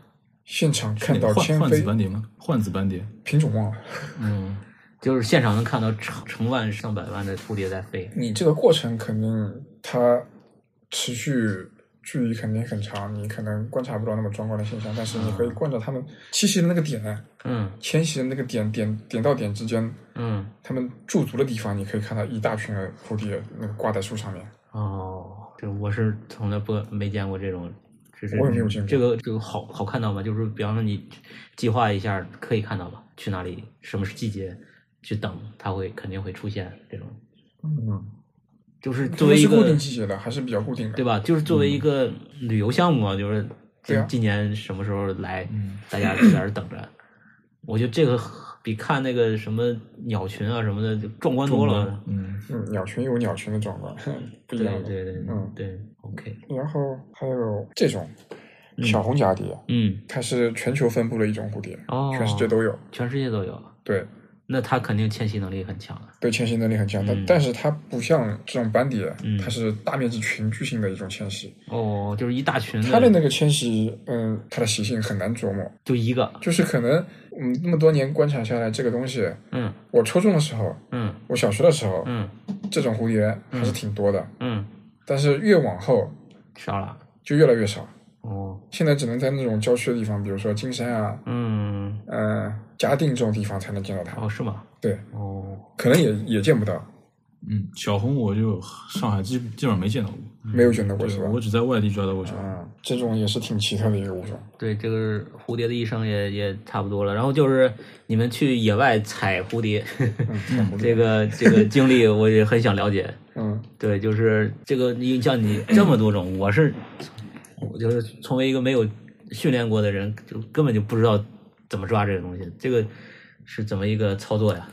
S4: 现场看到
S5: 换
S4: 迁
S5: 换子
S4: 飞
S5: 斑蝶吗？换子斑蝶，
S4: 品种忘了。
S3: 嗯，就是现场能看到成成万上百万的蝴蝶在飞。
S4: 你这个过程肯定它持续距离肯定很长，你可能观察不到那么壮观的现象，但是你可以观察它们栖息的那个点、啊
S3: 嗯
S4: 迁徙的那个点、点点到点之间，
S3: 嗯，
S4: 它们驻足的地方，你可以看到一大群的蝴蝶那个挂在树上面。
S3: 哦，对，我是从来不没见过这种，就是
S4: 我也没有见过
S3: 这个这个好好看到吗？就是比方说你计划一下，可以看到吧？去哪里，什么季节去等，它会肯定会出现这种，
S4: 嗯，
S3: 就是作为
S4: 这个
S3: 一
S4: 是固
S3: 个
S4: 定季节的，还是比较固定的，
S3: 对？吧？就是作为一个旅游项目啊，就是今
S4: 对啊嗯
S3: 今年什么时候来，大家在这儿等着。 我觉得这个比看那个什么鸟群啊什么的就壮观多了。
S5: 嗯，
S4: 嗯，鸟群有鸟群的壮观，不一
S3: 对
S4: 样的。
S3: 对对
S4: 嗯
S3: 对，OK，
S4: 然后还有这种小红蛱蝶，
S3: 嗯，
S4: 它是全球分布的一种蝴蝶，
S3: 哦
S4: 全世界都有。
S3: 全世界都有。
S4: 对，
S3: 那它肯定迁徙能力很强了。
S4: 对迁徙能力很强，但、
S3: 嗯
S4: 但是它不像这种斑蝶，
S3: 嗯
S4: 它是大面积群居性的一种迁徙。
S3: 哦，就是一大群
S4: 它的那个迁徙，嗯，它的习性很难琢磨，
S3: 就一个，
S4: 就是可能嗯那么多年观察下来，这个东西，
S3: 嗯
S4: 我初中的时候，
S3: 嗯
S4: 我小学的时候，
S3: 嗯
S4: 这种蝴蝶还是挺多的，
S3: 嗯，
S4: 但是越往后
S3: 少了。
S4: 就越来越少。
S3: 哦，
S4: 现在只能在那种郊区的地方，比如说金山啊，
S3: 嗯，
S4: 嗯，嘉定这种地方才能见到它。
S3: 哦，是吗？
S4: 对，
S3: 哦，
S4: 可能也也见不到，
S5: 嗯，小红我就上海基基本上没见到过，
S3: 嗯
S4: 没有见到过
S5: 嗯对
S4: 是吧？
S5: 我只在外地抓到过小红。
S4: 嗯，这种也是挺奇特的一个物种。
S3: 对，这个蝴蝶的一生也也差不多了。然后就是你们去野外采蝴蝶， 嗯这个这个经历我也很想了解。
S4: 嗯，
S3: 对，就是这个，你像你这么多种，我是，我就是从为一个没有训练过的人，就根本就不知道怎么抓这个东西？这个是怎么一个操作呀？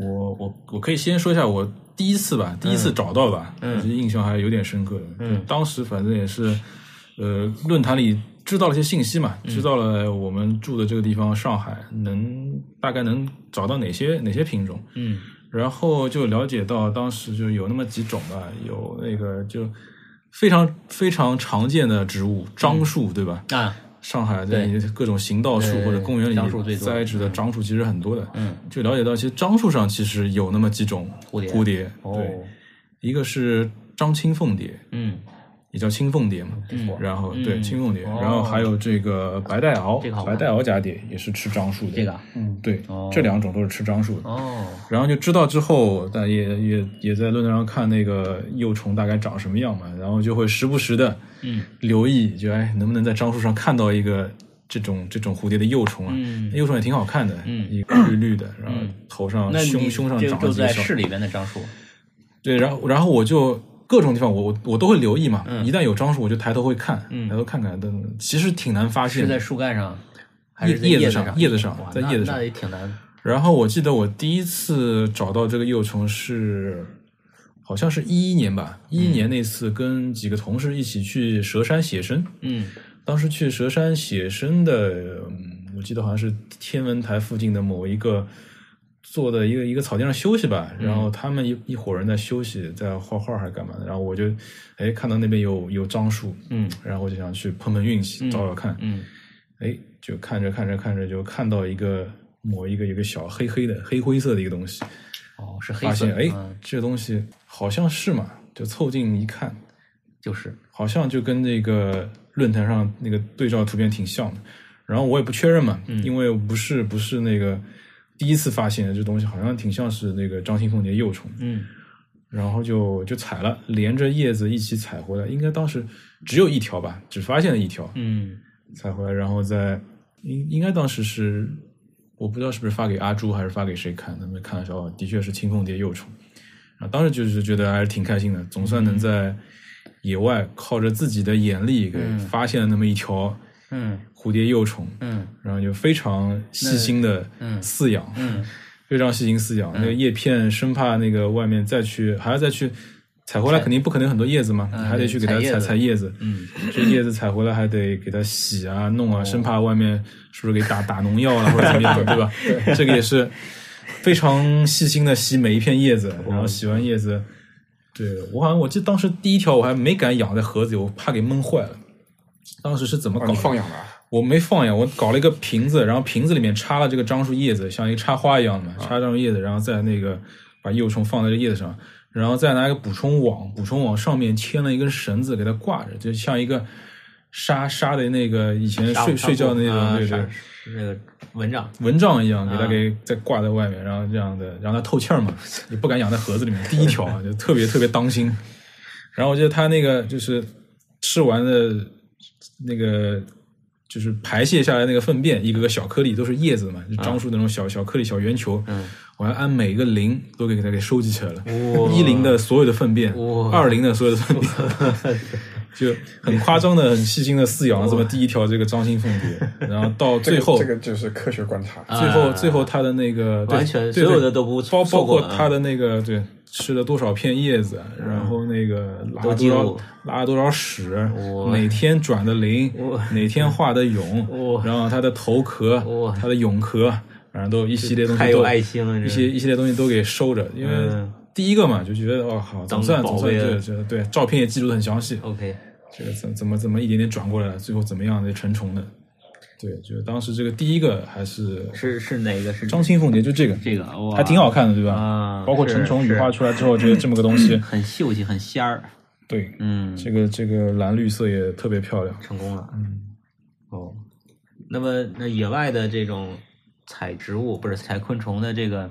S5: 我我我可以先说一下我第一次吧，第一次找到吧，嗯，印象还有点深刻的。
S3: 嗯
S5: 当时反正也是，呃，论坛里知道了一些信息嘛，知道了我们住的这个地方上海能大概能找到哪些哪些品种，
S3: 嗯
S5: 然后就了解到当时就有那么几种吧，有那个就非常非常常见的植物樟树，对吧？
S3: 啊，
S5: 上海的
S3: 对
S5: 各种行道树
S3: 对
S5: 或者公园
S3: 樟树最
S5: 里
S3: 多
S5: 栽植的樟树其实很多的，
S3: 嗯，
S5: 就了解到其实樟树上其实有那么几种
S3: 蝴蝶
S5: 蝴蝶，
S3: 哦，
S5: 对，一个是张青凤蝶，
S3: 嗯，
S5: 也叫青凤蝶嘛，然后对
S3: 嗯
S5: 青凤蝶，
S3: 哦
S5: 然后还有这个白带螯
S3: 这个好，
S5: 白
S3: 玩
S5: 带螯蛱蝶也是吃樟树的，
S3: 这个啊
S5: 嗯，对
S3: 哦，
S5: 这两种都是吃樟树的，
S3: 哦，
S5: 然后就知道之后，但也也也在论坛上看那个幼虫大概长什么样嘛，然后就会时不时的
S3: 嗯
S5: 留意，就哎能不能在樟树上看到一个这种这种蝴蝶的幼虫啊？
S3: 嗯
S5: 幼虫也挺好看的，
S3: 嗯
S5: 一个绿绿的，然后
S3: 嗯
S5: 头上、
S3: 那
S5: 胸
S3: 你
S5: 胸上
S3: 就
S5: 长了
S3: 就
S5: 几个
S3: 在
S5: 小
S3: 市里边的樟树，
S5: 对，然后然后我就各种地方我我我都会留意嘛，一旦有樟树我就抬头会看，
S3: 嗯
S5: 抬头看看，但其实挺难发
S3: 是
S5: 现
S3: 在
S5: 的。
S3: 树干上，还是在
S5: 叶叶子
S3: 上？
S5: 上叶子上
S3: 哇
S5: 在
S3: 那
S5: 叶子上
S3: 那也挺难。
S5: 然后我记得我第一次找到这个幼虫是，好像是一一年吧，一一
S3: 嗯
S5: 年那次跟几个同事一起去佘山写生，
S3: 嗯
S5: 当时去佘山写生的，嗯我记得好像是天文台附近的某一个坐的一个一个草地上休息吧，然
S3: 嗯
S5: 后他们一一伙人在休息，在画画还是干嘛的，然后我就哎看到那边有有樟树，
S3: 嗯
S5: 然后我就想去碰碰运气，找找看，
S3: 嗯
S5: 哎，就看着看着看着就看到一个某一个有个小黑黑的黑灰色的一个东西，
S3: 哦，是黑
S5: 发
S3: 色
S5: 现
S3: 的，
S5: 哎
S3: 嗯
S5: 这东西好像是嘛，就凑近一看，
S3: 就是
S5: 好像就跟那个论坛上那个对照图片挺像的。然后我也不确认嘛，
S3: 嗯
S5: 因为不是不是那个第一次发现的这东西，好像挺像是那个张新凤蝶幼虫，
S3: 嗯
S5: 然后就就采了，连着叶子一起采回来。应该当时只有一条吧，只发现了一条，
S3: 嗯
S5: 采回来，然后再应应该当时是我不知道是不是发给阿朱还是发给谁看，他们看的时候啊的确是青凤蝶幼虫，啊，当时就是觉得还是挺开心的，总算
S3: 嗯
S5: 能在野外靠着自己的眼力给发现了那么一条
S3: 嗯
S5: 蝴蝶幼虫，
S3: 嗯
S5: 然后就非常细心的
S3: 嗯
S5: 饲养，
S3: 嗯
S5: 非常细心饲养，那个叶片生怕那个外面再去还要再去。采回来肯定不可能有很多叶子嘛，你还得去给它
S3: 采叶
S5: 采
S3: 子
S5: 采叶子，
S3: 嗯
S5: 这叶子采回来还得给它洗啊、弄啊，生怕外面是不是给打打农药了或者怎么样，对吧？这个也是非常细心的洗每一片叶子，然后洗完叶子，对我好像我记得当时第一条我还没敢养在盒子里，我怕给闷坏了。当时是怎么
S4: 啊，
S5: 搞
S4: 你
S5: 的？
S4: 放养了啊？
S5: 我没放养，我搞了一个瓶子，然后瓶子里面插了这个樟树叶子，像一个插花一样的嘛，插樟树叶子，然后在那个把幼虫放在这叶子上，然后再拿一个补充网，补充网上面牵了一根绳子给它挂着，就像一个纱纱的那个以前
S3: 纱
S5: 睡
S3: 布
S5: 睡觉的那
S3: 啊
S5: 种，对对
S3: 纱，那个蚊帐，
S5: 蚊帐一样给它
S3: 啊
S5: 给再挂在外面，然后这样的让它透气儿嘛， 也不敢养在盒子里面。第 一条啊，就特别特别当心。然后我记得它那个就是吃完的那个就是排泄下来那个粪便，一个个小颗粒都是叶子嘛，
S4: 啊
S5: 就樟树那种小小颗粒小圆球。嗯，我还按每个零都给它给收集起来了，一零的所有的粪便
S3: 哇，
S5: 二零的所有的粪 便。就很夸张的、很细心的饲养了这么第一条这个张新凤蝶，然后到最后
S4: 这个就是科学观察。
S5: 最后
S3: 啊
S5: 最后它的那个对
S3: 完全所
S5: 对
S3: 有的
S5: 对
S3: 都不
S5: 包包
S3: 错过
S5: 括
S3: 了啊
S5: 它的那个对吃了多少片叶子，然后那个拉
S3: 都
S5: 了
S3: 记
S5: 多
S3: 录
S5: 少拉了多少屎
S3: 哇，
S5: 哪天转的磷
S3: 哇，
S5: 哪天化的
S3: 哇
S5: 蛹，然后它的头壳
S3: 哇，
S5: 它的蛹壳，反正都一系列东西
S3: 太
S5: 都
S3: 有爱心了，
S5: 一
S3: 这
S5: 些一系列东西都给收着，因为
S3: 嗯
S5: 第一个嘛就觉得哦好，总算
S3: 当
S5: 总
S3: 宝
S5: 算
S3: 贝
S5: 对
S3: 了哦
S5: 对对，照片也记录的很详细，
S3: OK，
S5: 这个怎怎么怎么一点点转过来，最后怎么样的成虫的。对，就是当时这个第一个还是
S3: 是是哪个是
S5: 张青凤蝶就这个，
S3: 这个哇
S5: 还挺好看的，对吧？
S3: 啊
S5: 包括
S3: 是
S5: 成虫羽
S3: 是嗯
S5: 化出来之后，觉得这么个东西，
S3: 很秀气，很仙儿，
S5: 对，
S3: 嗯，
S5: 这个这个蓝绿色也特别漂亮。
S3: 成功了，嗯，哦，那么那野外的这种采植物不是采昆虫的这个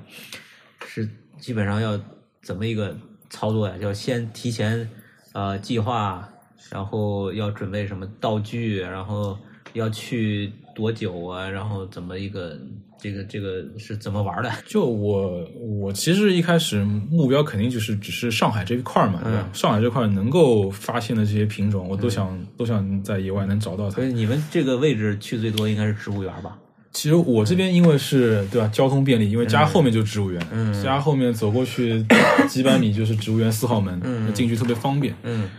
S3: 是基本上要怎么一个操作呀？要先提前呃计划，然后要准备什么道具，然后要去多久啊？然后怎么一个这个这个是怎么玩的？
S5: 就我我其实一开始目标肯定就是只是上海这一块儿嘛，
S3: 嗯
S5: 对吧？上海这块儿能够发现的这些品种，我都想、都想在野外能找到它
S3: 所。以你们这个位置去最多应该是植物园吧？
S5: 其实我这边因为是对吧，交通便利，因为
S3: 嗯
S5: 家后面就是植物园，家后面走过去几百米就是植物园四号门，进去特别方便。
S3: 嗯，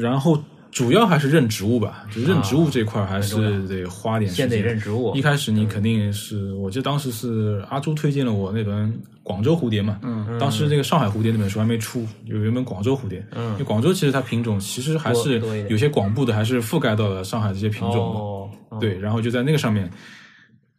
S5: 然后主要还是认植物吧，就认植
S3: 啊
S5: 物这块儿还是得花点时
S3: 先
S5: 间。
S3: 得认植物
S5: 一，开始你肯定是，我记得当时是阿朱推荐了我那本《广州蝴蝶》嘛，嗯，当时那个上海蝴蝶那本书还没出，有原本广州蝴蝶，嗯，因为广州其实它品种其实还是
S3: 多多一点
S5: 有些广布的，还是覆盖到了上海这些品种的，
S3: 哦，哦
S5: 对，然后就在那个上面，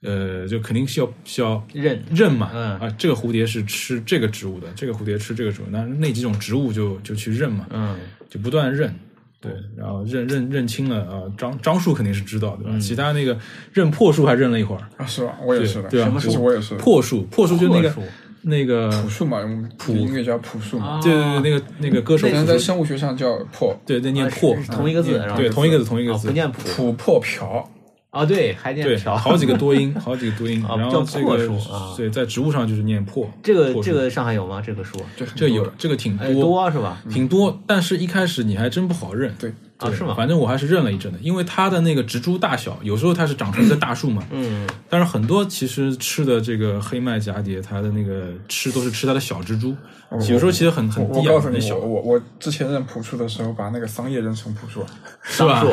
S5: 呃，就肯定是要是要
S3: 认
S5: 认嘛，
S3: 嗯
S5: 啊，这个蝴蝶是吃这个植物的，这个蝴蝶吃这个植物，那那几种植物就就去认嘛，
S3: 嗯，哦
S5: 就不断认。对，然后认认认清了啊、呃樟樟树肯定是知道，对
S3: 嗯
S5: 吧？其他那个认破树还认了一会儿，
S4: 啊，是吧？我也是的，
S5: 对啊什么
S4: 其实
S5: 树
S4: 我也是的
S5: 破树，破树就那个
S3: 破树
S5: 那个，
S4: 朴树嘛，我们朴音乐叫朴树嘛，
S5: 对对对，那个那个歌手
S4: 可能在
S5: 朴树，
S4: 生物学上叫破
S5: 对对，念
S3: 啊是
S5: 破，啊
S3: 是同一个字
S5: 念
S3: 然后
S5: 对，
S3: 就
S5: 同一个字，同一个
S3: 哦，
S5: 字
S3: 不，念谱
S4: 朴破瓢，
S3: 啊，对，还念
S5: 对，
S3: 瓢，
S5: 好几个多音，好几个多 音，
S3: 啊
S5: 然
S3: 叫
S5: 后这
S3: 破
S5: 个
S3: 树啊
S5: 对，在植物上就是念破，
S3: 这个
S5: 破树
S3: 这个上海有吗？这个书
S4: 对，很
S5: 这
S4: 多
S5: 有
S4: 的啊
S5: 这个挺
S3: 哎多是吧？
S5: 挺多，但是一开始你还真不好认，
S4: 对
S3: 啊是吗
S5: 反正我还是认了一阵的，因为它的那个植株大小，有时候它是长成一棵大树嘛，嗯， 但是很多其实吃的这个黑麦蛱蝶，它的那个吃都是吃它的小蜘蛛，有时候其实很很
S4: 哦我
S5: 低
S4: 我
S5: 啊，
S4: 告诉
S5: 很
S4: 你，
S5: 小
S4: 我，我我之前认朴树的时候，把那个桑叶认成朴树，
S5: 是吧？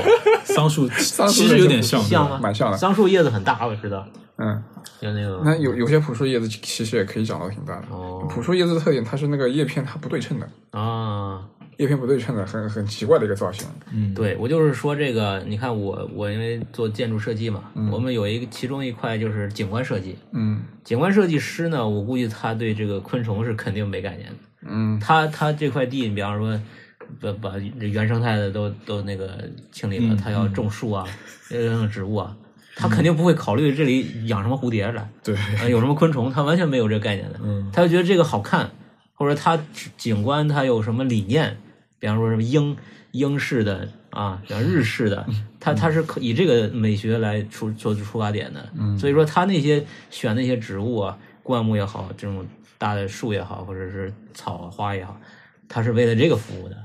S5: 桑树
S4: 树
S5: 其实有点像，
S3: 像吗？
S4: 蛮像的
S3: 桑树叶子很大，我知道，
S4: 嗯，
S3: 就那个
S4: 那有有些朴树叶子其实也可以长到挺大的。
S3: 哦
S4: 朴树叶子的特点，它是那个叶片它不对称的，
S3: 啊，
S4: 叶片不对称的，很很奇怪的一个造型。
S3: 对我就是说这个，你看我我因为做建筑设计嘛，
S5: 嗯
S3: 我们有一个其中一块就是景观设计，
S4: 嗯
S3: 景观设计师呢，我估计他对这个昆虫是肯定没概念的。
S4: 嗯，
S3: 他他这块地，你比方说把把原生态的都都那个清理了，他要种树啊，种植物啊，他肯定不会考虑这里养什么蝴蝶了，
S5: 对，
S3: 呃有什么昆虫，他完全没有这个概念的。他就觉得这个好看，或者他景观他有什么理念，比方说什么英英式的啊，像日式的，他他是可以这个美学来出做出发点的。所以说他那些选那些植物啊，灌木也好，这种大的树也好，或者是草啊花也好，他是为了这个服务的。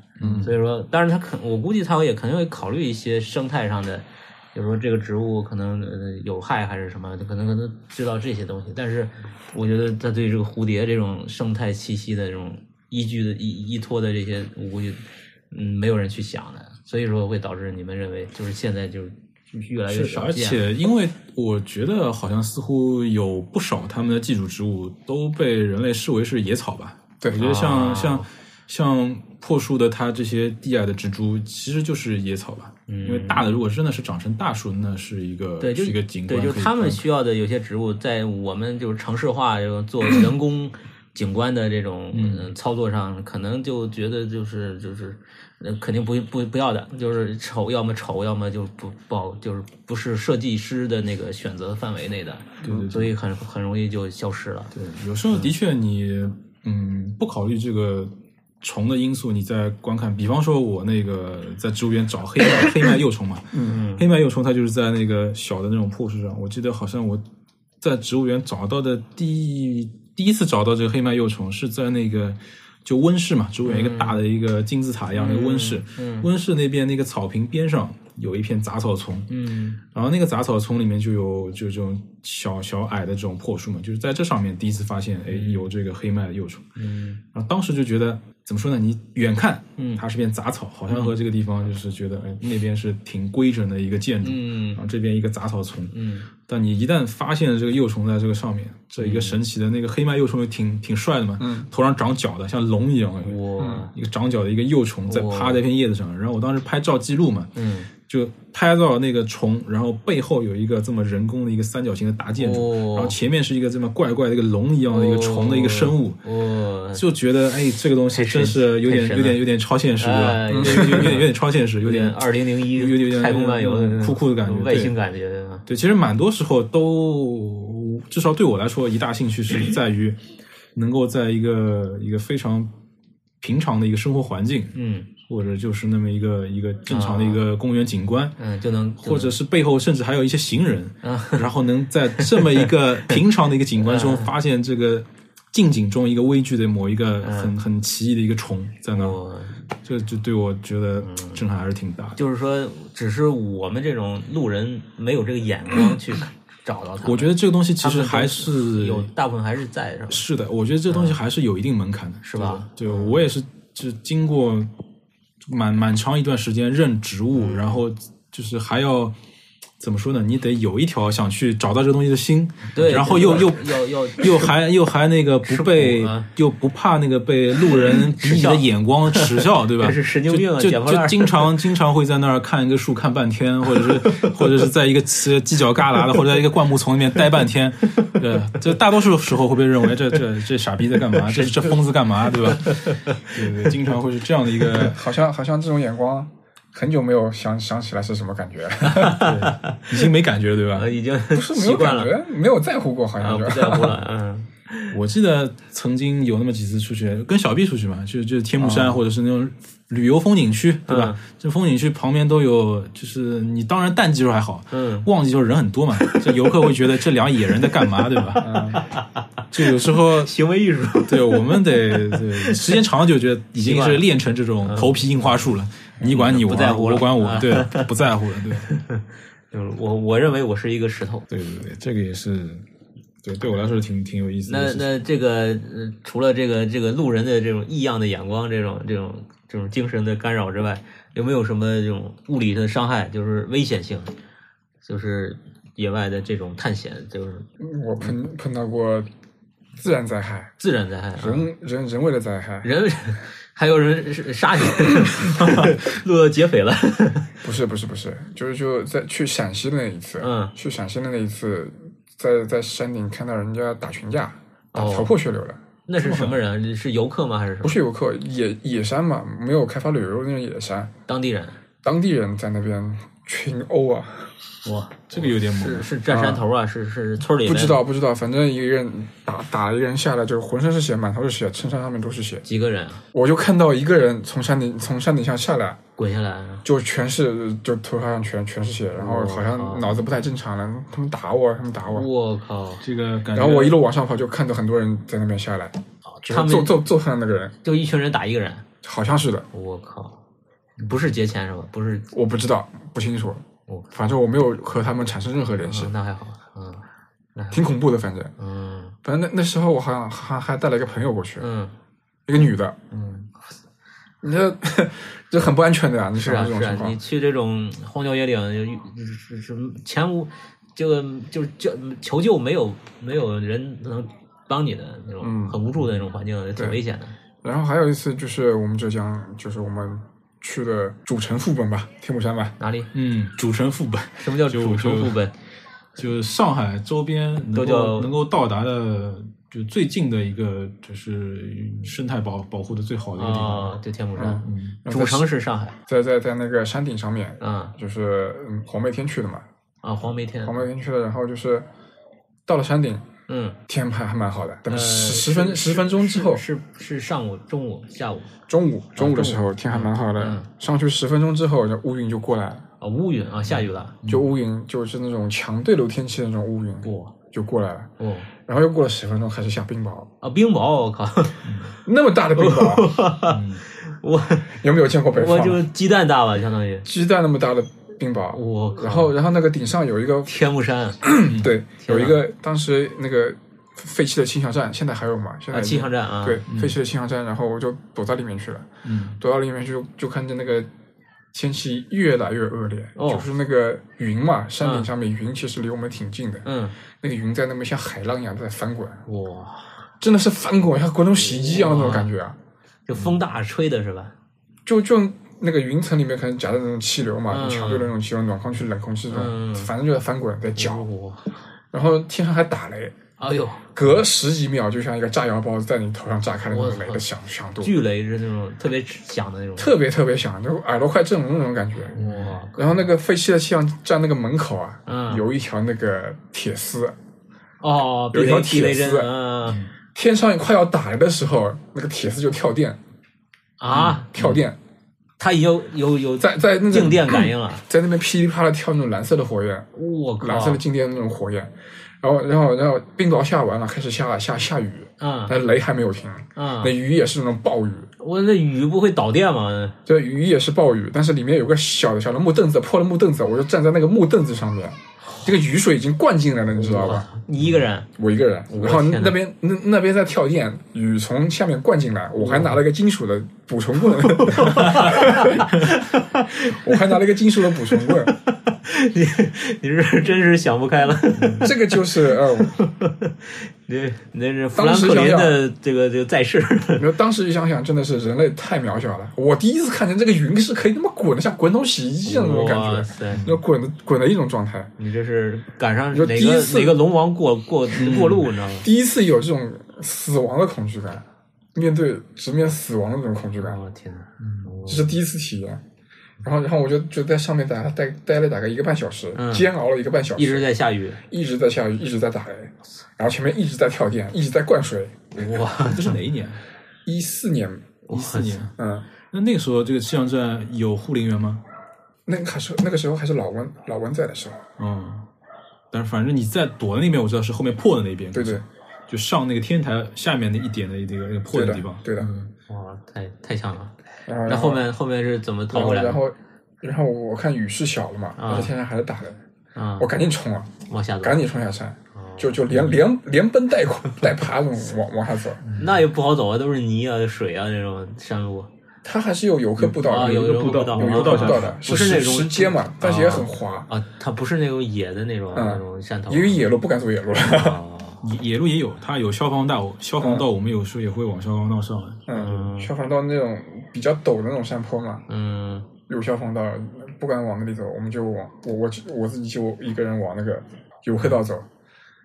S3: 所以说，当然他肯，我估计他也肯定会考虑一些生态上的，比如说这个植物可能呃有害还是什么，可能可能知道这些东西。但是我觉得他对这个蝴蝶这种生态栖息的这种依据的依依托的这些，我估计嗯没有人去想的，所以说会导致你们认为就是现在就是越来越
S5: 是，
S3: 少
S5: 而
S3: 见。
S5: 且因为我觉得好像似乎有不少他们的寄主植物都被人类视为是野草吧。
S4: 对
S5: 我觉得像、
S3: 啊
S5: 像像破树的它这些低矮的植株，其实就是野草吧。嗯、因为大的如果真的是长成大树，那是一个
S3: 对，就是
S5: 一个景观
S3: 对，
S5: 可以
S3: 就
S5: 看，
S3: 是他们需要的有些植物，在我们就是城市化这种做人工 景观的这种嗯操作上，可能就觉得就是就是，呃肯定不不不要的，就是丑，要么丑，要么就不不好，就是不是设计师的那个选择范围内的，
S5: 对对对
S3: 所以很很容易就消失了。
S5: 对，有时候的确你嗯不考虑这个虫的因素，你在观看，比方说我那个在植物园找黑麦 黑麦幼虫嘛，嗯，黑麦幼虫它就是在那个小的那种破树上，我记得好像我在植物园找到的第一第一次找到这个黑麦幼虫是在那个。就温室嘛，植物园一个大的一个金字塔一样的温室，温室那边那个草坪边上有一片杂草丛，
S3: 嗯
S5: 然后那个杂草丛里面就有就这种小小矮的这种破树嘛，就是在这上面第一次发现，哎，有这个黑麦的幼虫。
S3: 嗯
S5: 然后当时就觉得怎么说呢？你远看，
S3: 嗯
S5: 它是片杂草，好像和这个地方就是觉得，哎，那边是挺规整的一个建筑，然
S3: 嗯
S5: 后这边一个杂草丛。
S3: 嗯，
S5: 但你一旦发现了这个幼虫在这个上面，这一个神奇的那个黑麦幼虫又挺挺帅的嘛，
S4: 嗯
S5: 头上长角的，像龙一样，
S3: 我
S5: 一个长角的一个幼虫在趴在一片叶子上。然后我当时拍照记录嘛，
S3: 嗯
S5: 就拍到那个虫，然后背后有一个这么人工的一个三角形的大建筑，
S3: 哦
S5: 然后前面是一个这么怪怪的一个龙一样的一个虫的一个生物，
S3: 哦我
S5: 就觉得哎，这个东西真是有
S3: 太
S5: 点
S3: 神了
S5: 有点有点超现实，
S3: 哎
S5: 对吧有点有点有点超现实，有
S3: 有点
S5: 点
S3: 二零零
S5: 有点有
S3: 一
S5: 点嗯
S3: 太空漫游的那种
S5: 酷酷的感觉
S3: 外
S5: 对
S3: 星感觉啊。
S5: 对，其实蛮多时候都，至少对我来说，一大兴趣是在于能够在一个一个非常平常的一个生活环境，
S3: 嗯啊
S5: 或者就是那么一个一个正常的一个公园景观，
S3: 嗯，就能
S5: 或者是背后甚至还有一些行人，
S3: 啊
S5: 然后能在这么一个平常的一个景观
S3: 嗯
S5: 中发现这个近景中一个微距的某一个很很奇异的一个虫在那儿，
S3: 嗯我嗯
S5: 这就对我觉得震撼还是挺大的。
S3: 就是说，只是我们这种路人没有这个眼光去看找到它们。
S5: 我觉得这个东西其
S3: 它
S5: 实
S3: 们
S5: 还
S3: 都
S5: 是
S3: 有大部分还是在是吧？嗯
S5: 是的，我觉得这东西还是有一定门槛的，
S3: 是吧
S5: 对的，对我也是，就是经过蛮蛮长一段时间认植物，
S3: 嗯
S5: 然后就是还要怎么说呢？你得有一条想去找到这东西的心，
S3: 对，
S5: 然后
S3: 就
S5: 又
S3: 是
S5: 又
S3: 又又
S5: 又还又还那个不被
S3: 吃苦啊
S5: 又不怕那个被路人鄙夷的眼光耻 笑，对吧？
S3: 这是神经病啊
S5: 就
S3: 捡
S5: 就
S3: 破烂
S5: 就
S3: 儿
S5: 经常 经常会在那儿看一个树看半天，或者是 或者是在一个犄犄角旮旯的，或者在一个灌木丛里面待 半天，对，就大多数时候会被认为这这这傻逼在干嘛？这这疯子干 嘛？对吧？对对，经常会是这样的一个，
S4: 好像好像这种眼光，很久没有想想起来是什么感觉，
S5: 已经没感觉对吧？
S3: 呃已经
S4: 不是没
S3: 习
S4: 有
S3: 惯
S4: 感
S3: 了
S4: 觉，没有在乎过，好
S3: 啊，
S4: 像就
S3: 不在乎了，嗯，
S5: 我记得曾经有那么几次出去，跟小 B 出去嘛，就就天目
S3: 啊
S5: 山或者是那种旅游风景区，对
S3: 嗯
S5: 吧？这风景区旁边都有，就是你当然淡季时候还好，
S3: 嗯
S5: 旺季时候人很 多嘛，这游客会觉得这两野人在干嘛，对吧？啊就有时候
S3: 行为艺术，
S5: 对我们得对时间长了就觉得已经是练成这种头皮印花术了，你管你，
S3: 嗯不
S5: 我
S3: 在乎了
S5: 我管 我
S3: 啊，
S5: 对，不在乎了，对。
S3: 就是我我认为我是一个石头。
S5: 对对对，这个也是，对对我来说挺挺有意思的
S3: 那
S5: 事情。
S3: 那这个、呃、除了这个这个路人的这种异样的眼光，这种这种这种精神的干扰之外，有没有什么这种物理的伤害，就是危险性，就是野外的这种探险，就是
S4: 嗯我碰碰到过自然灾害，
S3: 自然灾害啊，
S4: 人人人为的灾害，
S3: 人还有人 是杀你，录到劫匪了，
S4: 不是不是不是，就是就在去陕西的那一次，
S3: 嗯
S4: 去陕西的那一次，在在山顶看到人家打群架，打
S3: 哦
S4: 头破血流的，
S3: 那是什么人？啊是游客吗？还是什
S4: 不
S3: 么？
S4: 是游客，野野山嘛，没有开发旅游的那种野山，
S3: 当地人？
S4: 当地人在那边群殴啊，
S3: 哇，
S5: 这个有点猛。
S3: 是是占山头啊？是是村里面
S4: 不知道不知道，反正一个人打打了一个人下来，就浑身是血，满头是血，衬衫上面都是血，
S3: 几个人啊
S4: 我就看到一个人从山顶从山顶上下来，
S3: 滚下来啊？
S4: 就全是就头上全全是血，然后好
S3: 哦
S4: 像脑子不太正常了，他们打我，他们打我。
S3: 我靠！
S5: 这个感觉，
S4: 然后我一路往上跑，就看到很多人在那边下来，就是
S3: 他们
S4: 揍揍揍他的那个人，
S3: 就一群人打一个人，
S4: 好像是的，
S3: 我靠！不是劫钱是吧？不是，
S4: 我不知道，不清楚
S3: 我，
S4: 反正我没有和他们产生任何联系
S3: 嗯，那还好，嗯
S4: 挺恐怖的，反正，
S3: 嗯
S4: 反正那那时候我好像还还带了一个朋友过去，
S3: 嗯，
S4: 一个女的，
S3: 嗯，
S4: 你 这这很不安全的呀，你
S3: 是
S4: 想
S3: 啊
S4: 想这种
S3: 是
S4: 情
S3: 啊，你
S4: 况，
S3: 去这种荒郊野岭，就遇就是是前无这个就是叫求救，没有没有人能帮你的那种
S4: 嗯
S3: 很无助的那种环境，挺
S4: 对
S3: 危险的。
S4: 然后还有一次就是我们浙江，就是我们去的主城副本吧，天目山吧，
S3: 哪里？
S5: 嗯，主城副本，
S3: 什么叫
S5: 就
S3: 主城
S5: 就
S3: 副本？
S5: 就是上海周边能
S3: 都
S5: 够
S3: 叫
S5: 能够到达的，就最近的一个就是生态保保护的最好的一个地方。
S3: 啊，就天目山。
S5: 嗯，
S4: 然后
S3: 主
S4: 在
S3: 城是上海，
S4: 在在在那个山顶上面，
S3: 啊
S4: 就是嗯黄梅天去的嘛，
S3: 啊，黄梅天，
S4: 黄梅天去的，然后就是到了山顶，
S3: 嗯，
S4: 天还还蛮好的，等
S3: 呃
S4: 十
S3: 是
S4: 十分十分钟之后，
S3: 是是上午、中午、下午
S4: 中午中午
S3: 中午
S4: 的时候天还蛮好
S3: 嗯
S4: 的，上去十分钟之后，这乌云就过来了，
S3: 啊，乌云
S4: 嗯
S3: 啊，下雨了，
S4: 就乌云就是那种强对流天气的那种乌云
S3: 哇
S4: 就过来了，
S3: 哦
S4: 然后又过了十分钟开始下冰雹，
S3: 啊，冰雹，我靠，
S4: 那么大的冰雹，啊 嗯
S3: 我
S4: 有没有见过北
S3: 我
S4: 方？
S3: 就鸡蛋大吧，相当于
S4: 鸡蛋那么大的冰雹，
S3: 我靠
S4: 然后然后那个顶上有一个
S3: 天目山啊
S4: 对有
S3: 哪
S4: 一个当时那个废弃的气象站，现在还有吗？现在
S3: 啊，
S4: 已
S3: 气
S4: 经
S3: 象站啊，
S4: 对，废弃的气象站，然后我就躲到里面去了。
S5: 嗯，
S4: 躲到里面去就就看见那个天气越来越恶劣，
S3: 哦
S4: 就是那个云嘛，山顶上面云其实离我们挺近的，
S3: 嗯，
S4: 那个云在那边像海浪一样在翻滚，
S3: 哇，
S4: 真的是翻滚，像滚动洗衣机一样那种感觉啊！
S3: 就风大吹的是吧？
S4: 就就那个云层里面可能夹着那种气流嘛，
S3: 嗯
S4: 强对流那种气流，暖空气、冷空气这种，
S3: 嗯
S4: 反正就在翻滚在搅，
S3: 哇，
S4: 然后天上还打雷。
S3: 哎呦，
S4: 隔十几秒，就像一个炸药包在你头上炸开的那
S3: 我
S4: 种
S3: 操
S4: 雷的响响度，
S3: 巨雷是那种特别响的那种，
S4: 特别特别响，就耳朵快震聋那种感觉。
S3: 哇，
S4: 然后那个废弃的气象站那个门口啊，
S3: 嗯
S4: 有一条那个铁丝，
S3: 哦，避
S4: 有一条
S3: 雷避雷
S4: 铁
S3: 针
S4: 丝
S3: 啊
S4: 天上快要打来的时候，那个铁丝就跳电，
S3: 啊，
S4: 跳电，
S3: 它有有有
S4: 嗯在在那个
S3: 静电感应了，
S4: 在那边噼里啪啦跳那种蓝色的火焰，
S3: 我靠
S4: 蓝，色的静电那种火焰，然后然后然后冰雹下完了，开始下下下雨，
S3: 嗯
S4: 但雷还没有停，
S3: 嗯
S4: 那，雨也是那种暴雨，
S3: 我那雨不会导电吗？
S4: 这
S3: 哦
S4: 雨也是暴雨，但是里面有个小的小的木凳子，破的木凳子，我就站在那个木凳子上面，这个雨水已经灌进来了，你知道吧？
S3: 你一个人，
S4: 我一个人，
S3: 我的
S4: 然后
S3: 天哪
S4: 那边那那边在跳电，雨从下面灌进来，我
S3: 哦
S4: 还拿了个金属的补充棍， 我还拿了个金属的补充 棍，
S3: 你你是真是想不开了，
S4: 这个就是呃，
S3: 你那是富
S4: 当
S3: 兰
S4: 时
S3: 克林
S4: 想想
S3: 的这个这个在世，
S4: 你说当时一想想，真的是人类太渺小了。我第一次看见这个云是可以那么滚的，像滚筒洗衣机一样的那种感
S3: 哇
S4: 觉，
S3: 塞，
S4: 就滚的滚的一种状态。
S3: 你这是赶上
S4: 你说
S3: 哪
S4: 第一
S3: 个
S4: 次嗯
S3: 哪个龙王过过过路，你知道吗？
S4: 第一次有这种死亡的恐惧感，面对直面死亡的这种恐惧感，
S3: 我天哪！
S4: 嗯这是第一次体验。然后，然后我就就在上面待待待了大概一个半小时，
S3: 嗯
S4: 煎熬了一个半小时，
S3: 一直在下雨，
S4: 一直在下雨，一直在打雷，然后前面一直在跳电，一直在灌水。
S3: 哇，
S5: 这是哪一年？
S4: 一四年，
S5: 一四年。
S4: 嗯，
S5: 那那个时候这个气象站有护林员吗？
S4: 那个还是那个时候还是老温老温在的时候，
S5: 嗯，但是反正你在躲的那边，我知道是后面破的那边，
S4: 对对，
S5: 就上那个天台下面的一点的那个那个破
S4: 对
S5: 的
S4: 的
S5: 地方，，嗯
S4: 对的。
S3: 哇，太太像了。
S4: 然后
S3: 那后面后面是怎么
S4: 然
S3: 逃
S4: 后
S3: 回来的？
S4: 然后然后我看雨是小了嘛，
S3: 啊
S4: 但是天上还是打雷，
S3: 啊
S4: 我，赶紧冲啊，
S3: 往下走，
S4: 赶紧冲下山，
S3: 啊
S4: 就就连连连奔带恐带爬这种往往下走。
S3: 那也不好走啊，都是泥啊、水啊那种山路。
S4: 它还是有游客步道
S3: 啊
S4: 的，
S3: 有
S4: 游
S3: 有
S4: 客
S3: 步道
S4: 有
S3: 啊
S4: 游客步道的，
S3: 不是
S4: 石
S3: 那种
S4: 石阶嘛，但是也很滑，
S3: 啊，它不是那种野的那种、
S4: 嗯
S3: 那种山头，
S4: 因为野路不敢走野路了。
S3: 啊，
S5: 野野路也有，它有消防道，消防道我们有时候也会往消防道上来。
S4: 嗯，消防道那种比较陡的那种山坡嘛，
S3: 嗯，
S4: 有消防道，不敢往那里走，我们就往我我我自己就一个人往那个游客道走。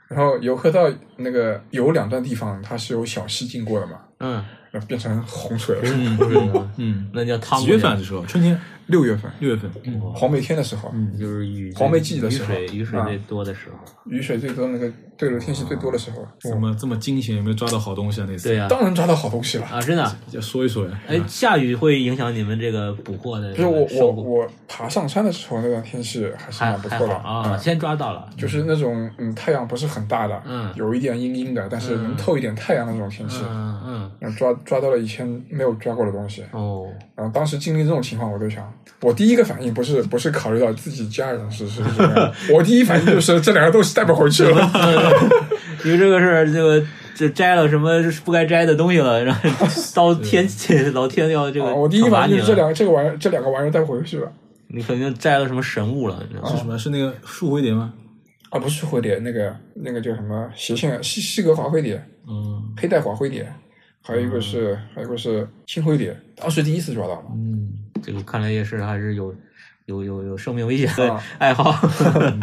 S4: 然后游客道那个有两段地方，它是有小溪经过的嘛，
S3: 嗯，
S4: 然后变成洪水了。
S5: 嗯嗯嗯，
S3: 那叫汤
S5: 几月份啊？这时候？春天，
S4: 六月份，
S5: 六月份。嗯
S4: 黄梅天的时候，
S3: 就是雨
S4: 黄梅季的
S3: 雨
S4: 时候
S3: 水雨水
S4: 啊
S3: 最多的时候。
S4: 雨水最多，那个对流天气最多的时候，
S5: 怎么这么惊险？有没有抓到好东西啊？那次
S3: 对呀、
S4: 当然抓到好东西了。
S3: 啊，真的啊，
S5: 要说一说呀。
S3: 哎，下雨会影响你们这个捕获的
S4: 就是我我
S3: 收获，
S4: 我爬上山的时候，那段天气还是
S3: 还
S4: 蛮不
S3: 还
S4: 错
S3: 好
S4: 的
S3: 啊，
S4: 嗯
S3: 先抓到了，
S4: 就是那种嗯太阳不是很大的，
S3: 嗯
S4: 有一点阴阴的，但是能透一点太阳的那种天气，
S3: 嗯嗯，
S4: 然后抓抓到了以前没有抓过的东西。
S3: 哦，
S4: 然后当时经历这种情况，我就想，我第一个反应不是不是考虑到自己家人是是什么 样的，我第一反应就是这两个东西带不回去 了。
S3: 因为这个是这个这摘了什么不该摘的东西了，然后 到天老天要这个
S4: 啊，我第一
S3: 惩罚
S4: 反应
S3: 你
S4: 就是这
S3: 了，
S4: 两个这个玩意儿这两个玩意儿带不回去了。
S3: 你肯定摘了什么神物了，你知道
S4: 哦
S5: 是
S3: 吗？
S5: 什么？是那个树灰蝶吗？
S4: 啊，不是蝴蝶，那个那个叫什么斜线西西格华灰蝶，
S5: 嗯
S4: 黑带华灰蝶，还有一个是、还有一个是青灰蝶，当时第一次抓到嘛。
S5: 嗯，
S3: 这个看来也是还是有有有有生命危险的
S4: 啊
S3: 爱好，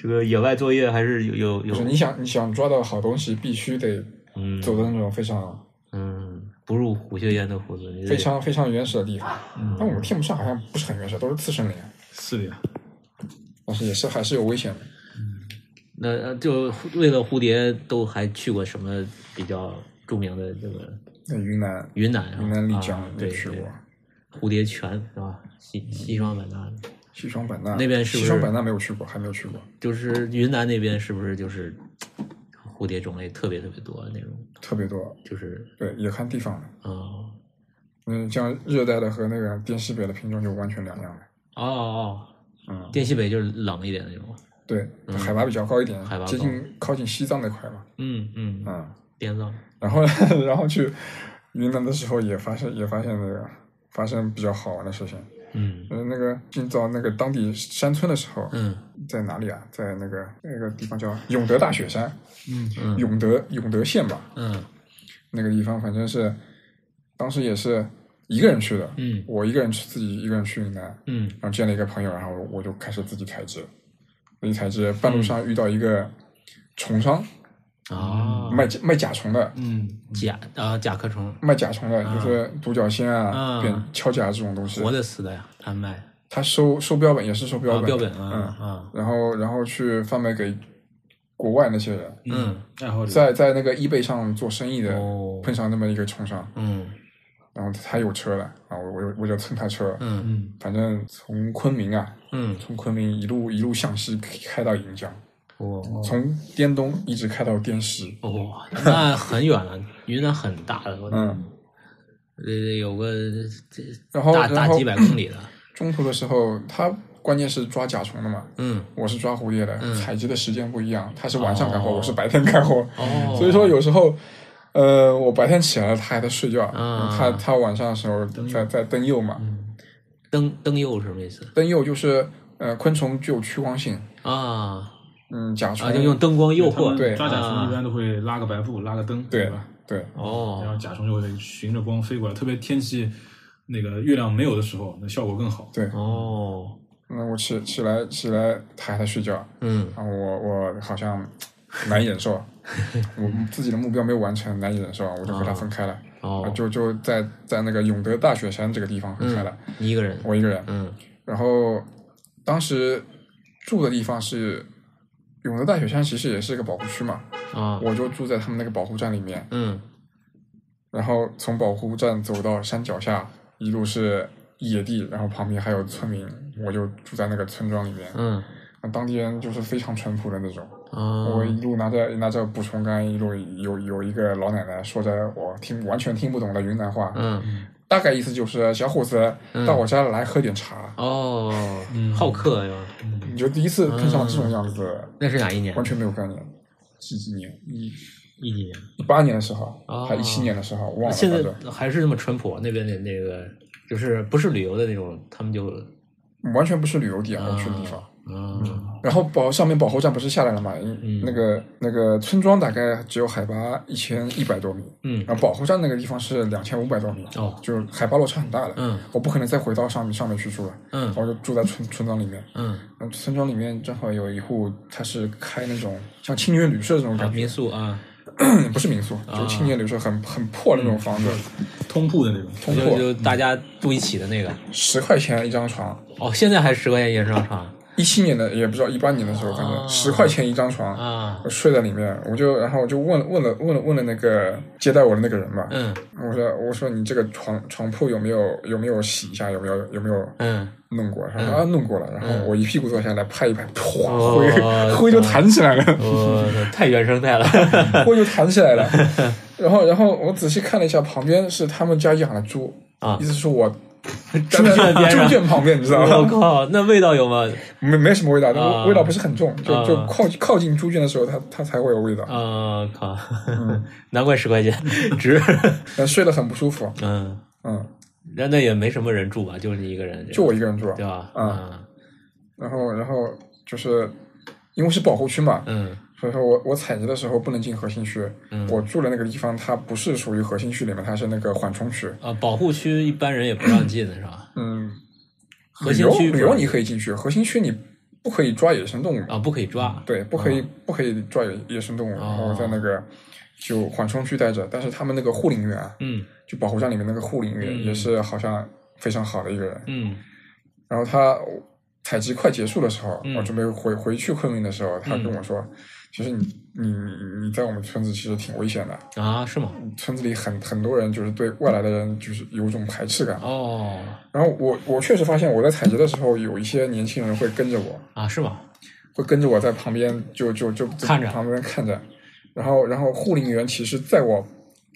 S3: 这个野外作业还是有有
S4: 就是
S3: 有
S4: 你想你想抓到好东西，必须得
S3: 嗯
S4: 走的那种非常、
S3: 嗯不入虎穴焉的虎子，你这
S4: 非常非常原始的地方。但我们天幕上好像不是很原始，都是次生林，
S5: 是的呀。
S4: 但是也是还是有危险的。
S3: 那呃就为了蝴蝶都还去过什么比较著名的这个
S4: 那云南
S3: 云南啊
S4: 云南丽江
S3: 啊
S4: 也
S3: 对
S4: 去过，嗯
S3: 对蝴蝶泉是吧？西西双版纳
S4: 西双版纳
S3: 那边是不是
S4: 西双版纳没有去过，还没有去过，
S3: 就是云南那边是不是就是蝴蝶种类特别特别多那种？
S4: 特别多。
S3: 就是
S4: 对，也看地方的。
S3: 啊、哦
S4: 嗯，像热带的和那个滇西北的品种就完全两样了。
S3: 哦哦，
S4: 嗯，
S3: 滇西北就是冷一点的那种。
S4: 对，海拔比较高一点，
S3: 海拔高
S4: 接近靠近西藏那块嘛。
S3: 嗯嗯，
S4: 嗯，
S3: 滇藏
S4: 然后 然后去云南的时候也发现也发现那个发生比较好玩的事情。
S3: 嗯
S4: 嗯，那个进到那个当地山村的时候，
S3: 嗯
S4: 在哪里啊？在那个那个地方叫永德大雪山，
S5: 嗯
S3: 嗯
S4: 永德永德县吧，
S3: 嗯
S4: 那个地方反正是当时也是一个人去的，
S3: 嗯
S4: 我一个人去自己一个人去云南，
S3: 嗯
S4: 然后见了一个朋友，然后我就开始自己采植，自己采植，半
S3: 嗯
S4: 路上遇到一个虫商，
S3: 啊，
S4: 卖甲卖甲虫的，
S5: 嗯，
S3: 甲啊甲壳虫
S4: 卖甲虫的，就是独角仙
S3: 啊
S4: 啊、扁锹甲这种东西
S3: 活，的死的呀，他卖
S4: 他收收标本也是收标
S3: 啊
S4: 本，
S3: 标本
S4: 嗯
S3: 啊啊
S4: 然后然后去贩卖给国外那些人，
S3: 嗯
S5: 爱好者。
S4: 在在那个 eBay 上做生意的，
S3: 哦
S4: 碰上那么一个冲商，
S3: 嗯
S4: 然后他有车了啊，我我就我就蹭他车，
S3: 嗯
S5: 嗯，
S4: 反正从昆明啊，
S3: 嗯，
S4: 从昆明一路一路向西开到盈江，
S3: 我
S4: 从滇东一直开到滇西，
S3: 嗯哇，那很远了，云南很大的，我
S4: 哦嗯，
S3: 呃得得有个这
S4: 然后
S3: 大
S4: 然
S3: 大
S4: 后
S3: 几百公里的，
S4: 中途的时候他。关键是抓甲虫的嘛，
S3: 嗯，
S4: 我是抓蝴蝶的，采集的时间不一样，它是晚上干活，
S3: 哦
S4: 我是白天干活，
S3: 哦
S4: 所以说有时候，呃，我白天起来了，它还在睡觉，嗯
S3: 啊嗯
S4: 它它晚上的时候在在登幼嘛，
S3: 灯灯幼是什么意思
S4: 登幼就是呃昆虫具有趋光性，
S3: 啊？
S4: 嗯，甲虫、
S3: 啊，就用灯光诱
S5: 他
S3: 惑
S5: 们
S4: 对
S5: 抓甲虫
S3: 啊
S5: 一般都会拉个白布，拉个灯，
S4: 对
S5: 吧？
S4: 对
S5: 然后
S3: 哦，
S5: 甲虫就会循着光飞过来，特别天气那个月亮没有的时候，那效果更好。
S4: 对，
S3: 哦，
S4: 那我起起来起来，它还在睡觉，
S3: 嗯，
S4: 啊，我我好像难以 忍受，我自己的目标没有完成，难以忍受，我就和他分开了，啊
S3: 哦，
S4: 就就在在那个永德大雪山这个地方分开了，
S3: 一个人，
S4: 我一个人。
S3: 嗯
S4: 然后当时住的地方是永德大雪山，其实也是一个保护区嘛，
S3: 啊，
S4: 我就住在他们那个保护站里面，
S3: 嗯，
S4: 然后从保护站走到山脚下，一路是野地，然后旁边还有村民，我就住在那个村庄里面，
S3: 嗯，
S4: 那当地人就是非常淳朴的那种。
S3: 啊，
S4: 我一路拿着拿着捕虫杆，一路有有一个老奶奶说着我听完全听不懂的云南话，
S3: 嗯，
S4: 大概意思就是小伙子到我家来喝点茶。
S3: 哦，
S5: 嗯
S3: 好客呀，
S4: 你就第一
S3: 嗯
S4: 次碰上这种样子，
S3: 那是哪一年？
S4: 完全没有概念。几几年？一
S3: 一几年？
S4: 一八年的时候，
S3: 哦
S4: 还一七年的时候，忘了。啊
S3: 现
S4: 反
S3: 在
S4: 正
S3: 还是那么淳朴，啊那边的那个就是不是旅游的那种，他们就
S4: 完全不是旅游嗯点，我
S3: 啊
S4: 去的地方。
S3: 啊
S4: 然后保上面保护站不是下来了嘛？
S3: 嗯
S4: 那个那个村庄大概只有海拔一千一百多米，
S3: 嗯
S4: 然后保护站那个地方是两千五百多米，
S3: 哦
S4: 就是海拔落差很大的，
S3: 嗯，
S4: 我不可能再回到上面上面去住了，
S3: 嗯
S4: 我就住在村村庄里面，
S3: 嗯
S4: 然后村庄里面正好有一户，他是开那种像青年旅社这种
S3: 啊
S4: 感觉，
S3: 民宿啊，
S4: 不是民宿，就是青年旅社很很破的那种房子，
S3: 嗯
S5: 通铺的那种，
S4: 通
S3: 就
S4: 破
S3: 就大家住一起的那个。
S4: 十块钱一张床，
S3: 哦，现在还十块钱一人上床
S4: 一七年的也不知道一八年的时候，反正十块钱一张床
S3: 哦啊
S4: 我？睡在里面，我就然后我就问了问了问了问了那个接待我的那个人嘛，
S3: 嗯
S4: 我说我说你这个床床铺有没有有没有洗一下，有没有有没有
S3: 嗯，
S4: 弄过？他说啊弄过了，然后我一屁股坐下来拍一拍，哗
S3: 哦
S4: 灰灰就弹起来了，
S3: 我操太原生 态了。
S4: 灰就弹起来 了。然后然后我仔细看了一下，旁边是他们家养的猪
S3: 啊
S4: 意思是我
S3: 猪圈边
S4: 猪
S3: 上，
S4: 圈旁边，你知道
S3: 我
S4: 吗？
S3: 靠，那味道有吗？
S4: 没没什么味道，那
S3: 啊
S4: 味味道不是很重，就
S3: 啊
S4: 就靠靠近猪圈的时候，它它才会有味道。
S3: 啊靠，
S4: 嗯
S3: 难怪十块钱值。
S4: 但睡得很不舒服，
S3: 嗯，
S4: 嗯，
S3: 那那也没什么人住吧，就是你一个人，
S4: 就我一个人住，
S3: 对吧？嗯
S4: 啊然后然后就是因为是保护区嘛，
S3: 嗯
S4: 所以说我我采集的时候不能进核心区，
S3: 嗯
S4: 我住的那个地方它不是属于核心区里面，它是那个缓冲区，
S3: 啊，保护区一般人也不让进是吧？
S4: 嗯，
S3: 核心区
S4: 旅游旅游你可以进去，核心区你不可以抓野生动物，
S3: 啊，不啊可以抓。
S4: 对，不可以、不可以抓野野生动物，然后
S3: 啊
S4: 在那个就缓冲区待着，但是他们那个护林员啊，
S3: 嗯
S4: 就保护站里面那个护林员
S3: 嗯
S4: 也是好像非常好的一个人，
S3: 嗯
S4: 然后他采集快结束的时候，
S3: 嗯
S4: 我准备回回去昆明的时候，他跟我说，其实你你你你在我们村子其实挺危险的，
S3: 啊，是吗？
S4: 村子里很很多人就是对外来的人就是有一种排斥感。
S3: 哦
S4: 然后我我确实发现我在采集的时候，有一些年轻人会跟着我，
S3: 啊，是吗？
S4: 会跟着我在旁边就就就就
S3: 看着
S4: 旁边看着，然后然后护林员其实在我。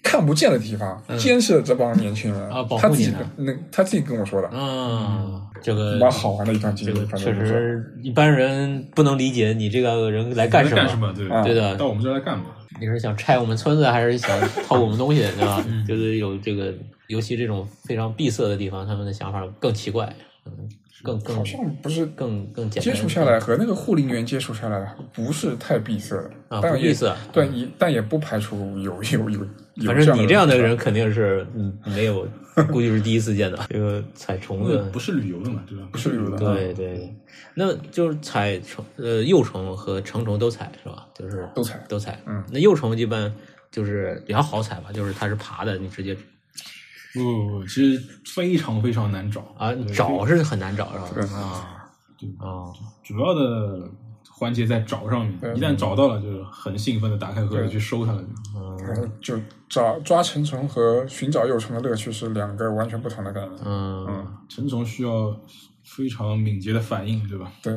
S4: 看不见的地方，监视着这帮年轻人
S3: 嗯啊保护
S4: 他自己
S3: 你呢
S4: 跟那他自己跟我说的，
S3: 嗯，这个
S4: 蛮好玩的一段经
S3: 这
S4: 历。
S3: 个
S4: 嗯反
S3: 确
S4: 正就是
S3: 实一般人不能理解你这个人来干
S5: 你
S3: 什
S5: 在
S3: 么。
S5: 干什么？对
S4: 啊
S3: 对的
S5: 到我们这儿来干嘛？
S3: 你是想拆我们村子，还是想偷我们东西， 对吧？
S4: 嗯
S3: 就是有这个，尤其这种非常闭塞的地方，他们的想法更奇怪，嗯，更更
S4: 好像不是
S3: 更更简单。
S4: 接触下来和那个护林员接触下来，不是太闭塞的，
S3: 啊
S4: 但
S3: 不
S4: 也
S3: 闭塞
S4: 对，也但也不排除有有有有。
S3: 反正你这样的
S4: 人
S3: 人肯定是嗯没有，估计是第一次见的。这个采虫
S5: 那
S3: 子
S4: 嗯
S5: 不是旅游的嘛，对吧？不
S4: 是旅游的
S3: 对对，那就是采成呃幼虫和成虫都采是吧？就是
S4: 都采
S3: 都采。
S4: 嗯，
S3: 那幼虫一般就是比较好采吧，就是它是爬的，你直接
S5: 不不不，其实非常非常难找
S3: 啊
S5: 对
S3: 找是很难找是
S4: 对
S3: 吧？啊
S5: 对
S3: 啊
S5: 主要的环节在找上
S4: 对
S3: 嗯
S5: 面，一旦找到了，就是很兴奋的打开盒
S4: 对
S5: 子去收它了。
S4: 就抓抓成虫和寻找幼虫的乐趣是两个完全不同的概念。
S3: 嗯，
S5: 成虫需要非常敏捷的反应，对吧？
S4: 对，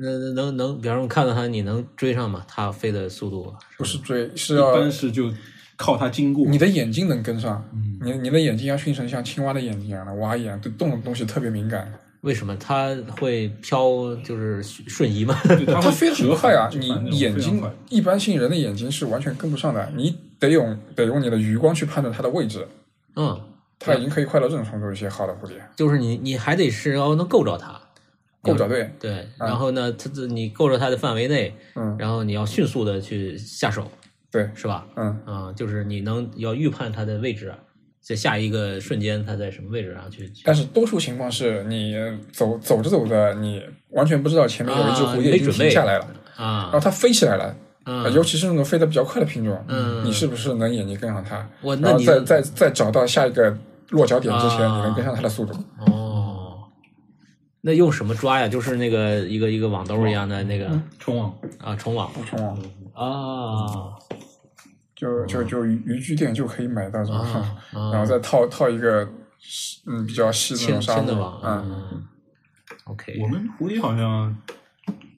S3: 那那能能，比方说你看到它，你能追上吗？它飞的速度啊
S4: 不是追，是
S5: 一
S4: 要
S5: 般是就靠它经过。
S4: 啊你的眼
S5: 嗯
S4: 睛能跟上，你你的眼睛要训成像青蛙的眼睛一样的蛙眼，对动的东西特别敏感。
S3: 为什么它会飘？就是瞬移吗？
S5: 对它
S4: 它
S5: 会
S4: 飞得很
S5: 折
S4: 快啊！
S5: 返就反正
S4: 你眼
S5: 非常
S4: 睛
S5: 快
S4: 一般性人的眼睛是完全跟不上的，你得用得用你的余光去判断它的位置。
S3: 嗯，
S4: 它已经可以快到这种程度，一些好的蝴蝶
S3: 就是你你还得是要能够着它，
S4: 够嗯找对，
S3: 对，然后呢，它自你够着它的范围内，
S4: 嗯
S3: 然后你要迅速的去下手，
S4: 对，
S3: 是吧？
S4: 嗯，
S3: 啊、就是你能要预判它的位置，啊在下一个瞬间它在什么位置上去。去
S4: 但是多数情况是你走走着走着，你完全不知道前面有一只蝴
S3: 啊
S4: 蝶
S3: 没
S4: 已经
S3: 准备
S4: 停下来了，
S3: 啊
S4: 然后，它飞起来了。
S3: 嗯
S4: 呃尤其是那种飞得比较快的品种，
S3: 嗯
S4: 你是不是能眼睛跟上它？
S3: 我那
S4: 然后
S3: 你
S4: 再再再找到下一个落脚点之前，
S3: 啊
S4: 你能跟上它的速度？
S3: 哦，那用什么抓呀？就是那个一个一个网兜一样的那个
S5: 冲网
S3: 啊，虫网
S4: 不冲啊，
S3: 啊
S4: 就就就渔渔具店就可以买到这种，
S3: 啊
S4: 然后
S3: 啊，
S4: 再套套一个嗯比较细的那
S3: 轻
S4: 种纱
S3: 轻
S4: 布
S3: 的网，，
S4: 嗯，
S3: 嗯，OK，
S5: 我们蝴蝶好像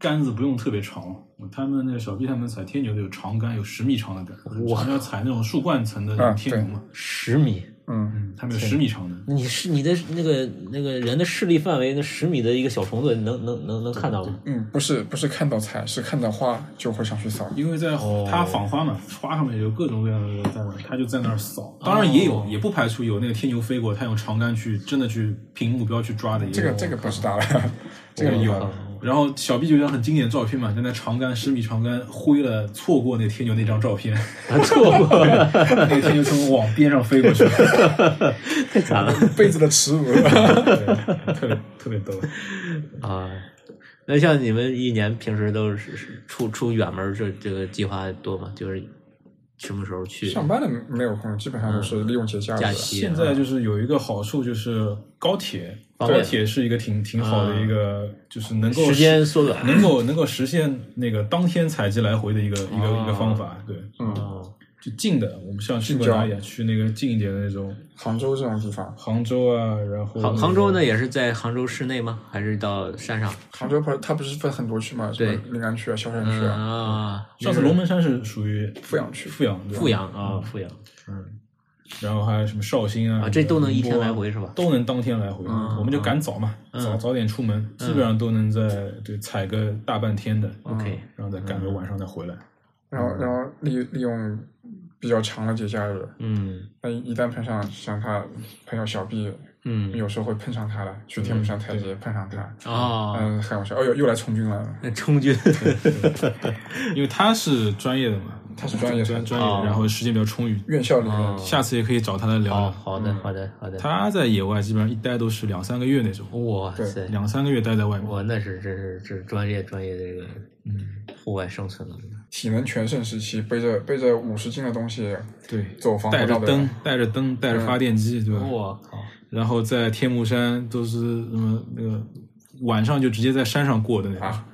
S5: 杆子不用特别长，他们那个小 B 他们采天牛的有长杆，有十米长的杆，我们要采那种树冠层的那种
S4: 啊
S5: 天牛嘛，
S3: 十米，
S4: 嗯，
S5: 嗯，他们有十米长的。
S3: 你是你的那个那个人的视力范围，那十米的一个小虫子，能能能能看到吗？
S4: 嗯，不是不是看到菜，是看到花就会想去扫。
S5: 因为在
S4: 哦
S5: 它仿花嘛，花上面有各种各样的在那儿，它就在那儿扫。
S4: 哦
S5: 当然也有，也不排除有那个天牛飞过，它用长杆去真的去凭目标去抓的也有。啊
S4: 这个这个不知道了， 这个
S5: 有。然后小 B 就有张很经典的照片嘛，在那长杆十米长杆挥了，错过那天牛那张照片，
S3: 错过，
S5: 那个天牛从往边上飞 过去，
S3: 太惨了
S4: 杯子的耻 辱。
S5: 对特别特别逗。
S3: 啊！那像你们一年平时都是是出出远门儿这这个计划多吗？就是什么时候去？
S4: 上班的没有空，基本上都是利用节假日
S3: 嗯假。期
S5: 现在就是有一个好处就是高铁，
S3: 啊方便啊
S5: 高铁是一个挺挺好的一个，就是能够
S3: 时间缩短，
S5: 能够能够实现那个当天采集来回的一个
S3: 啊
S5: 一个一个方法，对，
S4: 嗯
S3: 哦
S5: 就近的，我们像去过
S4: 郊
S5: 哪里啊？去那个近一点的那种
S4: 杭州这种地方，
S5: 杭州啊，然后
S3: 杭杭州呢
S5: 那个
S3: 也是在杭州市内吗？还是到山上？
S4: 杭州不是它不是分很多区嘛，什
S3: 对
S4: 么临安区啊、萧山区
S3: 嗯
S4: 啊、
S3: 啊，
S5: 上次龙嗯门山是属于
S4: 富阳区。
S5: 富阳，对吧
S3: 富，阳啊，富阳
S5: 然后还有什么绍兴啊
S3: 啊，这都能一天
S5: 宁波啊
S3: 来回是吧？嗯
S5: 都能当天来回，我们就赶早嘛，早早点出门，基本上都能在对踩个大半天的
S3: 嗯
S5: 嗯
S3: OK
S5: 然后再赶个晚上再回来。
S4: 然后然后利利用比较长的节假日，
S3: 嗯
S4: 那一旦碰上像他朋友小 B，
S3: 嗯
S4: 有时候会碰上他了，去天目山台阶碰上他，
S5: 哎
S3: 哦，
S4: 嗯，开玩笑，哦哟又来从军了，
S3: 那充军
S5: 因为他是专业的嘛，
S4: 他是专业
S5: 专
S4: 的，
S5: 专业
S3: 哦
S5: 的，然后时间比较充裕，
S4: 院校里面
S3: 哦
S5: 下次也可以找他来聊
S3: 好
S5: 聊。
S3: 哦好的好的好的，
S5: 嗯他在野外基本上一待都是两三个月那种，
S3: 哇塞，
S5: 两三个月待在外面。
S3: 我那是这是这是专业专业这个嗯户外生存了，
S4: 体能全盛时期，背着背着五十斤的东西，
S5: 对，
S4: 走防
S5: 带
S4: 火
S5: 着
S4: 道的
S5: 灯
S4: 人，，
S5: 带着灯，带着发电机，对吧？
S3: 我靠，
S5: 然后在天目山都是什么那个晚上就直接在山上过的那种
S4: 啊。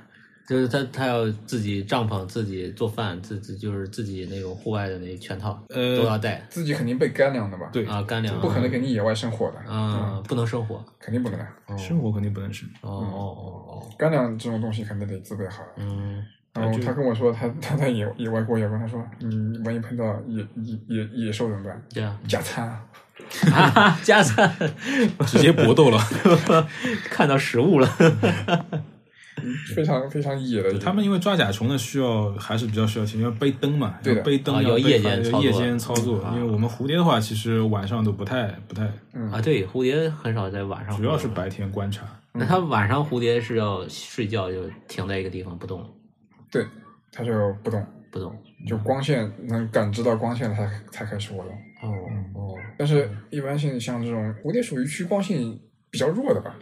S3: 就是他他要自己帐篷自己做饭自己就是自己那种户外的那全套
S5: 呃
S3: 都要带
S4: 自己肯定被干粮的吧？
S5: 对
S3: 啊，干粮
S4: 不可能给你野外生火的，嗯
S5: 嗯
S3: 啊不能生火
S4: 肯定不能的。
S5: 生活肯定不能省。
S3: 哦哦哦哦
S4: 干粮这种东西肯定得自备好。
S3: 嗯
S4: 然后
S5: 就
S4: 他跟我说，他他在野野外过夜过，他说，你万一碰到野野野野兽怎么办？
S3: 对 啊
S4: 加餐啊，
S3: 哈哈加餐
S5: 直接搏斗了。
S3: 看到食物了
S4: 非常非常野的一个。
S5: 他们因为抓甲虫呢，需要还是比较需要钱，要背灯嘛，
S4: 对的
S5: 要背灯，
S3: 啊
S5: 要
S3: 要
S5: 背
S3: 夜
S5: 牌
S3: 间
S5: 要
S3: 操
S5: 夜
S3: 作
S5: 间操作。因为我们蝴蝶的话，其实晚上都不太不太，
S3: 啊对蝴蝶很少在晚上
S5: 主要是白天观察。
S3: 那它晚上蝴蝶是要睡觉就停在一个地方不动了
S4: 对，他就不动，
S3: 不动
S4: 就光线能感知到光线了，才才开始活动。
S3: 哦
S5: 嗯
S3: 哦
S4: 但是一般性像这种蝴蝶属于趋光性比较弱的吧，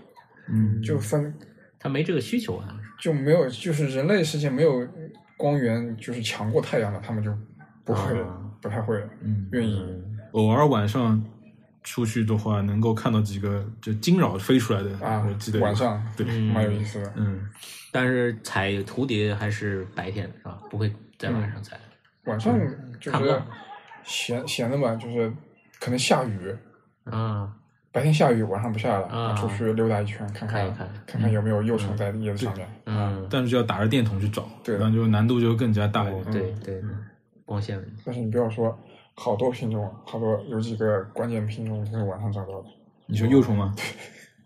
S4: 嗯，就分
S3: 它没这个需求啊
S4: 就没有就是人类世界没有光源就是强过太阳的，他们就不会、
S5: 啊
S4: 不太会
S3: 嗯
S4: 愿意。
S5: 偶尔晚上出去的话，能够看到几个就惊扰飞出来的，
S4: 啊
S5: 我记得有
S4: 晚上
S5: 对，
S4: 蛮有意思的。
S5: 嗯，
S3: 但是采蝴蝶还是白天是吧？不会在晚
S5: 嗯
S3: 上采。
S4: 晚上就
S3: 看不
S4: 是
S3: 到
S4: 闲闲的嘛，就是可能下雨，
S3: 啊，
S4: 白天下雨，晚上不下了，
S3: 啊
S4: 出去溜达一圈，看
S3: 看一
S4: 看
S3: 看
S4: 看看有没有幼虫在叶子上面。
S3: 嗯，
S5: 但是就要打着电筒去找，
S4: 对
S5: 然后就难度就更加大一
S4: 哦
S5: 点。
S3: 哦
S5: 嗯
S3: 对对，
S4: 嗯
S3: 光线问题。
S4: 但是你不要说，好多品种，好多有几个关键品种，你是晚上找到的。
S5: 你说幼虫吗？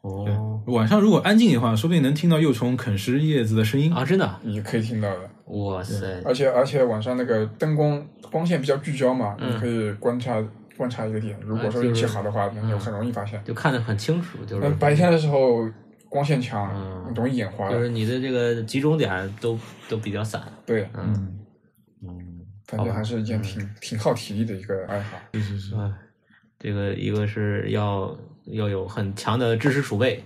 S3: 哦
S5: 晚上如果安静的话，说不定能听到幼虫啃食叶子的声音。
S3: 啊，真的，
S4: 你可以听到的。
S3: 哇塞，
S4: 而且而且晚上那个灯光光线比较聚焦嘛，
S3: 嗯
S4: 你可以观察观察一个点。
S3: 啊
S4: 如果说运气好的话，能就很容易发现。
S3: 就看得很清楚，嗯就是
S4: 那白天的时候光线强
S3: 嗯，
S4: 容易眼花
S3: 就。是你的这个集中点都都比较散，
S4: 对，
S3: 嗯嗯，
S4: 反正还是一件挺挺耗体力的一个爱好。
S5: 是是是，
S3: 哎，这个一个是要要有很强的知识储备，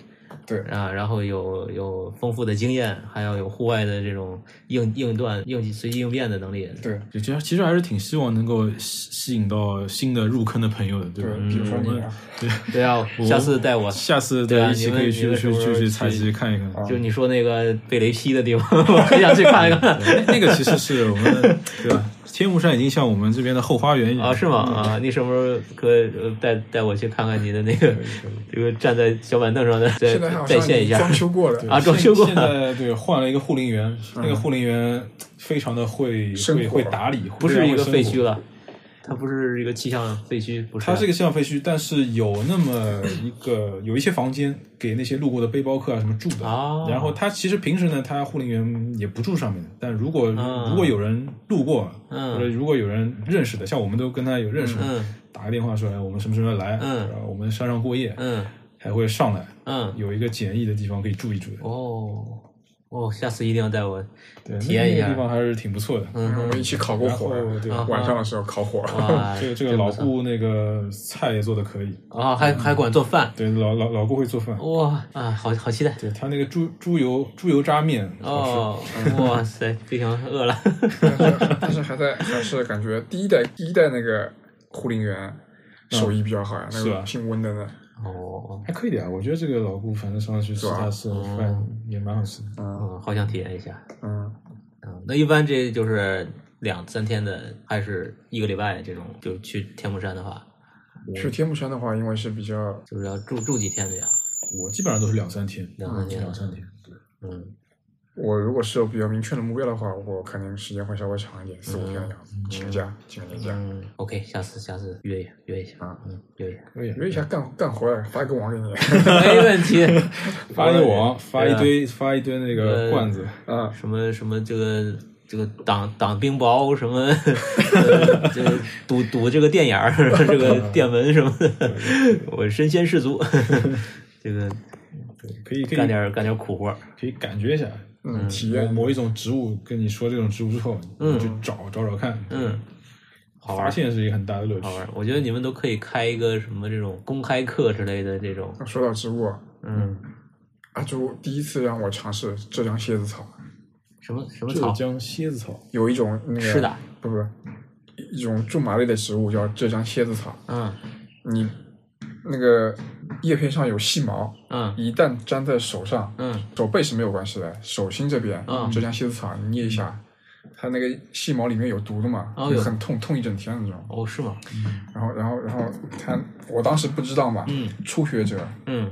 S4: 对
S3: 啊，然后有有丰富的经验，还要有户外的这种应应断应急随机应变的能力，
S4: 对，
S5: 就其实其实还是挺希望能够吸吸引到新的入坑的朋友的，对吧？
S4: 对比如说
S3: 嗯
S5: 我
S4: 你
S5: 们
S4: 啊
S5: 对，
S3: 对啊，下次带我，
S5: 下次
S3: 对啊
S5: 一起
S3: 你们
S5: 可以
S3: 你
S5: 去
S3: 们
S5: 去
S3: 什么时
S5: 去
S3: 候
S5: 去采
S3: 去啊
S5: 集看一看。
S3: 就是你说那个被雷劈的地方， 我很想去看一看。
S5: 那那个其实是 我们对吧？天目山已经像我们这边的后花园一样
S3: 啊，是吗？啊，你什么时候可呃带带我去看看你的那 个这个站在小板凳上的再
S4: 现在好
S3: 再
S4: 像
S3: 现一下
S4: 装修过了，
S3: 啊，装修过嗯
S5: 现在对换了一个护林员，那个护林员非常的会
S4: 生
S5: 会
S4: 活
S5: 会打理，
S3: 不是一个废墟
S5: 了。
S3: 了，它不是一个气象废墟，不是
S5: 它是一个现象废墟，但是有那么一 个有一些房间给那些路过的背包客啊什么住的。
S3: 哦
S5: 然后它其实平时呢，它护林员也不住上面的，但如果、
S3: 嗯
S5: 如果有人路过，
S3: 嗯
S5: 或者如果有人认识的，像我们都跟他有认识，
S3: 嗯嗯
S5: 打个电话说，哎，我们什么时候来？
S3: 嗯
S5: 然后我们山上过夜，
S3: 嗯
S5: 还会上来，
S3: 嗯
S5: 有一个简易的地方可以住一住的。
S3: 哦哦，下次一定要带我
S5: 对，
S3: 体验一
S5: 那
S3: 下
S5: 个地方还是挺不错的。
S4: 嗯我们一起烤过
S5: 然后
S4: 火，啊
S5: 对，
S3: 啊
S4: 晚上的时候烤火。
S3: 哇，
S5: 这个这个
S3: 真不
S5: 老嗯
S3: 错
S5: 顾那个菜也做的可以，
S3: 啊，还还管做饭
S5: 对，老老老顾会做饭。
S3: 哇啊，好好期待
S5: 对他那个猪猪油猪油渣面好吃，
S3: 哦， 哇塞，非常饿了，
S4: 但是还在还是感觉第一代第一代那个护林员手艺比较好呀，那
S5: 是吧
S4: 个姓温的呢，
S3: 哦，
S5: 还可以的啊。我觉得这个老顾反正上次去吃
S4: 是吧
S5: 他吃的饭也蛮好吃的。
S3: 嗯，好想体验一下。
S4: 嗯，
S3: 嗯，那一般这就是两三天的，还是一个礼拜这种，就去天目山的话，
S4: 去天目山的话，因为是比较
S3: 就是要住住几天的呀？
S5: 我基本上都是两三天，
S3: 两三天
S5: 两三天。
S3: 嗯，
S4: 我如果是有比较明确的目标的话，我肯定时间会稍微长一点，四五天的样子，请个假，请个年假，
S3: 嗯，OK，下次下次约一下约一下，
S5: 啊
S3: 嗯，约一下，
S5: 可以
S4: 约一下干干活呀，发个网给 你，
S3: 没问题。
S5: 发一个网，发一堆发一堆
S3: 啊
S5: 那
S3: 呃
S5: 个罐子，
S4: 嗯，
S3: 什么什么这个这个挡挡冰雹，什 么呃这个堵堵这个电眼儿，这个
S5: 嗯
S3: 电门什么的， 我身先士 卒。这个
S5: 可以可
S3: 干
S5: 以
S3: 点儿干点儿苦活儿，
S5: 可以感觉一下。
S4: 嗯，体
S5: 某
S4: 验
S5: 某一种植物跟你说这种植物之后，
S3: 嗯
S5: 你去找找找看，
S3: 嗯，好玩
S5: 发
S3: 儿。
S5: 现是一个很大的乐趣
S3: 好。玩儿。我觉得你们都可以开一个什么这种公开课之类的这种，
S4: 说到植物，啊
S3: 嗯，
S4: 阿朱第一次让我尝试浙江蝎子草，
S3: 什么什么
S5: 浙
S3: 草
S5: 江蝎子草，
S4: 有一种那个
S3: 吃的，
S4: 不不，一一种苎麻类的植物叫浙江蝎子草，
S3: 嗯
S4: 你那个叶片上有细毛，
S3: 嗯
S4: 一旦粘在手上，
S3: 嗯，
S4: 手背是没有关系的，手心这边，
S3: 嗯
S4: 浙江蝎子草你捏一下，它那个细毛里面有毒的嘛，
S3: 哦有
S4: 很痛，痛一整天的那种。
S3: 哦，是吗？
S4: 然后，然后，然后他，我当时不知道嘛，
S3: 嗯
S4: 初学者
S3: 嗯，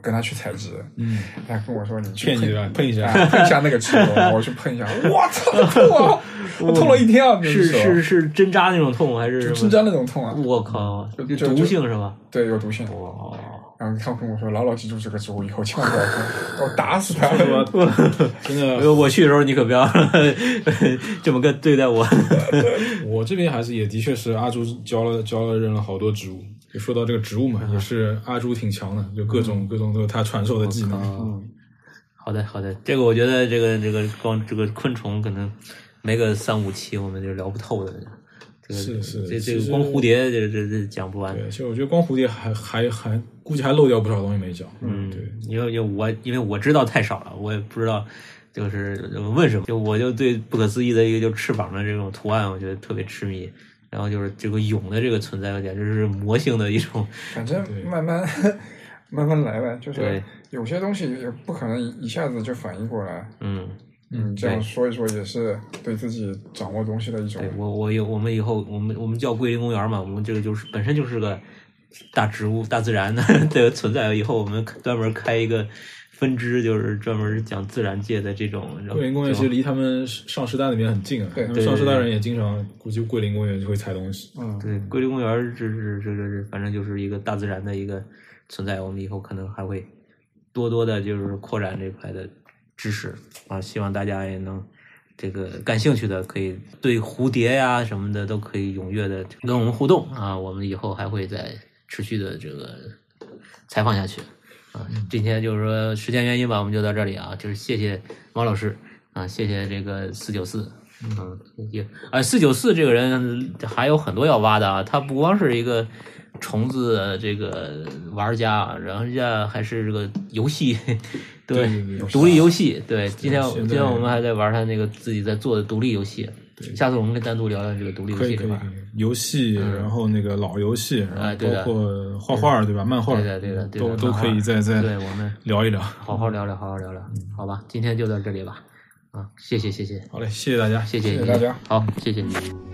S4: 跟他去采集，
S5: 嗯，
S4: 他跟我说你去
S5: 骗你
S4: 碰
S5: 对 吧？碰一下
S4: 啊，，碰一下那个植物，我去碰一下，我操，痛啊！我痛了一天啊，那
S3: 是
S4: 手
S3: 是是针扎那种痛还
S4: 就是
S3: 什
S4: 针
S3: 么？
S4: 扎那种痛啊，
S3: 我靠，
S4: 就
S3: 有
S4: 就
S3: 毒
S4: 就
S3: 性是吧？
S4: 对，有毒性。
S3: 哦，
S4: 然后他跟我说，牢牢记住这个植物，以后千万不要 碰，我打死他。
S5: 真的
S3: 呃 我去的时候你可不要 这么跟对待我。
S5: 我这边还是也的确是阿朱教了教了认了好多植物。就说到这个植物嘛，
S3: 嗯
S5: 也是阿朱挺强的，就各种、各种都有他传授的技
S3: 哦
S5: 能。
S3: 嗯好的好的，这个我觉得这个这个光这个昆虫可能没个三五期我们就聊不透的。这个
S5: 是是
S3: 这这
S5: 其
S3: 个
S5: 实
S3: 光蝴蝶这这这讲不完。
S5: 对，其实我觉得光蝴蝶还还还估计还漏掉不少东西没讲。嗯，对，
S3: 因为因为我因为我知道太少了，我也不知道就是问什么，就我就对不可思议的一个就翅膀的这种图案，我觉得特别痴迷。然后就是这个蛹的这个存在，简直是魔性的一种，
S4: 反正慢慢慢慢来呗，就是
S3: 对
S4: 有些东西也不可能一下子就反应过来。
S3: 嗯，
S4: 嗯，这样
S3: 对
S4: 说一说也是对自己掌握东西的一种
S3: 对。我我有我们以后我们我们叫桂林公园嘛，我们这个就是本身就是个大植物大自然的 的存在，以后我们专门开一个分支，就是专门讲自然界的这种，然后
S5: 桂林公园其实离他们上师大那边很近啊，
S4: 对
S5: 他们
S3: 对
S5: 上师大
S3: 对
S5: 人也经常估计桂林公园就会采东西。
S4: 嗯，
S3: 对，桂林公园儿这是这这这，反正就是一个大自然的一个存在，我们以后可能还会多多的就是扩展这块的知识啊，希望大家也能这个感兴趣的可以对蝴蝶呀、什么的都可以踊跃的跟我们互动啊，我们以后还会再持续的这个采访下去啊。
S5: 嗯
S3: 今天就是说时间原因吧，我们就到这里啊，就是谢谢王老师啊，谢谢这个四九四。嗯，也啊，四九四这个人还有很多要挖的啊，他不光是一个虫子呃这个玩家啊，然后人家还是这个游戏，对，独立游戏，对，今天今天我们还在玩他那个自己在做的独立游戏，下次我们可以单独聊聊这个独立游
S5: 可
S3: 戏
S5: 以可
S3: 这
S5: 以
S3: 块
S5: 可
S3: 儿。
S5: 以，游戏，然后那个老游戏，然
S3: 嗯哎
S5: 后
S3: 对的
S5: 包括画画对吧？漫画
S3: 对的对的对的
S5: 都都
S3: 漫画
S5: 可以再再
S3: 对我们
S5: 聊一聊。
S3: 好好聊聊，好好聊聊，
S4: 嗯
S3: 好吧，今天就到这里吧，啊，谢谢谢谢
S5: 好嘞，谢谢大家，
S3: 谢谢
S4: 谢谢
S3: 你
S4: 大家，
S3: 好，谢谢你。